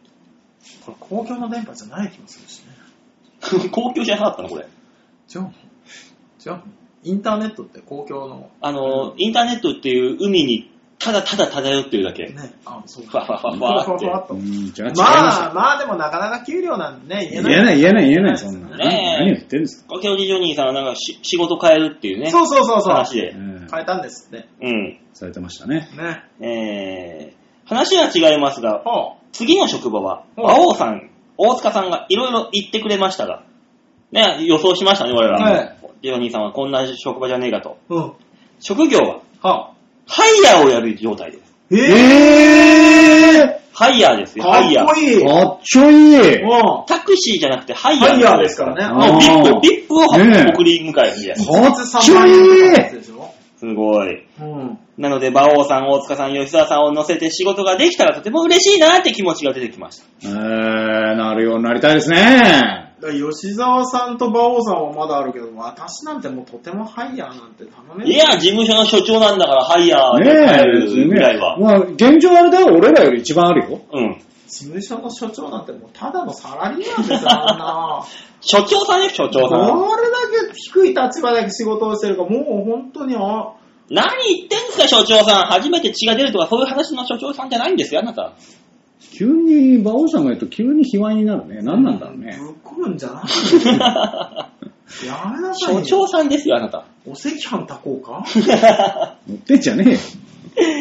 C: これ公共の電波じゃない気もするしね。
B: 公共じゃなかったのこれ。
C: 違うの違うのインターネットって公共の、
B: あの、インターネットっていう海にただただ漂ってるだけ。
C: ね、あ、そう
B: ふわ
C: か。
B: ふわふわふわっ
C: ふわふわふわっ
B: と。
C: と
A: うん、違う、違いまし
C: まあ
A: た。
C: まあでもなかなか給料なんでね、言え
A: 言
C: ない。
A: えない、言えない、言えない、そんな。何
B: ねえ
A: 何を言ってんですか。
B: かけおじジョニーさんはなんかし仕事変えるっていうね。
C: そうそうそうそう。
B: 話で。
A: え
C: 変えたんですって。
B: うん。
A: えされてましたね。
C: ね。
B: えー、話は違いますが、
C: は
B: 次の職場は、
C: うん
B: 馬王さん、大塚さんがいろいろ言ってくれましたが、ね、予想しましたね、我ら。
C: はい
B: ジョニーさんはこんな職場じゃねえかと。
C: うん。は
B: 職業は、
C: あ。
B: ハイヤーをやる状態です。
C: え
A: え
B: ハイヤーです
C: ー
B: よ、ハイヤ
C: かっこ
B: ー。
C: いい
A: ー、かっちょいい。
C: う
A: か
C: ん
B: タクシーじゃなくてハイヤー
C: ハイヤーですからね。
A: あ
B: もうビッ
A: あー
B: プ、ビップを
A: ねえ
B: 送り迎えるんで。
A: っちょいい
C: でしょ
B: すごい。
C: うん。
B: なので、馬王さん、大塚さん、吉沢さんを乗せて仕事ができたらとても嬉しいなって気持ちが出てきました。
A: えー、なるようになりたいですね。
C: だから吉沢さんと馬王さんはまだあるけど、私なんてもうとてもハイヤーなんて頼めない。
B: いや、事務所の所長なんだから、ハイヤーで
A: ね
B: 帰
A: え、別
B: る
A: に
B: ぐ
A: ね
B: らいは。
A: まあ、現状あれだよ、俺らより一番あるよ。
B: うん。
C: 事務所の所長なんてもうただのサラリーマンですよ、あんな。
B: 所長さんよ、所長さん。
C: どれだけ低い立場で仕事をしてるか、もう本当に、あ、
B: 何言ってんすか、所長さん。初めて血が出るとか、そういう話の所長さんじゃないんですよ、あなた。
A: 急に、馬王さんが言うと急に卑猥になるね。何なんだろうね。
C: ぶっ込むんじゃ ないよ。やめなさ
B: 所
C: いよ。
B: 長さんですよ、あなた。
C: お赤飯炊こうか
A: 乗ってんじゃねえよ。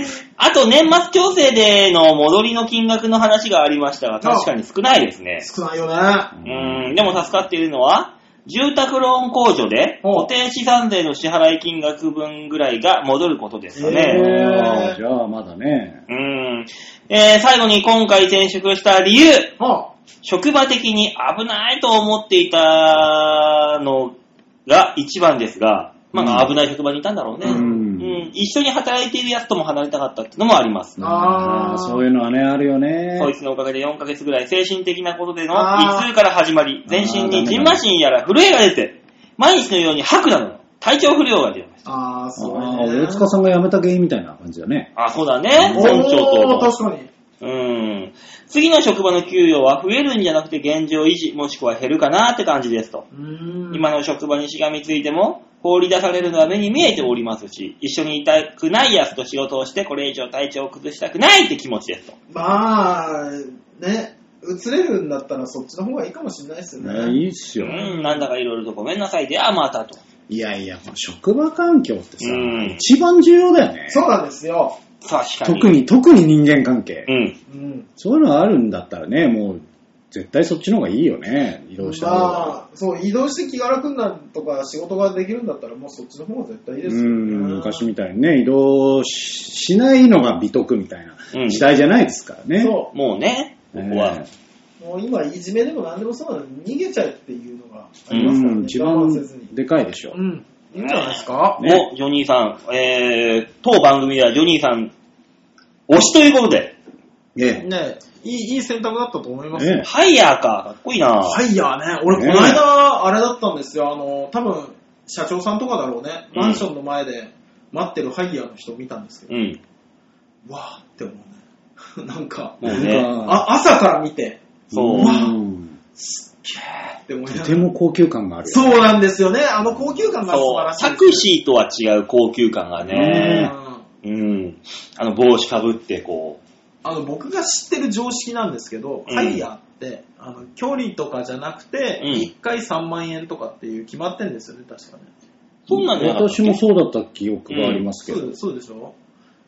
B: あと、年末調整での戻りの金額の話がありましたが、確かに少ないですね。
C: 少ないよね。
B: うーん、でも助かっているのは、住宅ローン控除で、
C: お
B: 固定資産税の支払い金額分ぐらいが戻ることですかね。
C: へえ
A: あーじゃあ、まだね。
B: うーん。えー最後に今回転職した理由、
C: あ、
B: 職場的に危ないと思っていたのが一番ですが、まあ
A: うん
B: 危ない職場にいたんだろうね。
C: うん
B: うん一緒に働いているやつとも離れたかったってのもあります。
C: あー
A: ーそういうのはね、あるよね。
B: こいつのおかげで4ヶ月ぐらい精神的なことでの
C: あー
B: 胃痛から始まり、全身にジンマシンやら震えが出て、毎日のように吐くなどの体調不良が出ました。
C: あー、そう
A: ああ、
C: ね。
A: 大塚さんが辞めた原因みたいな感じだね。
B: あ、そうだね。
C: お
B: 村長
C: ー、
B: と。
C: 確かに。
B: うん。次の職場の給与は増えるんじゃなくて現状維持、もしくは減るかなって感じですと。
C: うーん。
B: 今の職場にしがみついても、放り出されるのは目に見えておりますし、一緒にいたくない奴と仕事をして、これ以上体調を崩したくないって気持ちですと。
C: まあ、ね、映れるんだったらそっちの方がいいかもしれないですよ
A: ね
C: ね。
A: いいっす
B: う
A: よ。
B: ん、なんだかいろいろとごめんなさいで、あ、またと。
A: いやいや、この職場環境ってさ、
B: うん
A: 一番重要だよね。
C: そうなんですよ。
B: 確かに。
A: 特。に、特に人間関係。
B: うん。
C: うん。
A: そういうのがあるんだったらね、もう、絶対そっちの方がいいよね。移動した方が。
C: まあ、そう、移動して気が楽になるとか仕事ができるんだったらもうそっちの方が絶対いいですよね。
A: うん昔みたいにね、移動ししないのが美徳みたいな
B: うん
A: 時代じゃないですからね。
C: そ
B: もうね、こ
A: え
B: こは。
C: う。
A: え
C: もう今、いじめでも何でもそうなのに逃げちゃえっていうのがあ
A: う
C: りますからね。
A: ん、一
C: 我
A: 番
C: 慢せずに。
A: でかいでしょ。
C: うん。いいんじゃないですか。
A: ね
B: お、ジョニーさん、えー、当番組ではジョニーさん、推しということで、
A: ね
C: ねいい、いい選択だったと思いますよ。
A: ね
B: ハイヤーか、かっこいいな。
C: ファイヤーね、俺この
A: ね
C: 間、あれだったんですよ、あの、多分、社長さんとかだろうね、
B: うん
C: マンションの前で待ってるファイヤーの人を見たんですけど、
B: うん。
C: わーって思うね。 なんか、
B: もうね、
A: なんか
C: あ、朝から見て、
B: そう。
A: うん
C: って思いな
A: と
C: が
A: て
C: ら。
A: も高級感があるよ。
C: そうなんですよね、あの高級感が素
B: そ
C: 晴ら
B: う、
C: しい。
B: タクシーとは違う高級感がね、
C: うん
B: うん。あの、帽子かぶって、こ
C: あの、僕が知ってる常識なんですけど、
B: うん
C: ファイヤーって、あの、距離とかじゃなくて、
B: うん
C: 1回3万円とかっていう決まってんですよね、確かね。
B: う。そんなんじゃなかったっ
A: 私
B: け
A: もそうだった記憶がありますけ
C: そ
A: ど。
C: うそうでしょ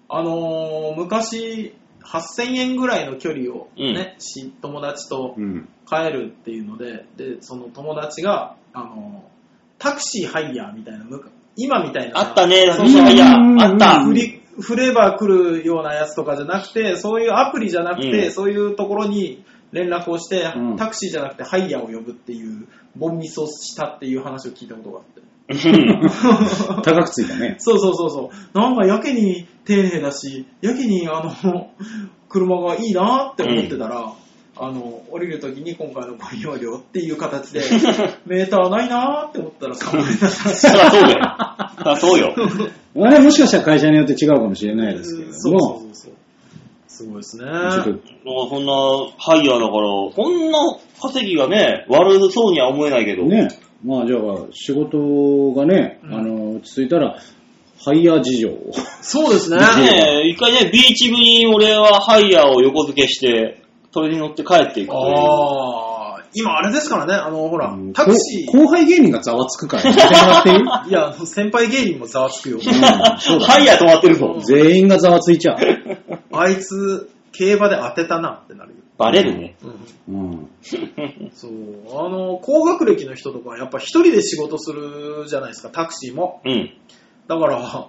C: あのー昔8000円ぐらいの距離をね、し友達と
A: うん。
C: 帰るっていうのででその友達が、あのータクシーハイヤーみたいなむか今みたいな
B: あったね、
C: そ
B: そううそう、
A: うん
B: いや、あった。
A: う
C: フ
A: ん
C: リフレーバー来るようなやつとかじゃなくてそういうアプリじゃなくて、
B: うん
C: そういうところに連絡をして、
A: うん
C: タクシーじゃなくてハイヤーを呼ぶっていうボンミスをしたっていう話を聞いたことがあって
A: 高くついたね。
C: そうそうそうそう。なんかやけに丁寧だし、やけにあの、 車がいいなって思ってたら、あの、降りるときに今回のご利用料っていう形 で、メーターないなって思ったら3万円だった。
B: そりゃそうだよ。そりゃそうよ。
A: あれもしかしたら会社によって違うかもしれないですけれど
C: そうそう
A: も、
C: そうそう。すごいですね。
A: ちょっと
B: もうそんな、ハイヤーだから、こんな稼ぎがね、悪そうには思えないけど。
A: ね、まあじゃあ仕事がね、
C: うん
A: あの、落ち着いたら、ハイヤー事情を。
C: そうですね。
B: ねえ、一回ね、ビーチ部に俺はハイヤーを横付けして、それに乗って帰っていくという。
C: ああ、今あれですからね、あの、ほら
A: うん、
C: タクシ
A: こ
C: ー、
A: う後輩芸人がざわつくから、やめてもら っていい
C: いや、あの先輩芸人もざわつくよ。
A: そうだね
B: ハイヤー止まってるぞ。
A: 全員がざわついちゃう。
C: あいつ、競馬で当てたなってなるよ。
B: バレるね。
C: うん
A: うん。
C: そう、あの、高学歴の人とか、やっぱ一人で仕事するじゃないですか、タクシーも。
B: うん。
C: だから、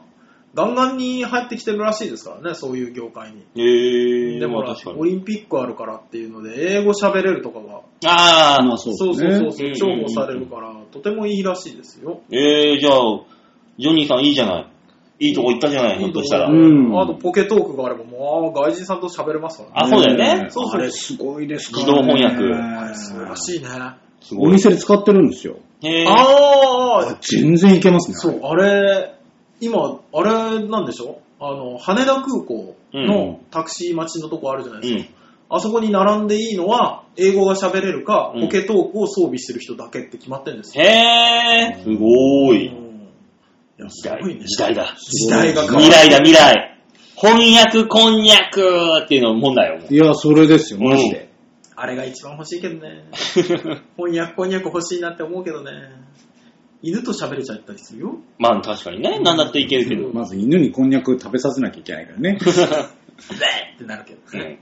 C: ガンガンに入ってきてるらしいですからね、そういう業界に。
B: へえ。
C: でもほら
B: 確か
C: オ
B: に。
C: リンピックあるからっていうので、英語喋れるとかが、
B: ああ、
A: まあそう
C: そう
A: です
C: そう
A: ね。
C: そうそう、
B: うん
C: 重宝されるから、とてもいいらしいですよ。
B: えー、じゃあ、ジョニーさんいいじゃない。いいとこ行ったじゃない、ひょっとしたら。
C: いいと思うあとポケトークがあれば、もう外人さんと喋れますから
B: あ
C: ね。
B: そうだよね
A: え
B: そうそう
A: あれすごいですから
B: 自動翻訳
A: ね
C: そうらしいね。あ
B: す
A: お
B: ごい。
A: 店で使ってるんですよ。
B: へー
C: あー、
A: 全然いけますね。
C: そう、あれ、今、あれなんでしょあの、羽田空港のタクシー待ちのとこあるじゃないですか。
B: うん。
C: あそこに並んでいいのは、英語が喋れるか、
B: うん
C: ポケトークを装備してる人だけって決まってるんですよ。
B: へー、すご
C: う
B: い。
C: んいや、
B: 時
C: す
B: 代
C: ごいね。
B: 時代だ。
C: 時代が変わ
B: 未来だ、未来。翻訳、こんにゃくっていうのもんだよ。
A: いや、それですよ、マジで。
C: あれが一番欲しいけどね。 翻訳、こんにゃく欲しいなって思うけどね。犬と喋れちゃったりするよ。
B: まあ確かにね、なんだっていけるけど。
A: まず犬にこんにゃく食べさせなきゃいけないからね。
C: ってなるけど。
B: うん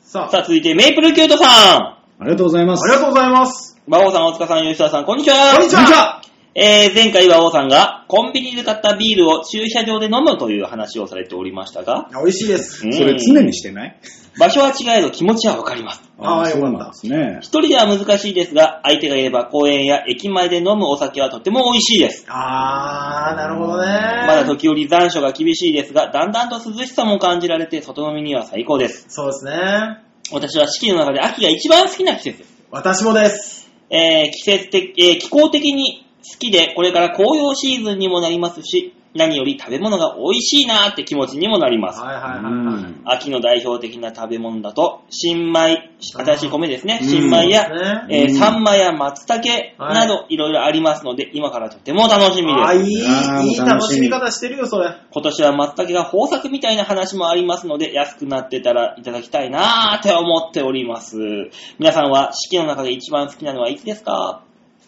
C: さあ、
B: さあ続いて、メイプルキュートさん。
A: ありがとうございます
C: あ。りがとうございます。
B: 馬王さん、大塚さん、吉沢さん、こんにちは。
C: こんにちは。
B: えー、前回馬王さんが、コンビニで買ったビールを駐車場で飲むという話をされておりましたが、
C: 美味しいです。
B: うん
A: それ常にしてない
B: 場所は違えど気持ちはわかります。
C: あー
A: そう
C: よかった
A: なんですね。
B: 一人では難しいですが、相手がいれば公園や駅前で飲むお酒はとても美味しいです。
C: あー、なるほどね。
B: まだ時折残暑が厳しいですが、だんだんと涼しさも感じられて、外飲みには最高です。
C: そうですね。
B: 私は四季の中で秋が一番好きな季節です。
C: 私もです。
B: えー季節的、えー気候的にきで、これから紅葉シーズンにもなりますし、何より食べ物が美味しいなーって気持ちにもなります。
C: はいはいはい
A: う
C: はい。
A: ん
B: 秋の代表的な食べ物だと、新米、新しい米ですね、
A: うん
B: 新米や、
C: うん
B: えー
A: うん
B: サンマや松茸
C: はい
B: などいろいろありますので、今からとても楽しみで
C: あ、
B: す。
C: い
A: あー
C: い、いい
A: 楽
C: 楽
A: し
C: し
A: み
C: み方してるよ、それ。
B: 今年は松茸が豊作みたいな話もありますので、安くなってたらいただきたいなーって思っております。皆さんは四季の中で一番好きなのはいつですか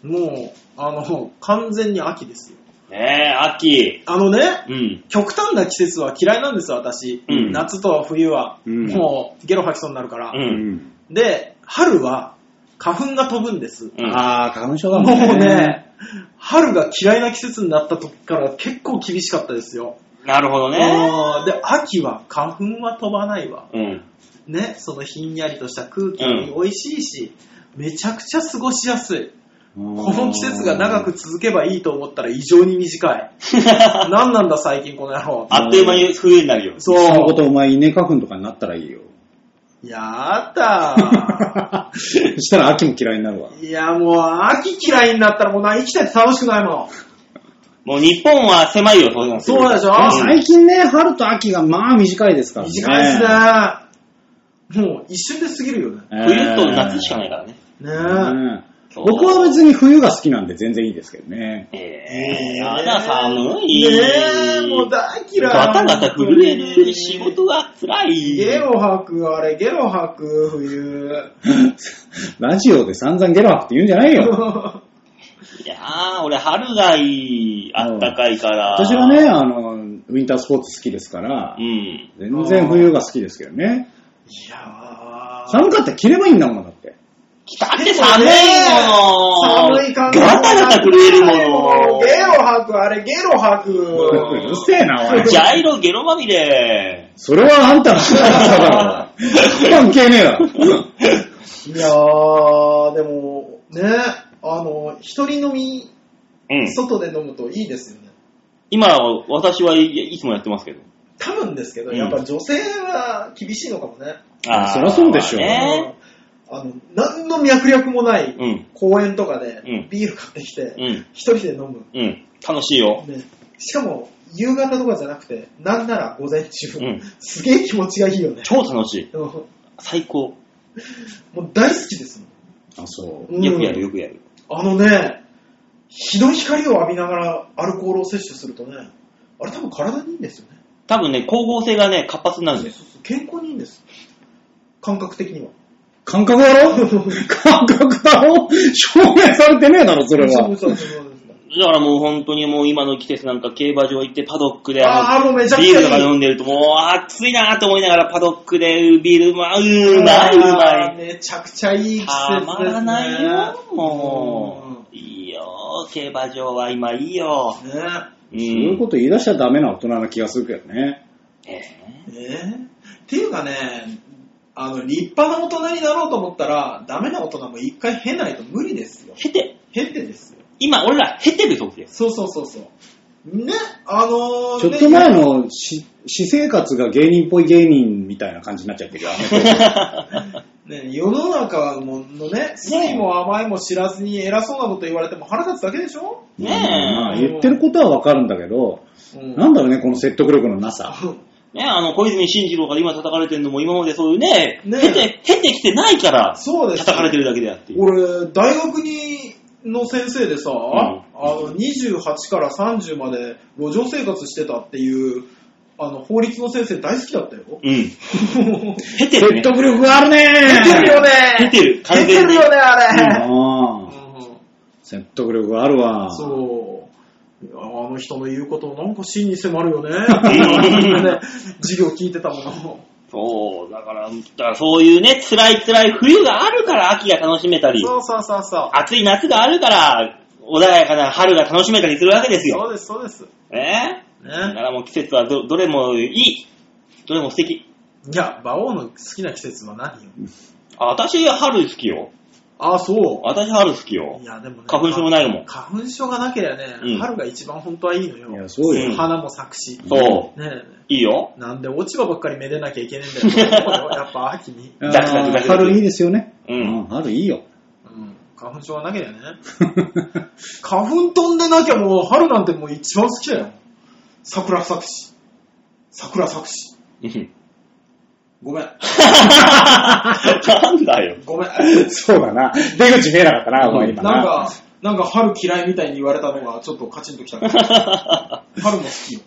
C: もう、あの、完全に秋ですよ。
B: ねえ、秋。
C: あのね、
B: うん。
C: 極端な季節は嫌いなんですよ、私。
B: うん
C: 夏と冬は、
A: うん
C: もう、ゲロ吐きそうになるから。
B: う。
A: うんん。
C: で、春は、花粉が飛ぶんです。
B: うん
A: あー、花粉症だもん
C: も
A: ね。
C: うね、春が嫌いな季節になった時から結構厳しかったですよ。
B: なるほどね。
C: あーで、秋は花粉は飛ばないわ。
B: うん。
C: ね、そのひんやりとした空気に美味しいし、めちゃくちゃ過ごしやすい。
A: うん、
C: この季節が長く続けばいいと思ったら異常に短い。何なんだ最近この野郎。
B: あっという間に冬になるよ。
C: そ
A: そのこ
C: う。
A: とお前稲花粉とかになったらいいよ。
C: や だ
A: したら秋も嫌いになるわ。
C: ー。いやもう秋嫌いになったらもうな生きてて楽しくないもん。
B: もう日本は狭いよ、そういうの
C: そうでしょ
A: でも
C: うん
A: 最近ね、春と秋がまあ短いですからね。
C: 短いですね。もう一瞬で過ぎるよね。
A: えー。
B: 冬と夏しかないからね。
C: ね
A: うん
B: そう
A: 僕は別に冬が好きなんで全然いいですけどね。
B: えー、
C: えー
B: やだ、寒い。
C: ねえ、もう大嫌い。
B: ガタガタ震える仕事が辛い。
C: ゲロ吐く、あれ、ゲロ吐く、冬。
A: ラジオで散々ゲロ吐くって言うんじゃないよ。
B: いやー、俺春がいい。あったかいから。
A: 私はね、。あの、ウィンタースポーツ好きですから
B: う、ん。
A: 全然冬が好きですけどね。
C: いやー。
A: 寒かったら着ればいいんだもんだって。
B: 来たって寒いもの。
C: 寒い感じ。
B: ガタガタ震えるもの。
C: ゲロ吐く、あれ、ゲロ吐
A: う
C: く。
A: るせえな、おい。
B: ジャイロゲロまみれ。
A: それはあんたの仕 事だから。関係ねえだろ。
C: いやー、でも、ね、あの、一人飲み、
B: うん。
C: 外で飲むといいですよね。
B: 今、私はいいつもやってますけど。
C: 多分ですけど、
B: うん
C: やっぱ女性は厳しいのかもね。
B: ー
A: そりゃそうでしょう
B: まあね
C: あの、何の脈略もない
B: うん。
C: 公園とかで
B: うん
C: ビール買ってきて、
B: うん。
C: 一人で飲む。
B: うん。楽しいよ。
C: ね、しかも、夕方とかじゃなくて、なんなら午前中、
B: うん
C: すげえ気持ちがいいよね。
B: 超楽しい。
C: うん
B: 最高。
C: もう大好きですもん。
A: あ、そう。
C: うん
B: よくやる、よくやる。
C: あのね、日の光を浴びながらアルコールを摂取するとね、あれ多分体にいいんですよね。
B: 多分ね、光合成がね、活発になるん
C: そう
B: です。
C: そうそう健康にいいんです。感覚的に は。
A: 感覚だろ感覚だろ証明されてねえだろ、それ
C: そう
A: は。
C: そうそうそう
B: だからもう本当にもう今の季節なんか競馬場行ってパドックで
C: あーもうめちゃくち
B: ビー
C: ゃいい
B: ルとか飲んでるともう暑いなーと思いながらパドックでビールうまいうまいう
C: あー
B: まい。
C: めちゃくちゃいい季節ですね。
B: たまらないよ、も
C: う
B: う。いいよ、競馬場は今いいよ。
C: ん。ね
B: う
A: そういうこ
B: ん。
A: と言い出しちゃダメな大人な気がするけどね。
B: え
C: えっていうかね、あの、立派な大人になろうと思ったら、ダメな大人も一回経ないと無理ですよ
B: ー。経て、
C: 経てですよ。
B: 今俺ら経てる時です。
C: そうそうそうそう。ね、あのー、
A: ちょっと前のし私生活が芸人っぽい芸人みたいな感じになっちゃってるよ。
C: ね、ね世の中のね、酸いも甘いも知らずに偉そうなこと言われても腹立つだけでしょ、
B: ねえ
A: まあ言ってることはわかるんだけど、
C: うん
A: なんだろうね、この説得力のなさ。
B: ね、あの、小泉進次郎が今叩かれてるのも今までそういうね、
C: ね
B: 経て、経てきてないから、
C: そうですよ
B: 叩かれてるだけであって。
C: 俺、大学にの先生でさ、
B: ん
C: あの28から30まで路上生活してたっていう、あの、法律の先生大好きだったよ。
B: うん。経てる、
C: 出
A: 説
B: ね。
A: 得力があるね
C: てるよね
B: 出てる完
C: 出
B: 全に
C: てるよね、あれ、
A: ああ説得力があるわ。
C: そう。いやあの人の言うことなんか真に迫るよね。ね 授業聞いてたもの。
B: そう、だから、だからそういうね、辛い辛い冬があるから秋が楽しめたり、
C: そうそうそうそう。
B: 暑い夏があるから、穏やかな春が楽しめたりするわけですよ。
C: そうです、そうです。ね。
B: ねだからもう季節はどどれもいい。どれも素敵。
C: いや、馬王の好きな季節は何よ。
B: あ私、春好きよ。
C: あ、そう。
B: 私、春好きよ
C: い。や、でもね。
B: 花粉症もないもん。
C: 花粉症がなければね、
B: うん
C: 春が一番本当はいいのよ。
A: いや、そうよ。
B: うん
C: 花も咲くし。ね
B: そう。
C: え
B: いいよ。
C: なんで落ち葉ばっかりめでなきゃいけねえんだよ。やっぱ秋に。
A: あー
B: ザクザクザクザク
A: 春いいですよね。
B: う。
A: うんん、春いいよ。
C: うん花粉症がなきゃだよね。花粉飛んでなきゃもう春なんてもう一番好きだよ。桜咲くし。桜咲くし。
B: うん
C: ごめん。
B: なんだよ。
C: ごめん。
A: そうだな。出口見えなかったな、お前今な。
C: なんか、なんか春嫌いみたいに言われたのがちょっとカチンとき たね。春も好きよ。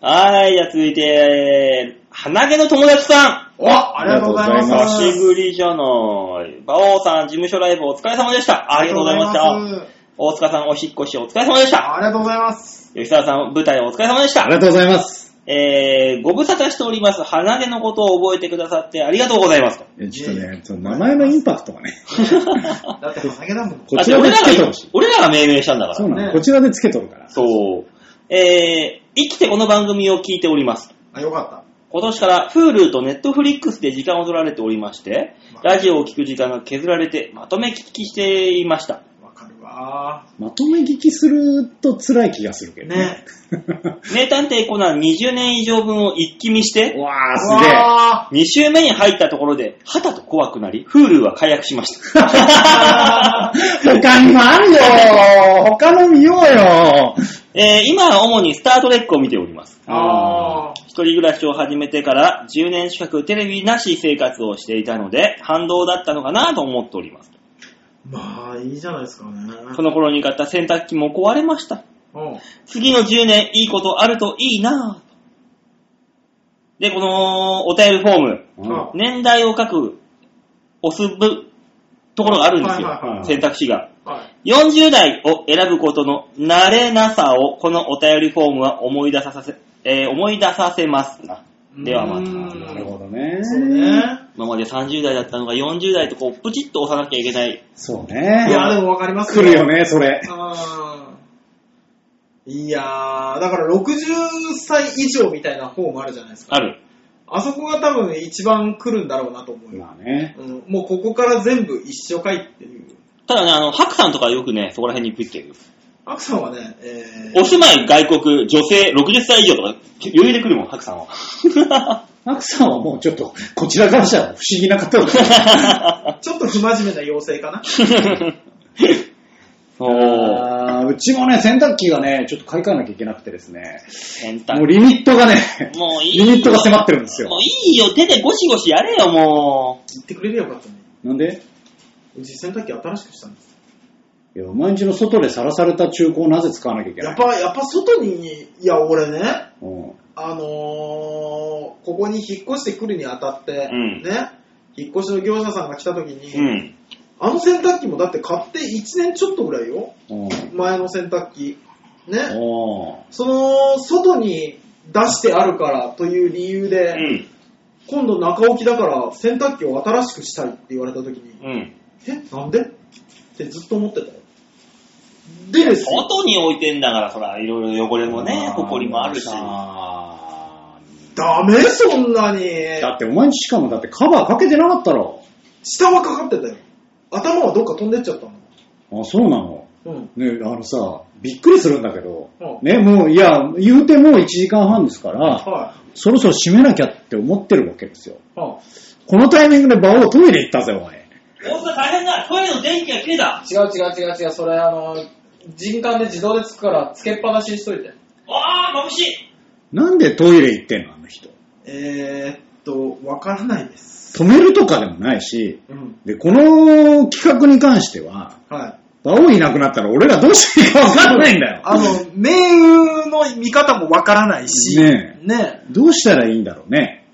B: はい、じゃあ続いて、鼻毛の友達さん。
C: おありがとうございます。
A: ありがとうございま
B: 久しぶりじゃない。馬王さん、事務所ライブお疲れ様でした。ありがとうございました。大塚さん、お引っ越しお疲れ様でした。
C: ありがとうございます。
B: 吉沢さん、舞台お疲れ様でし
A: あ
B: た
A: り。がとうございます。
B: えー、ご無沙汰しております。鼻毛のことを覚えてくださってありがとうございます。
A: えちょっとね、その名前のインパクトがね、
C: だって鼻毛だもん。
A: こ
B: だっ
A: ち
B: て
A: ら
B: 俺
A: で
B: ら
A: つ
B: が
A: けとるし。
B: 俺らが命名したんだから。
A: そうなの、
C: ね
A: こちらでつけとるから。
B: そう。えー、生きてこの番組を聞いております。
C: あ、よかっ
B: 今年から Hulu と Netflix で時間を取られておりまして、ラジオを聞く時間が削られて、まとめ聞きしていました。
C: た。わかるわ
A: まとめ聞きすると辛い気がするけ
C: ー。
A: ど
C: ね。
B: 名探偵コナン20年以上分を一気見して、
A: わあ、すげえ。
C: わ
B: 2週目に入ったところで、はたと怖くなり、Hulu は解約しました。
A: 他にもあるよ他の見ようよ
B: えー今は主にスタートレックを見ております。
C: ー。あー。
B: 一人暮らしを始めてから10年近くテレビなし生活をしていたので、反動だったのかなと思っております。
C: まあ、いいじゃないですかね。
B: この頃に買った洗濯機も壊れました。
C: うん。
B: 次の10年いいことあるといいなぁと。で、このお便りフォーム、
C: うん
B: 年代を書く、押すぶ、ところがあるんです
C: はいはい
A: は
B: よ。
A: い
B: 選択肢が。
C: はい。
B: 40代を選ぶことの慣れなさを、このお便りフォームは思い出させ、えー思い出させますな。ではまた
C: うーん
A: なるほどね。
C: そうね。
B: 今まで30代だったのが40代とこう、プチッと押さなきゃいけない。
A: そうね。
C: いや、でもわかります
A: 来るよ。ね、それ。
C: うん。いやー、だから60歳以上みたいな方もあるじゃないですか。
B: ある。
C: あそこが多分一番来るんだろうなと思うよ。
A: まあね。
C: うん、もうここから全部一緒かいっていう。
B: ただね、あの、白さんとかよくね、そこら辺に行くってる。
C: アクさんはね、えー
B: お住まい外国、女性60歳以上とか、余裕で来るもん、白さんは。
A: アクさんはもうちょっと、こちらからしたら不思議な方だから
C: ちょっと不真面目な妖精かな。
B: そう。
A: あーうちもね、洗濯機がね、ちょっと買い替えなきゃいけなくてですね、
B: 洗
A: も
B: 濯。
A: うリミットがね、
B: もういいよ
A: リミットが迫ってるんですよ
B: も。ういいよ、手でゴシゴシやれよ、も
C: 言ってくれりゃよかったね。
A: なんで
C: うち洗濯機新しくしたんです。
A: いや、お前んちの外でさらされた中古をなぜ使わなきゃいけ
C: や
A: な
C: っ
A: い
C: ぱ、やっぱ外に、いや、俺ね、
A: うん
C: あのー、ここに引っ越してくるにあたって、
B: うん
C: ね、引っ越しの業者さんが来た時に、
B: う。うん。
C: あの洗濯機もだって買って1年ちょっとぐらいよ。
A: うん
C: 前の洗濯機。ね。
A: おー
C: その、外に出してあるからという理由で、
B: うん。
C: 今度中置きだから洗濯機を新しくしたいって言われた時に、
B: うん。
C: え、なんでってずっと思ってたよ。でですよ。
B: 外に置いてんだから、そら、いろいろ汚れもね、
A: あー
B: ほこりもあるし。
A: さ
C: ダメ、そんなに。
A: あだってお前んちしかもだってカバーかけてなかったろ。
C: 下はかかってたよ。頭はどっか飛んでっちゃったの。
A: あ、そうなの。
C: うん。
A: ね、あのさ、びっくりするんだけど、
C: うん
A: ね、もう、いや、言うてもう1時間半ですから、
C: は
A: そろそろ閉めなきゃって思ってるわけですよ。
C: い。は
A: このタイミングで場をトイレ行ったぜ、お前。
B: 大塚大変だ、トイレの電気が切れた。
C: い、違う違う違う違う、それあの、人感で自動でつくから、つけっぱなしにしといて。
B: わー、眩しい。
A: なんでトイレ行ってんの、あの人。
C: えー、っと、わからないです。
A: 止めるとかでもないし、
C: うん。
A: で、この企画に関しては、
C: はい。
A: 場をいなくなったら俺らどうしていいかわかんないんだよ。
C: あの、名誉の見方もわからないし、
A: ね
C: ね
A: どうしたらいいんだろうね。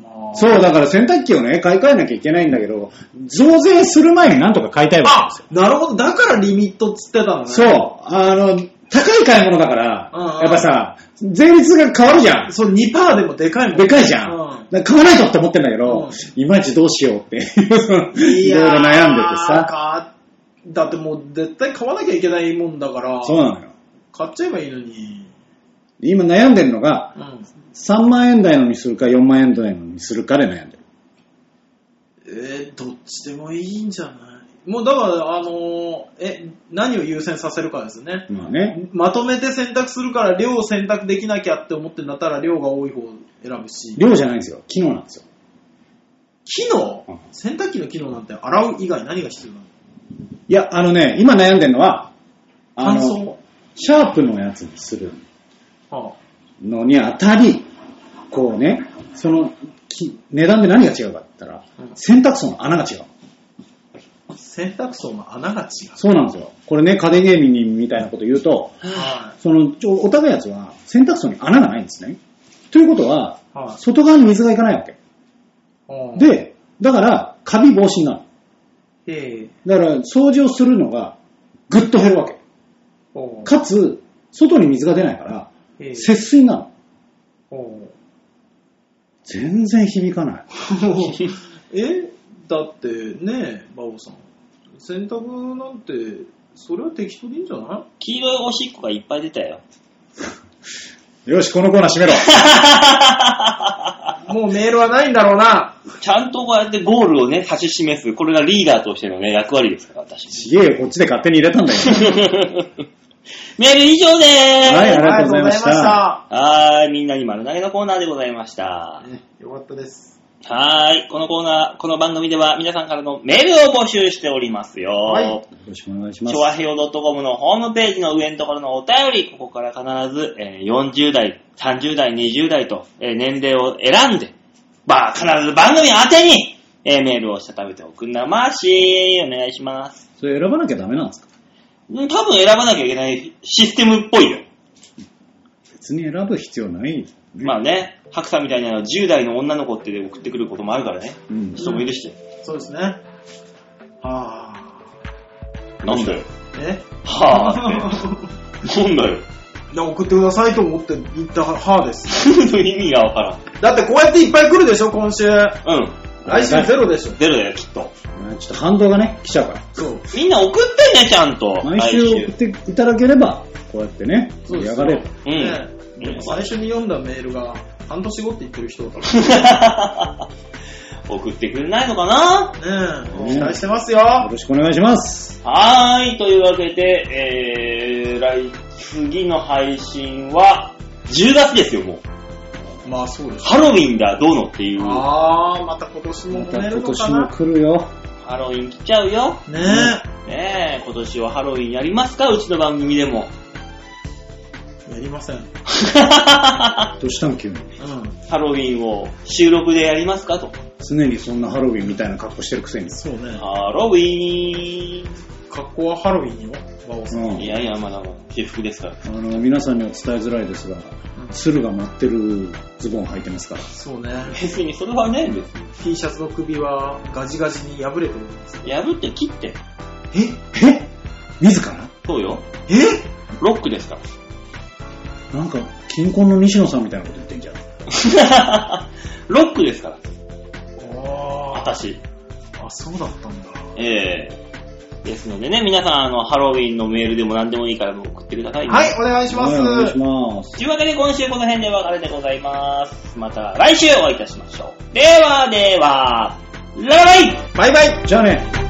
C: まあ
A: そう、だから洗濯機をね、買い替えなきゃいけないんだけど、増税する前になんとか買いたいわ
C: あ、なるほど。だからリミットっつってたのね。
A: けですよ。そう、あの、高い買い物だから、
C: うんうん
A: やっぱさ、税率が変わるじゃん。
C: そう、2%でもでかいもん。
A: でかいじゃん。
C: うん
A: だから買わないとって思ってんだけど、
C: うん
A: いまいちどうしようって、いろ
C: い
A: い
C: や
A: ろ
C: ー
A: 悩んでてさ。
C: かだってもう絶対買わなきゃいけないもんだから、
A: そうなのよ。
C: 買っちゃえばいいのに。
A: 今悩んでるのが、
C: うん。
A: 3万円台のにするか4万円台のにするかで悩んでる。
C: えー、どっちでもいいんじゃないもうだから、あのーえ、何を優先させるかですね。
A: まあね。
C: まとめて選択するから量を選択できなきゃって思ってんだったら量が多い方を選ぶし。
A: 量じゃないんですよ。機能なんですよ。
C: 機能
A: うん
C: 洗濯機の機能なんて洗う以外何が必要なの
A: いや、あのね、今悩んでるのは、あ
C: 感
A: の、
C: 想。
A: シャープのやつにする
C: は
A: のにあたり、こうね、その、き値段で何が違うかって言ったら
C: うん、
A: 洗濯槽の穴が違う。
C: あ、洗濯槽の穴が違う。
A: そうなんですよ。これね、家電芸人みたいなこと言うと、
C: は
A: その、ちょお高いやつは洗濯槽に穴がないんですね。ということは、
C: い。は
A: 外側に水がいかないわけ。
C: い。うん、
A: で、だから、カビ防止になる。
C: ええ
A: だから、掃除をするのがぐっと減るわけ。
C: おう
A: かつ、外に水が出ないから、
C: ええ
A: 節水なの。
C: お う
A: 全然響かない。
C: えだってね、バオさん。洗濯なんて、それは適当でいいんじゃない
B: 黄色いおしっこがいっぱい出たよ。
A: よし、このコーナー閉めろ。
C: もうメールはないんだろうな。
B: ちゃんとこうやってゴールをね、指し示す。これがリーダーとしてのね、役割ですから、私。
A: ちげえよ、こっちで勝手に入れたんだよ。
B: メール以上で
A: は
B: ーす。
A: いありがとうございました
C: あ
B: はーい、みんなに丸投げのコーナーでございました
C: りがとうございました。。ねよかったです。
B: はーい、このコーナー、この番組では皆さんからのメールを募集しておりますよ。
C: はい
A: よろしくお願いします
B: 昭。和平洋 .com のホームページの上のところのお便り、ここから必ず、えー40代、30代、20代と、えー年齢を選んで、まあ、必ず番組宛てに、えーメールをしたためておくんなまし、お願いします。
A: それ選ばなきゃダメなんですか
B: うん多分選ばなきゃいけないシステムっぽいよ。
A: 別に選ぶ必要ない。
B: まあね、白さんみたいな10代の女の子って送ってくることもあるからね。
A: うん。
B: 人もいるし。
C: そうですね。あ
B: なんだよ。
C: あ。ね。
B: はぁって。なんだよ。
C: で送ってくださ いと思って言ったはです。
B: 意味がわからん。
C: だってこうやっていっぱい来るでしょ、今週。来
B: うん。
C: 週ゼロでしょ。
B: ゼロだよ、きっと。
A: まあちょっと反動がね、来ちゃうから。
C: そう。
B: みんな送ってね、ちゃんと。
A: 毎週送っていただければ、こうやってね、
C: そう
A: 盛り
C: で
A: 上
C: す
A: がれる。
B: うん。
C: ねでも最初に読んだメールが半年後って言ってる人だか
B: 送ってくれないのかな
C: らね。
A: ね
C: 期待してます
A: よ
C: よ。
A: ろしくお願いします。
B: はーい、というわけで、えー、来、次の配信は、10月ですよ、もう。
C: まあそうです。
B: ハロウィンだ、どうのっていう。ハ
C: ああ、また今年も
A: ま
C: 来
A: た
C: れる
A: 今
C: のか
A: 年も
C: な。
A: 来るよ。
B: ロウィン来ちゃうよ。
C: ね
B: ねえ、今年はハロウィンやりますかうちの番組でも。
C: え。やりません。うん。
A: どうしたん急に。
B: ハロウィンを収録でやりますかと。
A: 常にそんなハロウィンみたいな格好してるくせに。
C: そうね。
B: ハロウィーン。
C: 格好はハロウィンよ、馬王
A: う
C: さん。
A: ん
B: いやいや、まだまだ、私服ですから。
A: あの皆さんには伝えづらいですが、鶴が舞ってるズボン履いてますから。
C: そうね。
B: 別にそれはね、別
C: T シャツの首はガジガジに破れてるんです。
B: に。破って切って。
A: ええ自ら
B: そうよ。
C: え
B: ロックですから。
A: なんか、金婚の西野さんみたいなこと言ってんじゃん。
B: ロックですから、
C: あー
B: 私。
C: あ、そうだったんだ。
B: ええですのでね、皆さん、あの、ハロウィンのメールでも何でもいいから送ってください、ね。
C: はい、お願いしま
A: はいお願いし
C: す。
A: ます。
B: というわけで、今週この辺でお別れでございます。また来週お会いいたしましょう。ではでは、ララバイ
C: バイバイ
A: じゃあね。